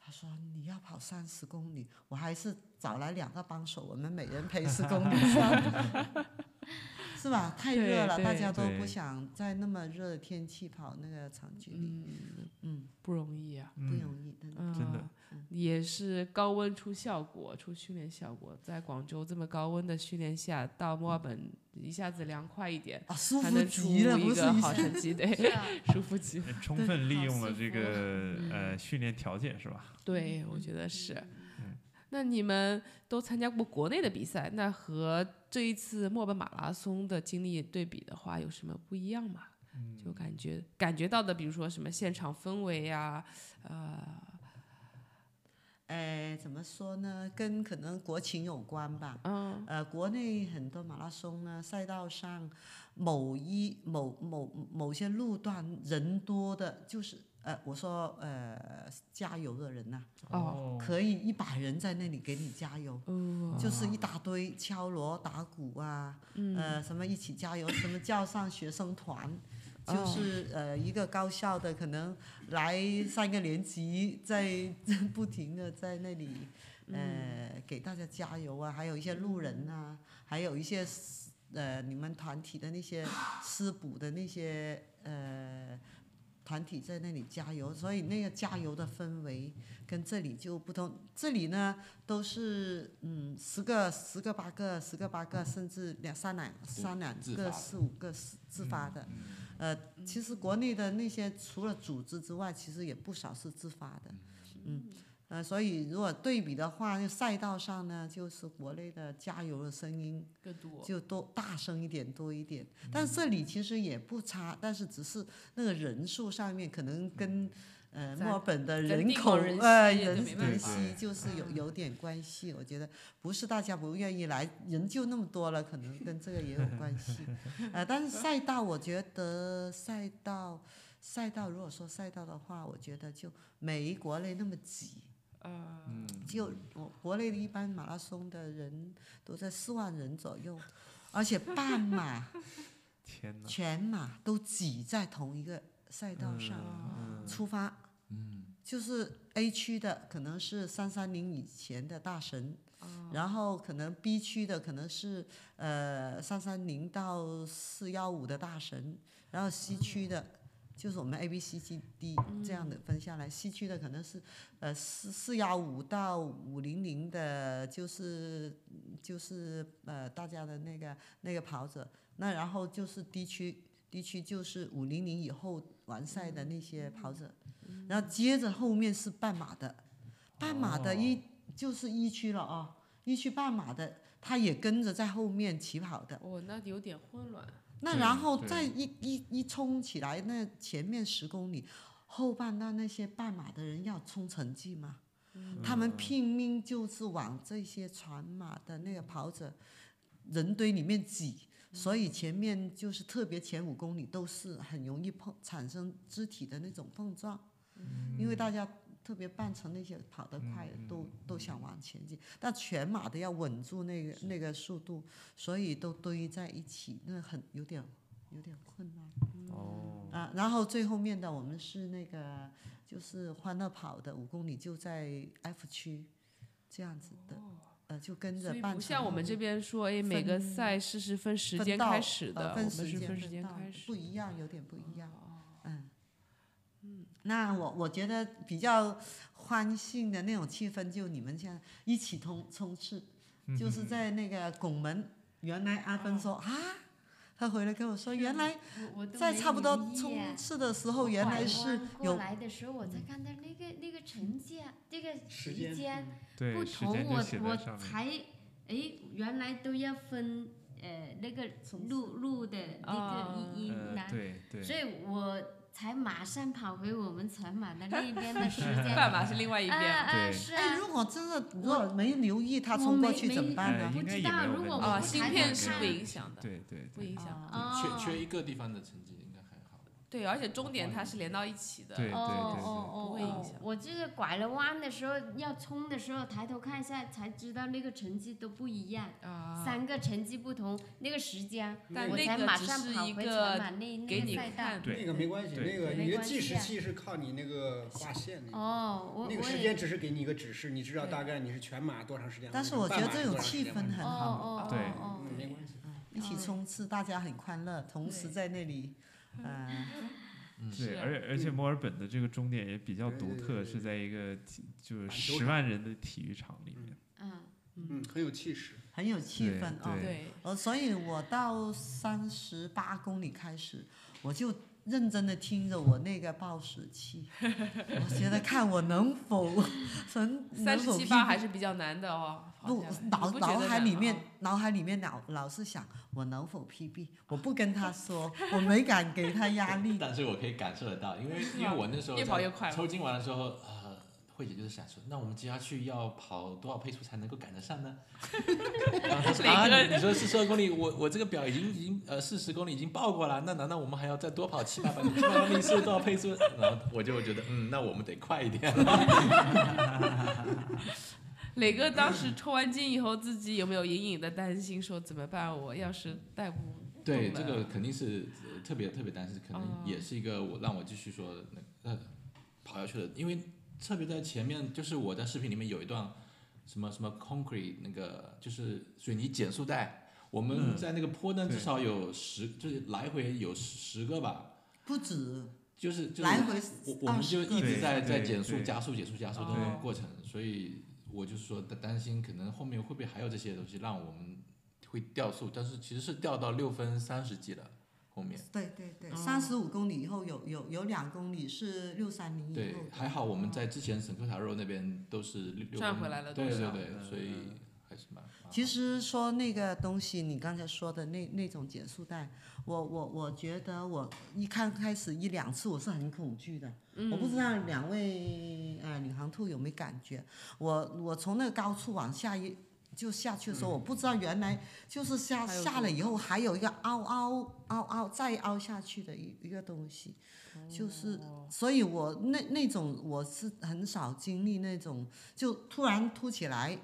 他说：“你要跑三十公里，我还是找来两个帮手，我们每人陪十公里算了， (laughs) 是吧？太热了，
对
大
对
家都不
对
想在那么热的天气跑那个长距离。
嗯，
嗯，
不容易啊。
不
嗯，
容易，真的。
啊
真的
也是高温出效果，出训练效果。在广州这么高温的训练下，到墨尔本一下子凉快一点，
啊，舒
还
服
能出
极了，不
一
是
个
一
好
下
成绩，对，
啊
舒服极了。
呃充分利
好
用了这
幸福
个呃训练条件是吧？
对，我觉得是。那你们都参加过国内的比赛，那和这一次墨尔本马拉松的经历对比的话，有什么不一样吗？就感觉感觉到的，比如说什么现场氛围呀、
哎，怎么说呢？跟可能国情有关吧。
嗯，
呃，国内很多马拉松呢，赛道上某一某某某些路段人多的，就是呃，我说呃，加油的人呐、
哦，
可以一把人在那里给你加油。
嗯
就是一大堆敲锣打鼓啊，呃，什么一起加油，什么叫上学生团，就
哦
是呃一个高校的可能来三个年级，在不停的在那里呃给大家加油啊，还有一些路人啊，还有一些呃你们团体的那些师补的那些呃。团体在那里加油，所以那个加油的氛围跟这里就不同。这里呢都是嗯十个十个八个十个八个，甚至两三两三两
自
个
发的嗯
四五个是自发的。呃，其实国内的那些除了组织之外，其实也不少是自发的。嗯，呃，所以如果对比的话，就赛道上呢，就是国内的加油的声音
更多。嗯
就多大声一点，多一点。但这里其实也不差，但是只是那个人数上面可能跟呃
咱
墨尔本的
咱
人
地
口
广人
呃
稀也
人
没办
人
法
稀就是有
嗯
有点关系。我觉得不是大家不愿意来，人就那么多了，可能跟这个也有关系。呃，但是赛道，我觉得赛道赛道，如果说赛道的话，我觉得就没国内那么挤。
呃，
就我国内的一般马拉松的人都在四万人左右，而且半马、
天哪，
全马都挤在同一个赛道上、
嗯
出发。嗯，就是 A 区的可能是三三零以前的大神，
嗯啊
然后可能 B 区的可能是呃三三零到四幺五的大神，然后 C 区的。就是我们 A、B、C、C、D 这样的分下来，C 区的可能是，呃，四四幺五到五零零的，就是就是呃大家的那个那个跑者，那然后就是地区，地区就是五零零以后完赛的那些跑者，然后接着后面是半马的，半马的一、就是一区了啊、一区半马的他也跟着在后面起跑的，
哦，那有点混乱。
那
对
然后
对
再一一一冲起来，那前面十公里。后半段那些半马的人要冲成绩嘛，他
嗯
们拼命就是往这些全马的那个跑者人堆里面挤，
嗯
所以前面就是特别前五公里都是很容易碰产生肢体的那种碰撞，
嗯
因为大家特别扮成那些跑得快的都、
嗯
都想往前进，但全马的要稳住那个那个速度，所以都堆在一起，那很有点有点困难。
哦，
啊，然后最后面的我们是那个就是欢乐跑的五公里，就在 F 区这样子的，呃，就跟着
哦所以
半
不像我们这边说，哎，每个赛事是分时
分
间
道
开始
呃
的，我
分
们
时
是
间
分时间
道的
开始
不
的。
一样，有点不一样，嗯。
嗯
那我我觉得比较欢庆的那种气氛，就你们像一起冲冲刺，
嗯
就是在那个拱门。原来阿
哦
芬说啊，他回来跟我说，原来
我我都
在
没
差不多
留意
冲
耶
刺的时候，
我
原
拐
来
弯
是
过
有
来的时候，我才看到那个那个成绩啊，这个时
间
对，
不
时
同，
间就
我
写在
我
上面。呃
才哎，原来都要分呃那个路路的
啊
那个一一
呃，
栏，
对对，
所以我才马上跑回我们全马的那一边的时
(laughs)
间。
半马是另外一
啊
边，
啊
对
是
哎，
啊，
如果真的如
我
果没留意他
我
冲过
没
去
没
怎么办
哎
呢？
不
应该
知
也没
道，
有
如
问
果
题
我
啊，
哦不
芯
抬头
片是
看
不影响的，
对对
不
对
影响的。
啊
哦，
缺缺一个地方的成绩应该还好。
对，而且终点它是连到一起的，
对
哦
不
哦
会
哦
影
哦
响！
我就是拐了弯的时候，要冲的时候抬头看一下，才知道那个成绩都不一样，
啊，
三个成绩不同，那个时间，
但
我
那
才
个
马
只
上
是
跑
一
回
个
全马那
给
那
你
个赛
看
道。
对
那个没关系，
对
那个
没
你的
关系
计时
啊
器是靠你那个挂线那个。
哦，我
那个
我
时
也
间只是给你一个指示，你知道
对
大概你是全马多长时间完成，
但是我觉得
半马
这
是
种
多长时
气
间
氛
完成
很
哦
好，
哦
对
哦
嗯，没关系。
嗯一起冲刺，大家很欢乐，同时在那里，嗯，
对，
是啊嗯
而且而且墨尔本的这个终点也比较独特，
对对对对
是在一个体就是
板球
十万人的体育场里面。
嗯，
嗯，很有气势。
很有气
对
氛啊。
对
对，
呃，所以我到三十八公里开始，我就认真的听着我那个报时器， (laughs) 我觉得看我能否 (laughs) 能
三
嗯
能
十
否
七
拼
八还是比较难的哦，跑下来你
不脑
不觉
脑
得
海
难
里
吗哦
面脑海里面老老是想我能否 PB，我不跟他说，我没敢给他压
(laughs)
力。
但是我可以感受得到，因为
是
因
吗
为我那时候
越跑越快
在抽筋完的时候，呃，慧姐就是想说，那我们接下去要跑多少配速才能够赶得上呢？
(laughs)
然后她说啊，你你说四十二公里，我我这个表已经已经呃四十公里已经报过了，那难道我们还要再多跑七八百米？七八百米是多少配速？然后我就觉得，嗯，那我们得快一
(laughs)
点。
磊哥当时抽完筋以后，自己有没有隐隐的担心，说怎么办？我要是带不
对，
动
这
了
个肯定是呃特别特别担心，可
哦
能也是一个我让我继续说那呃跑下去的，因为特别在前面，就是我在视频里面有一段什么什么 concrete 那个就是水泥减速带，我们在那个坡段
对
至少有十，就是来回有十十个吧，
不止，
就是就是
来
我
回
我们
20
就
个
一直
字
在
对
在
对
减速、
对
加速、减速、加速的那
哦
个过程，所以我就说担担心可能后面会不会还有这些东西让我们会掉速，但是其实是掉到六分三十几了后面。
对对对，
哦
三十五公里以后有有有两公里是六三零以
对
后的，，
还好我们在之前沈克塔肉那边都是六六
赚
分
回来了
对
多
对
少
对，所以
嗯
还是蛮。蛮
其
好
实说那个东西，你刚才说的那那种减速带，我我我觉得我一看开始一两次我是很恐惧的，我不知道两位呃女航兔有没有感觉，我我从那个高处往下一就下去的时候，我不知道原来就是下
还有
下
这
了
个
以后还有一个凹凹凹凹再凹下去的一一个东西，就是所以我那那种我是很少经历那种就突然凸起来，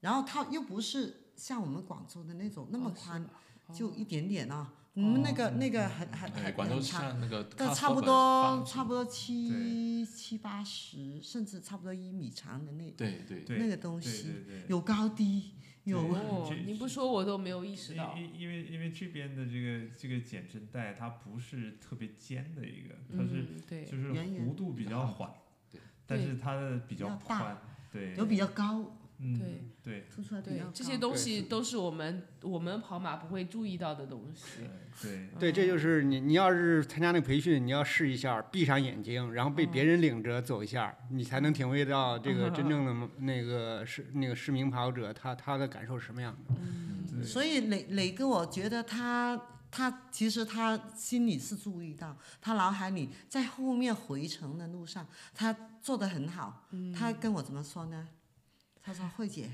然后它又不是像我们广州的那种那
哦
么宽，
哦
就一点点啊。我们那
嗯
个那个很很
哎，
很
广州
很长，
像那个
但
Costco
差不
的
多
放
差不多七
对
七八十，甚至差不多一米长的那
对对
对
那个东
对
西，
对对。
有高低，有
这
哦，你不说我都没有意识到。
因因因为因为这边的这个这个减震带，它不是特别尖的一个，它是
嗯，对，
就是
圆圆
弧度比较缓，
对，
但是它的比较
比较大
宽，对，
有比较高，
嗯
对
对
凸出来比较
对
高，。
这些东西都是我们我们跑马不会注意到的东西。
对
对，这就是你，你要是参加那个培训，你要试一下，闭上眼睛，然后被别人领着走一下，你才能体会到
哦
这个真正的那个是那个市民跑者他他的感受是什么样的。
对
所以磊磊哥，我觉得他他其实他心里是注意到，他脑海里在后面回程的路上，他做得很好。他跟我怎么说呢？他说：“慧姐，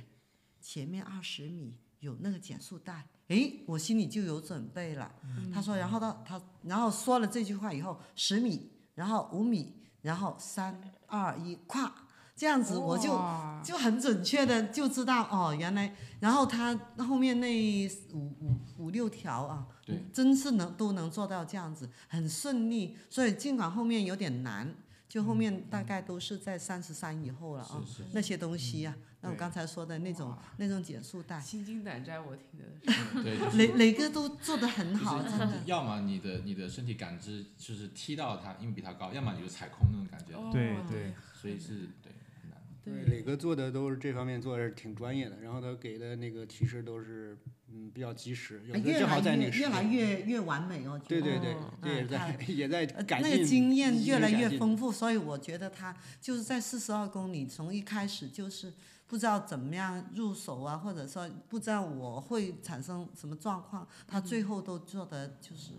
前面二十米有那个减速带。”诶，我心里就有准备了。他说，然后到他，然后说了这句话以后，十米，然后五米，然后三二一，跨，这样子我就
哇
就很准确的就知道哦，原来，然后他后面那五五五六条啊，
对，
真是能都能做到这样子，很顺利。所以尽管后面有点难，就后面
嗯
大概都是在三十三以后了啊，
是是
那些东西
嗯
啊，那我
对
刚才说的那种那种减速带，
哎心惊胆战，我听的是。
(laughs)
是，对，就是
磊磊哥都做得很好，啊
就
真
是
的。
要么你的你的身体感知就是踢到它，因为比它高，要么你就踩空那种感觉，
对
哦
对，
所以是对很难。
对
磊哥做的都是这方面做的是挺专业的，然后他给的那个提示都是嗯比较及时，有的
啊越
正好
来
在那
越
个时
越来
间。
越越完美哦，
对
觉
对
得
对
哦，
这也在也在
呃
改进
那个经验越来
改
越
进
丰富，所以我觉得他就是在四十二公里，从一开始就是不知道怎么样入手啊，或者说不知道我会产生什么状况，他最
嗯
后都做的就是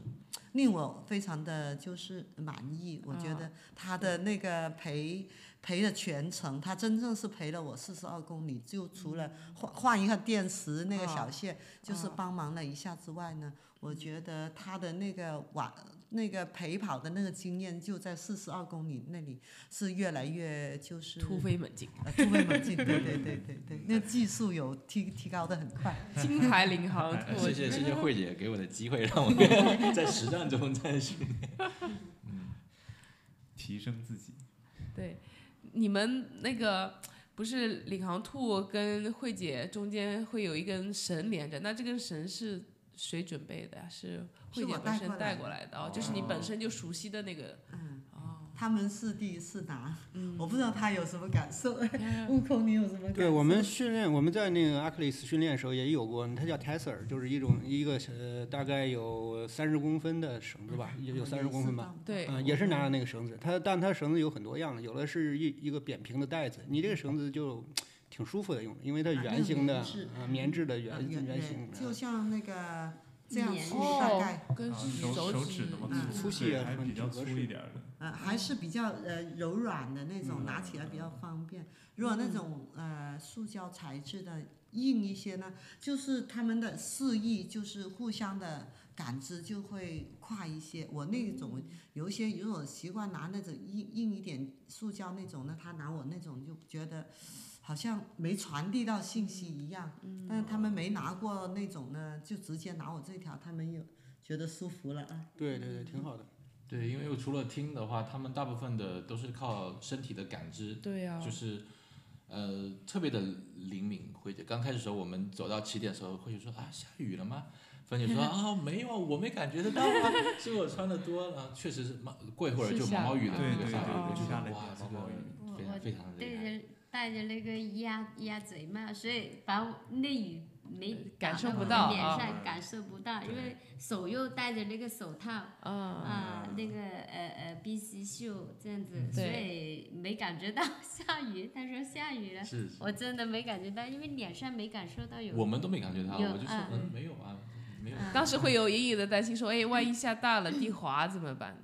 令我非常的就是满意。我
嗯
觉得他的那个陪陪的全程，他真正是陪了我四十二公里，就除了
嗯
换换一个电池那个小线，就是帮忙了一下之外呢，我
嗯
觉得他的那个晚那个陪跑的那个经验，就在四十二公里那里是越来越就是
突飞猛进，
呃突飞
(laughs)
猛进，对对对对对，那技术有提提高的很快。
金牌领航
哎
兔。
谢谢谢谢
嗯
慧姐给我的机会，
(laughs)
让我 (laughs) 在实战中再训练。
提升自己。
对，你们那个不是领航兔跟慧姐中间会有一根绳连着，那这根绳是谁准备的呀？是慧
是
姐
我带
本身
过来
带
的
过来的哦，就是你本身就熟悉的那个
嗯，
哦。
他们是第一次拿，
嗯
我不知道他有什么感受。悟空，你有什么感受？
对我们训练，我们在那个阿克里斯训练的时候也有过，它叫 Tesser，就是一种一个呃大概有三十公分的绳子吧，有有三十公分吧，
嗯。
对，
嗯，也是拿的那个绳子，它但它绳子有很多样的，有的是一一个扁平的带子，你这个绳子就挺舒服的用，因为它
啊那
圆
个
形的
棉质，
啊，棉质的
啊
圆
圆
圆形
圆，就
的，
像那个这样
棉
粗
哦
大概，
跟
啊手
手
指那么
嗯
粗
粗
对
细啊
还
什么
比较
整
粗
个是
一点儿的。
呃，还是比较呃柔软的那种，
嗯
拿起来比较方便。如果那种呃塑胶材质的硬一些呢，就是他们的示意就是互相的感知就会快一些。我那种有一些如果习惯拿那种硬硬一点塑胶那种呢，他拿我那种就觉得。好像没传递到信息一样，
嗯
但是他们没拿过那种呢，就直接拿我这条，他们又觉得舒服了啊。
对对对，挺好的。
对，因为我除了听的话，他们大部分的都是靠身体的感知
嗯对啊呀、
就是呃特别的灵敏。慧姐刚开始的时候，我们走到起点的时候，慧姐说啊下雨了吗？芬
(laughs)
姐说啊，没有，我没感觉得到啊，是我穿的多了。确实是毛，过一会儿
是
就
下
毛毛雨了，
对
那个
对
下雨
对
啊
我就
下
觉
了
得
一
哇，
点
这
毛
个
毛雨
我
非常
啊我
非常厉害。
对着带着那个鸭鸭嘴嘛，所以把我那雨没
感
打
受不
我的
到
脸
啊
上感受不到，因为手又戴着那个手套
啊，
啊，那个呃呃 B C 袖这样
嗯
子，所以没感觉到 (laughs) 下雨。他说下雨了，
是，是
我真的没感觉到，因为脸上没感受到有。嗯
我们都没感觉到，
有
我就说
啊
嗯，没有啊，没有。
当时会有隐隐的担心，说，哎，万一下大了，地滑怎么办？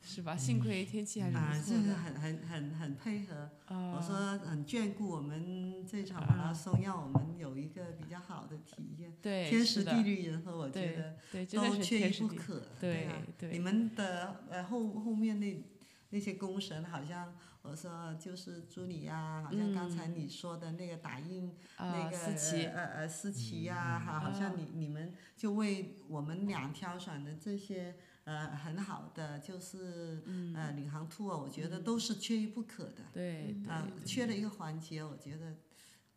是吧？幸亏天气还是
啊，
不
这
嗯错
个
的。
很很很很配合。我
啊，
说很眷顾我们这场马拉松，让我们有一个比较好的体验。
对，
天
是
时
的
地利人和，我觉
对
得
对，真的
都
是
缺
天
一
时
不
地利。
可。
对
啊，
对
你们的呃后后面那那些功臣，好像我说就是朱莉呀，好像刚才你说的那个打印那
嗯啊，
个
思琪，
呃呃思琪呀，哈，好
啊
像你你们就为我们俩挑选的这些呃很好的就是
嗯
呃领航兔啊，我觉得都是缺一不可的
对对
啊，缺了一个环节，我觉得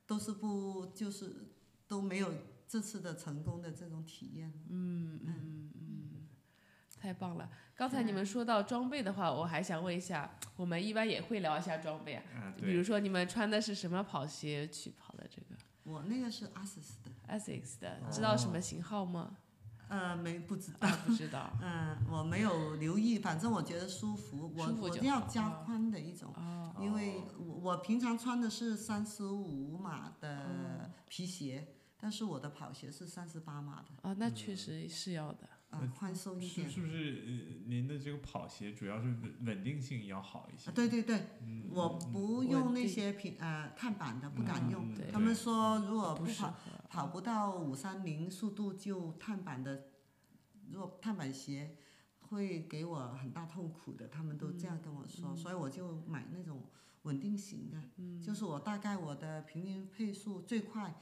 都是不就是都没有这次的成功的这种体验。
太棒了！刚才你们说到装备的话，我还想问一下，我们一般也会聊一下装备啊，
啊，
比如
对，
说你们穿的是什么跑鞋去跑的这个
我那个是 ASICS 的，
Asics 的，知道
哦
什么型号吗？
呃，没不知道
啊，不知道。 (laughs)
嗯，我没有留意，反正我觉得舒服，我
舒服
我
就
一定要
好
加
啊
宽的一种，因为我我平常穿的是三十五码的皮鞋，但是我的跑鞋是三十八码的，
啊，那确实是要的。
啊、
那
宽松一
是
点。
是不是呃您的这个跑鞋主要是稳稳定性要好一些
啊，？对对对，
嗯，
我不用
稳
那
定
些平呃碳板的，不敢用。
嗯
对
他们说如果
不
不
适
跑
合
跑不到五三零速度就碳板的，如果碳板鞋会给我很大痛苦的，他们都这样跟我说，所以我就买那种稳定型的，
嗯
就是我大概我的平均配速最快，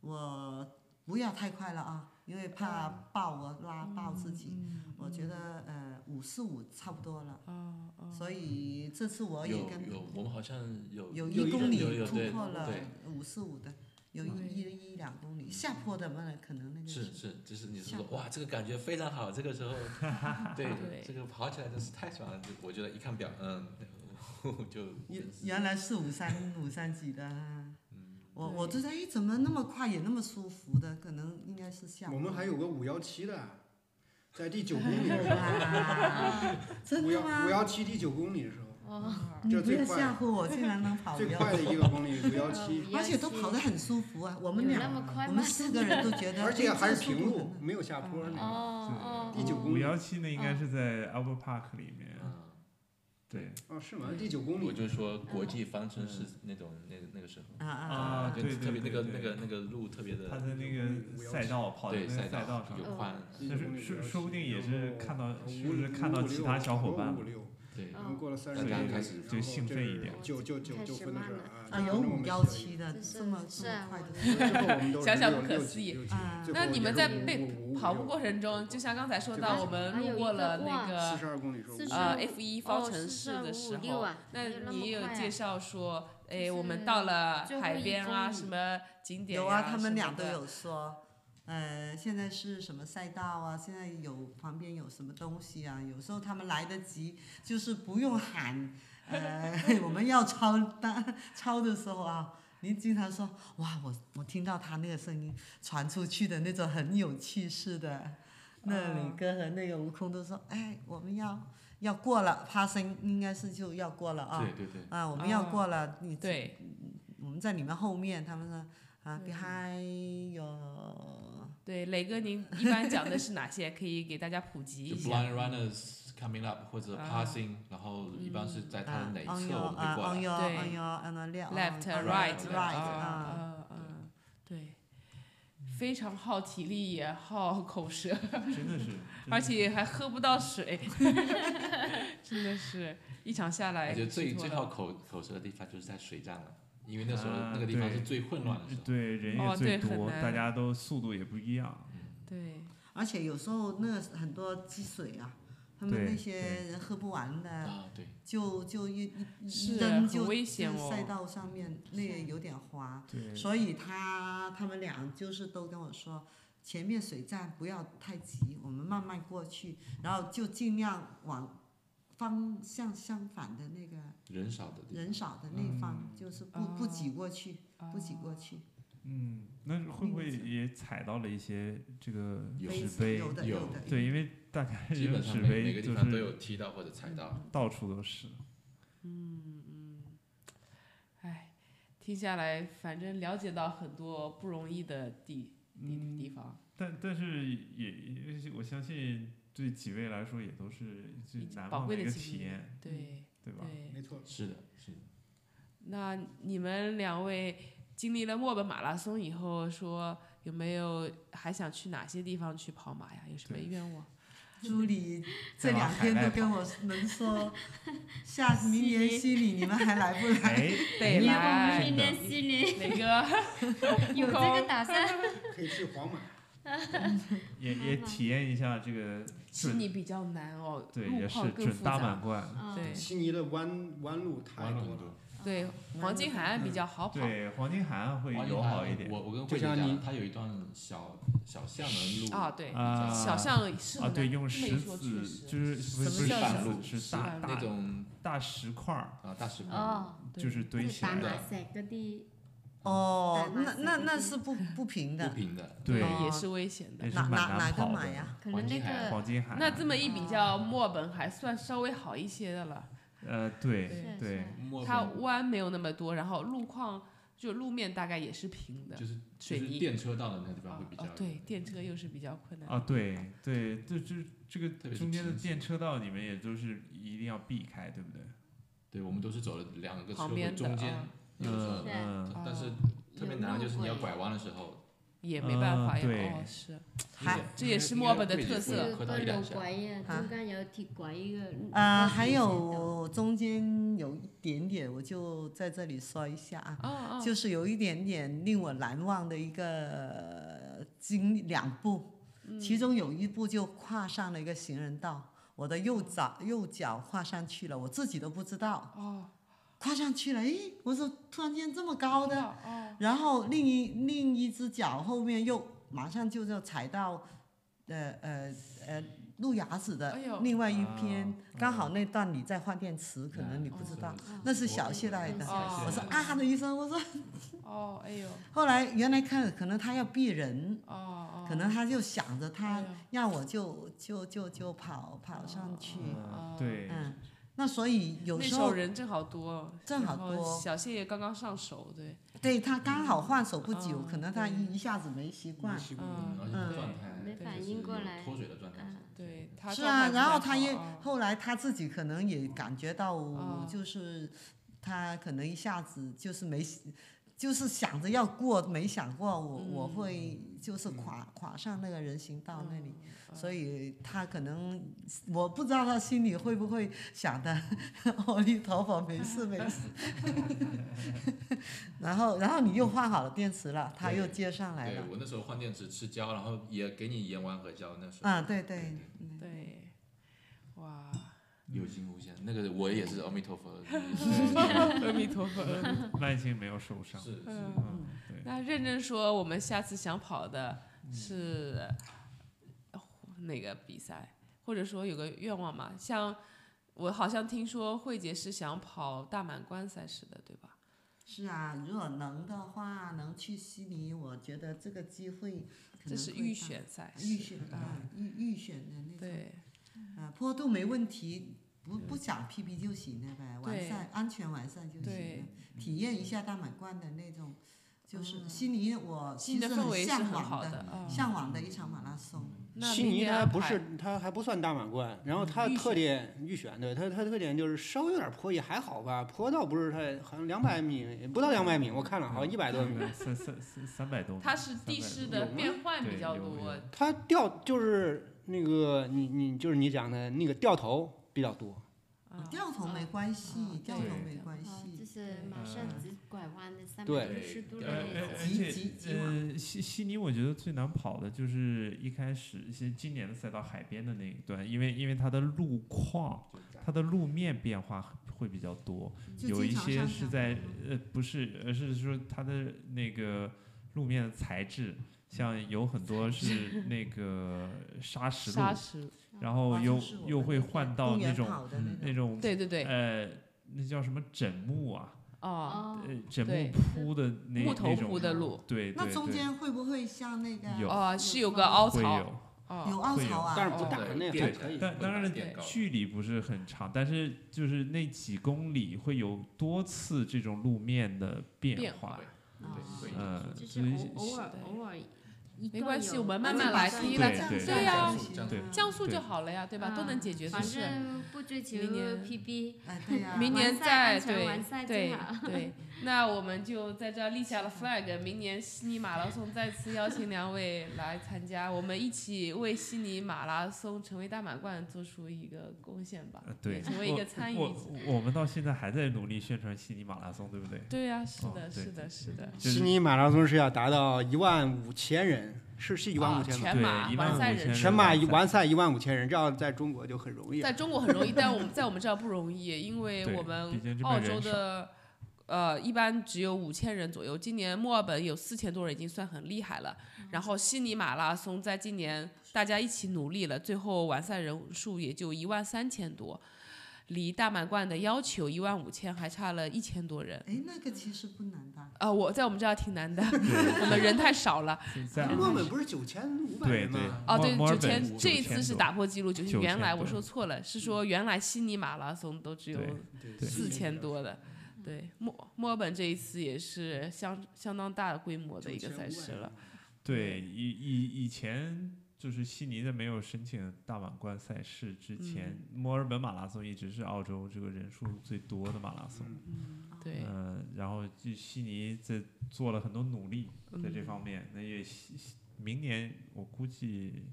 我不要太快了啊，因为怕爆我拉爆自己，我觉得呃五四五差不多了，
啊啊
所以这次我
嗯
有
也跟
有，我们好像有
有
有
一公
有
里
有
突
对
破了
对，
五四五的，有
对
一一两公里下坡的嘛，可能那个
是是，就是你是
像
说哇，这个感觉非常好，这个
(laughs)
时候，对
对
这个跑起来真是太爽了。这我觉得一看表，嗯， (laughs) 就
原原来是五三五三几的啊，
嗯
我我
对
就在哎怎么那么快也那么舒服的，可能应该是下
我们还有个五幺七的，在第九公 (laughs) 里的时
啊，
候，
真
五
的
幺
吗？
五幺七第九公里的时候， (laughs)
你
这
不要
最快
吓唬我，竟然能跑
最
517
快的一个公啊里五幺七，
517
而且都跑得很舒服啊，我
我
们
有那
俩
么快
我
吗
们？四个人都觉得，
而且
(laughs) 哎
还是
这个
平
速度
路，没有下坡
哦
那个。
哦，
第九公
五
里
幺七那应该是在 Albert Park 里面，
啊
嗯，
对，
哦，是吗？第九公
我
里，
就说国际方程式
嗯
那种那那个时候
啊啊
啊
就
对
特别那
对
个
对
那个那个路特别的
他在那个赛道跑在那
对
个
赛
赛道
道
上，嗯
有宽，
第九
但
公
是说
里517
说不定也是看到
然后
是不是看到其他小伙伴
五五六，
对
啊
哦
然后过了三十
大
公
家
里，
开始
就兴奋一点
九九九九分的时候
啊，有五幺。七的
这是
这么这
是
么
啊
快的
我
速
之
度。
后我们都是
想想
六
不可
六
思
七
议
六七
啊
最后
那你们在
也是
被
五五
跑
六嗯
步过程中，就像刚才说
这
到，
个
我们
还有
路
一
过
个
了那
哇
四
个
十二公里时候
四十
呃
五
F 一方
哦，
程
四
式的
五
时
六
候，
啊，
那
有
你也有
么快啊
介绍说，哎，
就
我们
是
到了
最后
海
一
边
公
啊，
里
什么景点
有
呀
啊，他
什么
们俩都
的
有说，呃，现在是什么赛道啊？现在有旁边有什么东西啊？有时候他们来得及，就是不用喊，呃， (laughs) 我们要抄单抄的时候啊。您经常说哇，我我听到他那个声音传出去的那种很有气势的，那李
嗯
哥和那个悟空都说，哎，我们要要过了，爬升应该是就要过了啊，
对对对，
啊，我们要
啊
过了，你
对，
我们在你们后面，他们说
嗯
啊，behind your，啊
对，磊哥，您一般讲的是哪些？可以给大家普及
就
一下。
blind runners coming up 或者
啊
passing，然后一般是在它的
啊
哪一
，on
侧
your
我们
啊
会过
，on
来。
your
对
on your on your
Left
on your
right
嗯
right 啊，
啊啊，啊对，非常耗体力也耗口舌， (laughs)
真的是，
而且还喝不到
(laughs)
水，真的是一场下来
我
啊
觉得最
吃脱
最
了
好口口舌的地方就是在水站了，因为那时候
啊
那个地方
对嗯
是最混乱的时候。
对人
哦
也最
对很
多，
难
大家都速度也不一样，
对
而且有时候那个很多积水啊，他们
对
那些人喝不完的，
啊，对，
就就一一
是
一扔
很
就
危险
就
哦
赛道上面那也有点滑，
对，
所以他他们俩就是都跟我说，前面水站不要太急，我们慢慢过去，然后就尽量往方向相反的那个
人少的地方。
人少的那
嗯
方，就是不不挤过去，不挤过
哦
去。
嗯，那会不会
嗯
也踩到了一些这个
有
杯
纸
子
杯？
有的
有
的，
对，因为大概
基本上
纸
每每
杯
个地
就
方都
是
有踢到或者踩到。
到处都是。
哎，听下来，反正了解到很多不容易的地
嗯
地地方，
但但是也也我相信对几位来说也都是最嗯难
宝
忘
贵的
一个
经
体
历
验，嗯
对
对吧？
对。
没错，
是的，是的。
那你们两位经历了墨尔本马拉松以后，说有没有还想去哪些地方去跑马呀？有什么
对
愿望？
朱莉
再往
这两
海
天
外
都跟我们说，下明年悉尼你们还来 (laughs) 不来？
(laughs)
哎，
得
因为我
(laughs)
们
来
明年悉尼
哪 (laughs) 个？
有这
(laughs)
个打算，
可以去皇马。
也也体验一下这个
悉
准，
尼比较难哦，
对，
路
也是
况更
准
复
大
杂。
满贯，
嗯
哦
对
悉尼的弯弯路太多了，
对，黄金海岸比较好跑。
对，黄金海岸会
黄
友
油
好一点。
啊我我跟
就
慧姐
像你
讲，它有一段小小巷的路
啊，对，
啊
小巷是
啊，
的
对，用
这么
石
一说确
子
实
就是不是
什
不
么
是
叫
板
石
路，
子
是
石
大
板
大
那种
大石块儿，
啊大石块。
哦，
对
就是堆起
打
来
的
马赛嗰啲，
哦，那
打马
那
赛
那
克
是不不平
不
的，
平的，
对，
对也是危险的
也。是
哪
蛮
哪
难
哪个
跑
马
的
呀？
可能
黄
那
金海岸
个
黄金海岸。
(laughs) 那这么一比较，墨尔本还算稍微好一些的了。
呃，对，
是
对
是
墨
它
本
弯没有那么多，然后路况就路面大概也是平的
就。是
水
就是
泥
电车道的那地方会比较
哦，对，电车又是比较困难。
啊，对对，这这
特
这个
别是
中间的
平行
电车道，你们也都是一定要避开，对不对？
对，我们都是走了两个车
旁
位
边的哦
中间
啊，
有车
嗯
对
嗯，
但是特别难的就是你要拐弯的时候，
也没办法
啊
呀。
对
哦，是，
还
这也是墨尔本
应
的
该
特
会
色
会
有
磕
个
到一两
路
下。
轨啊，
啊
中间有铁轨一个。
啊，还有中间有一点点，我就在这里说一下啊，
哦哦，
就是有一点点令我难忘的一个经历，两步，其中有一步就跨上了一个行人道，我的右脚右脚跨上去了，我自己都不知道，
哦，
跨上去了，诶，我说突然间这么高的，啊
哦，
然后另一另一只脚后面又马上就要踩到，呃呃呃路牙子的
哎呦
另外一边，
啊
刚好那段你在换电池，可能你不
嗯
知
嗯
道，那是
嗯
小懈怠的。
哦
我说啊的一声，我说
哦，哎呦，
后来原来看可能他要避人，
哦哦，
可能他就想着他
哎呦哦
让我就就就就跑跑上去，
嗯，对，
嗯，那所以有
那
时
时
候
候人正好多，
正好
然后
多
小谢也刚刚上手，对，
对他刚好换手不久，
嗯
可能他
对
一一下子没习惯，
习惯
嗯
而且
嗯
状态
没
就是
反应过
有
来
脱水的状态。
嗯
对，他
是
状
啊，
态不
然后
太
他
好
也
啊
后来他自己可能也感觉到，
啊
就是他可能一下子就是没，就是想着要过，没想过我、我
嗯嗯
会就是垮垮上那个人行道那里，所以他可能我不知道他心里会不会想的，阿弥陀佛，没事没事。 (laughs) 然后然后你又换好了电池了，他又
对
接上来
对
了。
我那时候换电池吃胶，然后也给你盐丸和胶，那时候
啊，对对，
嗯对，哇，
有惊无险。那个我也是阿弥陀佛，
嗯
阿弥陀佛。
(laughs) 万幸没有受伤。
是是
嗯，对，
那认真说，我们下次想跑的
嗯
是哪个比赛，或者说有个愿望嘛？像我好像听说慧姐是想跑大满贯赛事的，对吧？
是啊，如果能的话，能去悉尼，我觉得这个机会可能
这是
会
预
大
选赛事，
预选
啊
啊，预预选的那种
对
啊，坡度没问题，不不想 PB 就行了呗，完
对
善安全完善就行
对嗯
了，体验一下大满贯的那种，就是悉尼我
悉尼
其
的
实
氛围是
向
很
往
好的
的，
啊。
向往
嗯
的一场马拉松。
那
悉
明
尼
年嗯
它
安
不
排
是它还不算大满贯，然后它
预选
特点预选对它它特点就是稍微有点坡也还好吧，坡倒不是太好像两百米不到两百米，我看了好像一百多米。
三三三三百多米，
它是地
300
势
多
的
有吗
变换比
对
较
有
多
有，
它掉就是那个你你就是你讲的那个掉头比较多，
啊
嗯
掉头没关系
啊，
掉
对
头没关
哦，就
嗯
系，
是
嗯
马上直拐弯的三百
对
六十度的
呃
那
呃
种
而。
急
且
急急
呃，悉悉尼我觉得最难跑的就是一开始一些今年的赛道海边的那一段，因为因为它的路况，它的路面变化会比较多，
嗯
嗯
就
有一
经常
些
上
是
下
在
班嘛
呃不是，而是说它的那个路面的材质，像有很多是那个砂石路
砂，石，
然后
啊
哦又
就是我们
又会
那个
换到
公
那
园
种嗯
跑的那
那种
对对对，
呃，那叫什么枕木啊，
哦，
哦，
呃，枕
对
木铺的那
木头
那种
铺的路，
对对
那
对，
中间会不会像那个
有
哦，是有个凹
会
槽，
有。
有
哦，
凹
会
槽
有
啊？
但是不
哦
大，那还
对
可以。
但当然
点高。
距离不是很长，但是就是那几公里会有多次这种路面的
变
变
化
化，
对嗯
哦
呃，
就
所以
是偶偶尔
对
偶尔一
没
段
关系
有
我们
偶
慢慢
尔
来
上
第
一
一
段
对
这样
对
子
对呀
降速降速
对
降速就好了呀，对吧？都
啊
能解决的
反
事。
正不追求
明年
PB，
哎，对呀、
(laughs) 明
完
年
赛
再
安全
对
完赛最
对
好 (laughs)
对，那我们就在这儿立下了 flag，明年悉尼马拉松再次邀请两位来参加，我们一起为悉尼马拉松成为大满贯做出一个贡献吧
呃，对
也成为一个参与
我
者。
我们到现在还在努力宣传悉尼马拉松，对不对？
对呀、是
哦
的，
对
是的，是的。
就是
悉尼马拉松是要达到一万五千人，是是一万
啊
五千
全
吗？
马
对
完赛
15,000
人
人
数
全马完赛一万五千人，这样在中国就很容易
在
了。
中国很容易，但我们在我们这儿不容易，因为
对
我
毕
们
竟这边
澳
人
洲的呃一般只有五千人左右，今年墨尔本有四千多人已经算很厉害了。然后悉尼马拉松在今年大家一起努力了，最后完赛人数也就一万三千多，离大满贯的要求一万五千还差了一千多人。
哎，那个其实不难吧？
啊、我在我们这儿挺难的， (laughs) 我们人太少了。
在
墨尔本不是九千五百
对
人
对
吗？
哦，
墨
对，
墨
九
尔本
千，这一次是
多
打破记录，九千。
9000
原来
对
我说错了，是说原来悉尼马拉松都只有
对对
四千多的。对，墨墨尔本这一次也是相相当大的规模的一个赛事了。。
对，以以以前就是悉尼在没有申请大满贯赛事之前，
嗯
墨尔本马拉松一直是澳洲这个人数最多的马拉松。
对，
嗯，然后就悉尼在做了很多努力在这
嗯
方面，那也希希明年我估计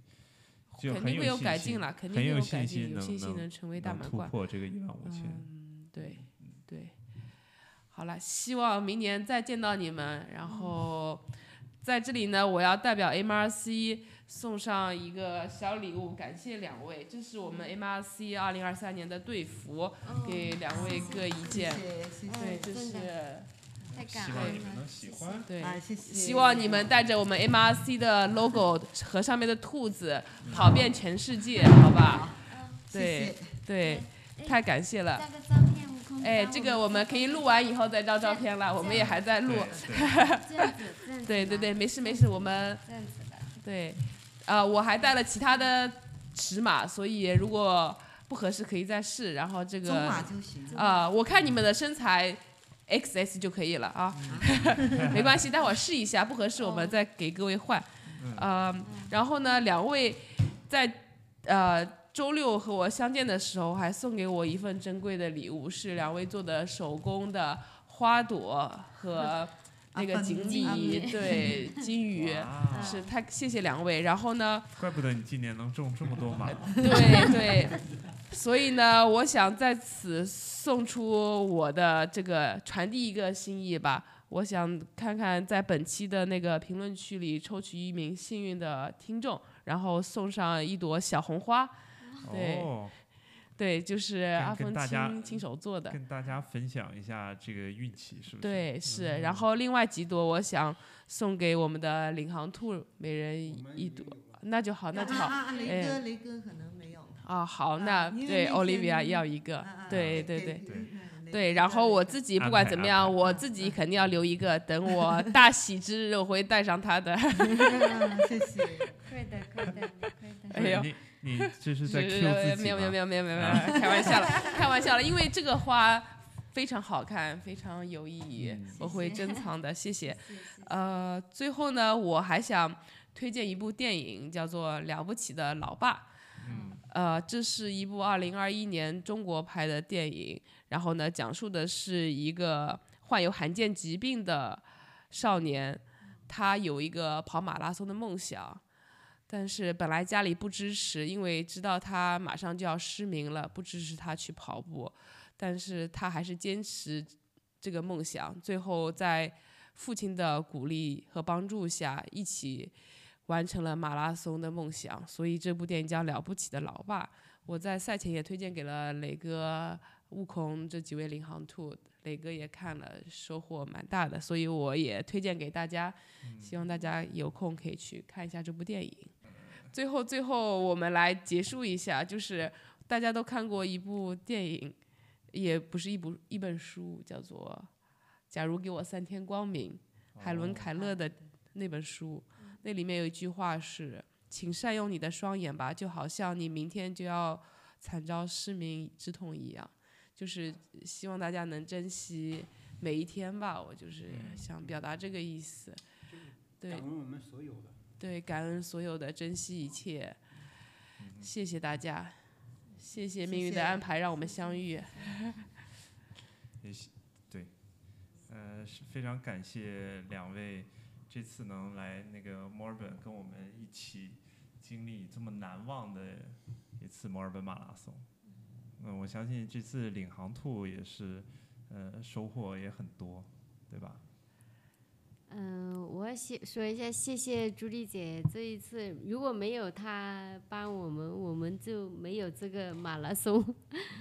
就
肯
很
定
有
会有
信
改
心
进啦，肯定
很
会
有
改进，
信心
有
能
信心
能
能成为大
能
满
突
贯。
破这个一万五千。
嗯，对，对，好了，希望明年再见到你们。然后在这里呢，我要代表 MRC 送上一个小礼物，感谢两位，这是我们 MRC 二零二三年的队服，
哦
给两位各一
谢
件。
谢，谢谢，
对，这
真
是
的太感
希
恩
望
了
你们能喜欢。
对。
哎，谢谢，
希望你们带着我们 MRC 的 logo 和上面的兔子跑遍全世界，好吧？
谢哎谢，
对，太感谢了。
呃加个照片，悟空。
哎，这个我们可以录完以后再照照片了，我们也还在录
对。
(laughs)
对
这样子，这样子
对对
吧
对，，没事没事，我们
这样子的。
对，啊、我还带了其他的尺码，所以如果不合适可以再试。然后这
中
个
马
啊、
就行。
我看你们的身材 XS 就可以了啊， (laughs) 没关系，待会儿试一下，不合适我们再给各位换。啊、
嗯
然后呢，两位在呃周六和我相见的时候，还送给我一份珍贵的礼物，是两位做的手工的花朵和那个
(laughs) 啊
锦
金
鲤，
鱼
对，金
(laughs)
鱼。
哇
是太谢谢两位，然后呢，
怪不得你今年能中这么多马，
(laughs)
对对，所以呢，我想在此送出我的这个传递一个心意吧。我想看看在本期的那个评论区里抽取一名幸运的听众，然后送上一朵小红花。 (laughs) 对
哦，
对，就是阿
跟
峰
大家
亲亲手做的。
跟大家分享一下这个运气是不是？
对，是。
嗯
然
(laughs)
后另外几朵，我想送给我们的领航兔，每人一朵，那就好，那就好。
啊啊，雷
哎
哥，雷哥可能没有。
啊，好，
啊
那
因为
对
那天
Olivia 要一个
啊，嗯
对对
对
对
对
对，然后我自己不 (laughs)
安
管
排
怎么
安
样，
排
我
嗯
自己肯定要留一
(laughs)
个，等我大喜之日我会带上它的。
(laughs) 谢谢，
会的，会的，会的。
哎呦，
你
(laughs)
你这是在 Q
是呃
自己
没有没有
吗啊
没有没有没有，没有开玩笑
(laughs)
了，开玩笑了，因为这个花非常好看，非常有意义
嗯，
我会
谢谢
珍藏的，谢谢。
谢谢
呃，最后呢，我还想推荐一部电影，叫做《了不起的老爸》。
嗯
呃，这是一部二零二一年中国拍的电影，然后呢，讲述的是一个患有罕见疾病的少年，他有一个跑马拉松的梦想，但是本来家里不支持，因为知道他马上就要失明了，不支持他去跑步，但是他还是坚持这个梦想，最后在父亲的鼓励和帮助下，一起完成了马拉松的梦想。所以这部电影叫《了不起的老爸》，我在赛前也推荐给了磊哥、悟空这几位领航兔。磊哥也看了，收获蛮大的，所以我也推荐给大家，希望大家有空可以去看一下这部电影。最后，最后我们来结束一下，就是大家都看过一部电影，也不是一部一本书，叫做《假如给我三天光明》，海伦·凯勒的那本书，那里面有一句话是：“请善用你的双眼吧，就好像你明天就要惨遭失明之痛一样。”就是希望大家能珍惜每一天吧，我就是想表达这个意思。对
感，恩我们所有的。
对，感恩所有的，珍惜一切，谢谢大家，谢谢命运
谢谢
的安排，让我们相遇。
也希对，呃，是非常感谢两位这次能来那个墨尔本跟我们一起经历这么难忘的一次墨尔本马拉松。嗯、我相信这次领航兔也是，呃，收获也很多，对吧？
嗯、我谢说一下，谢谢朱莉姐这一次，如果没有她帮我们，我们就没有这个马拉松。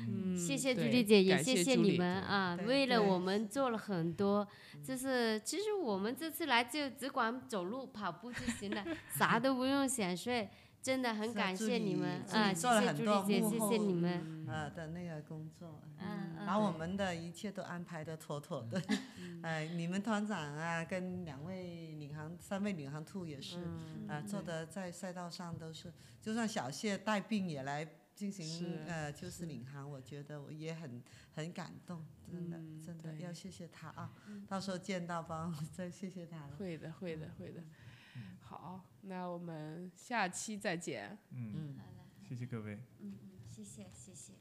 嗯，
谢谢朱
对
莉姐，也
感谢
谢
朱
你
莉
们啊，
对
为了
对
我们做了很多。就是其实我们这次来就只管走路、跑步就行了，啥都不用想睡，真的很
是啊
感
朱
谢
莉
你们
朱
啊！
莉
谢
做了
谢
很
朱
多
莉姐，
幕
谢谢你
后
们。
呃的那个工作，
嗯嗯
把我们的一切都安排的妥妥的。
嗯
(laughs) 哎，你们团长啊，跟两位领航、三位领航兔也
嗯
是
嗯
啊，做的在赛道上都是，就算小谢带病也来进行
是
呃，就是领航，我觉得我也很很感动，真的
嗯
真的
对嗯
要谢谢他啊，到时候见到吧，我 (laughs) 再谢谢他了。
会的，会的，会的。好，那我们下期再见。嗯
嗯，谢谢各位。
谢谢，谢谢。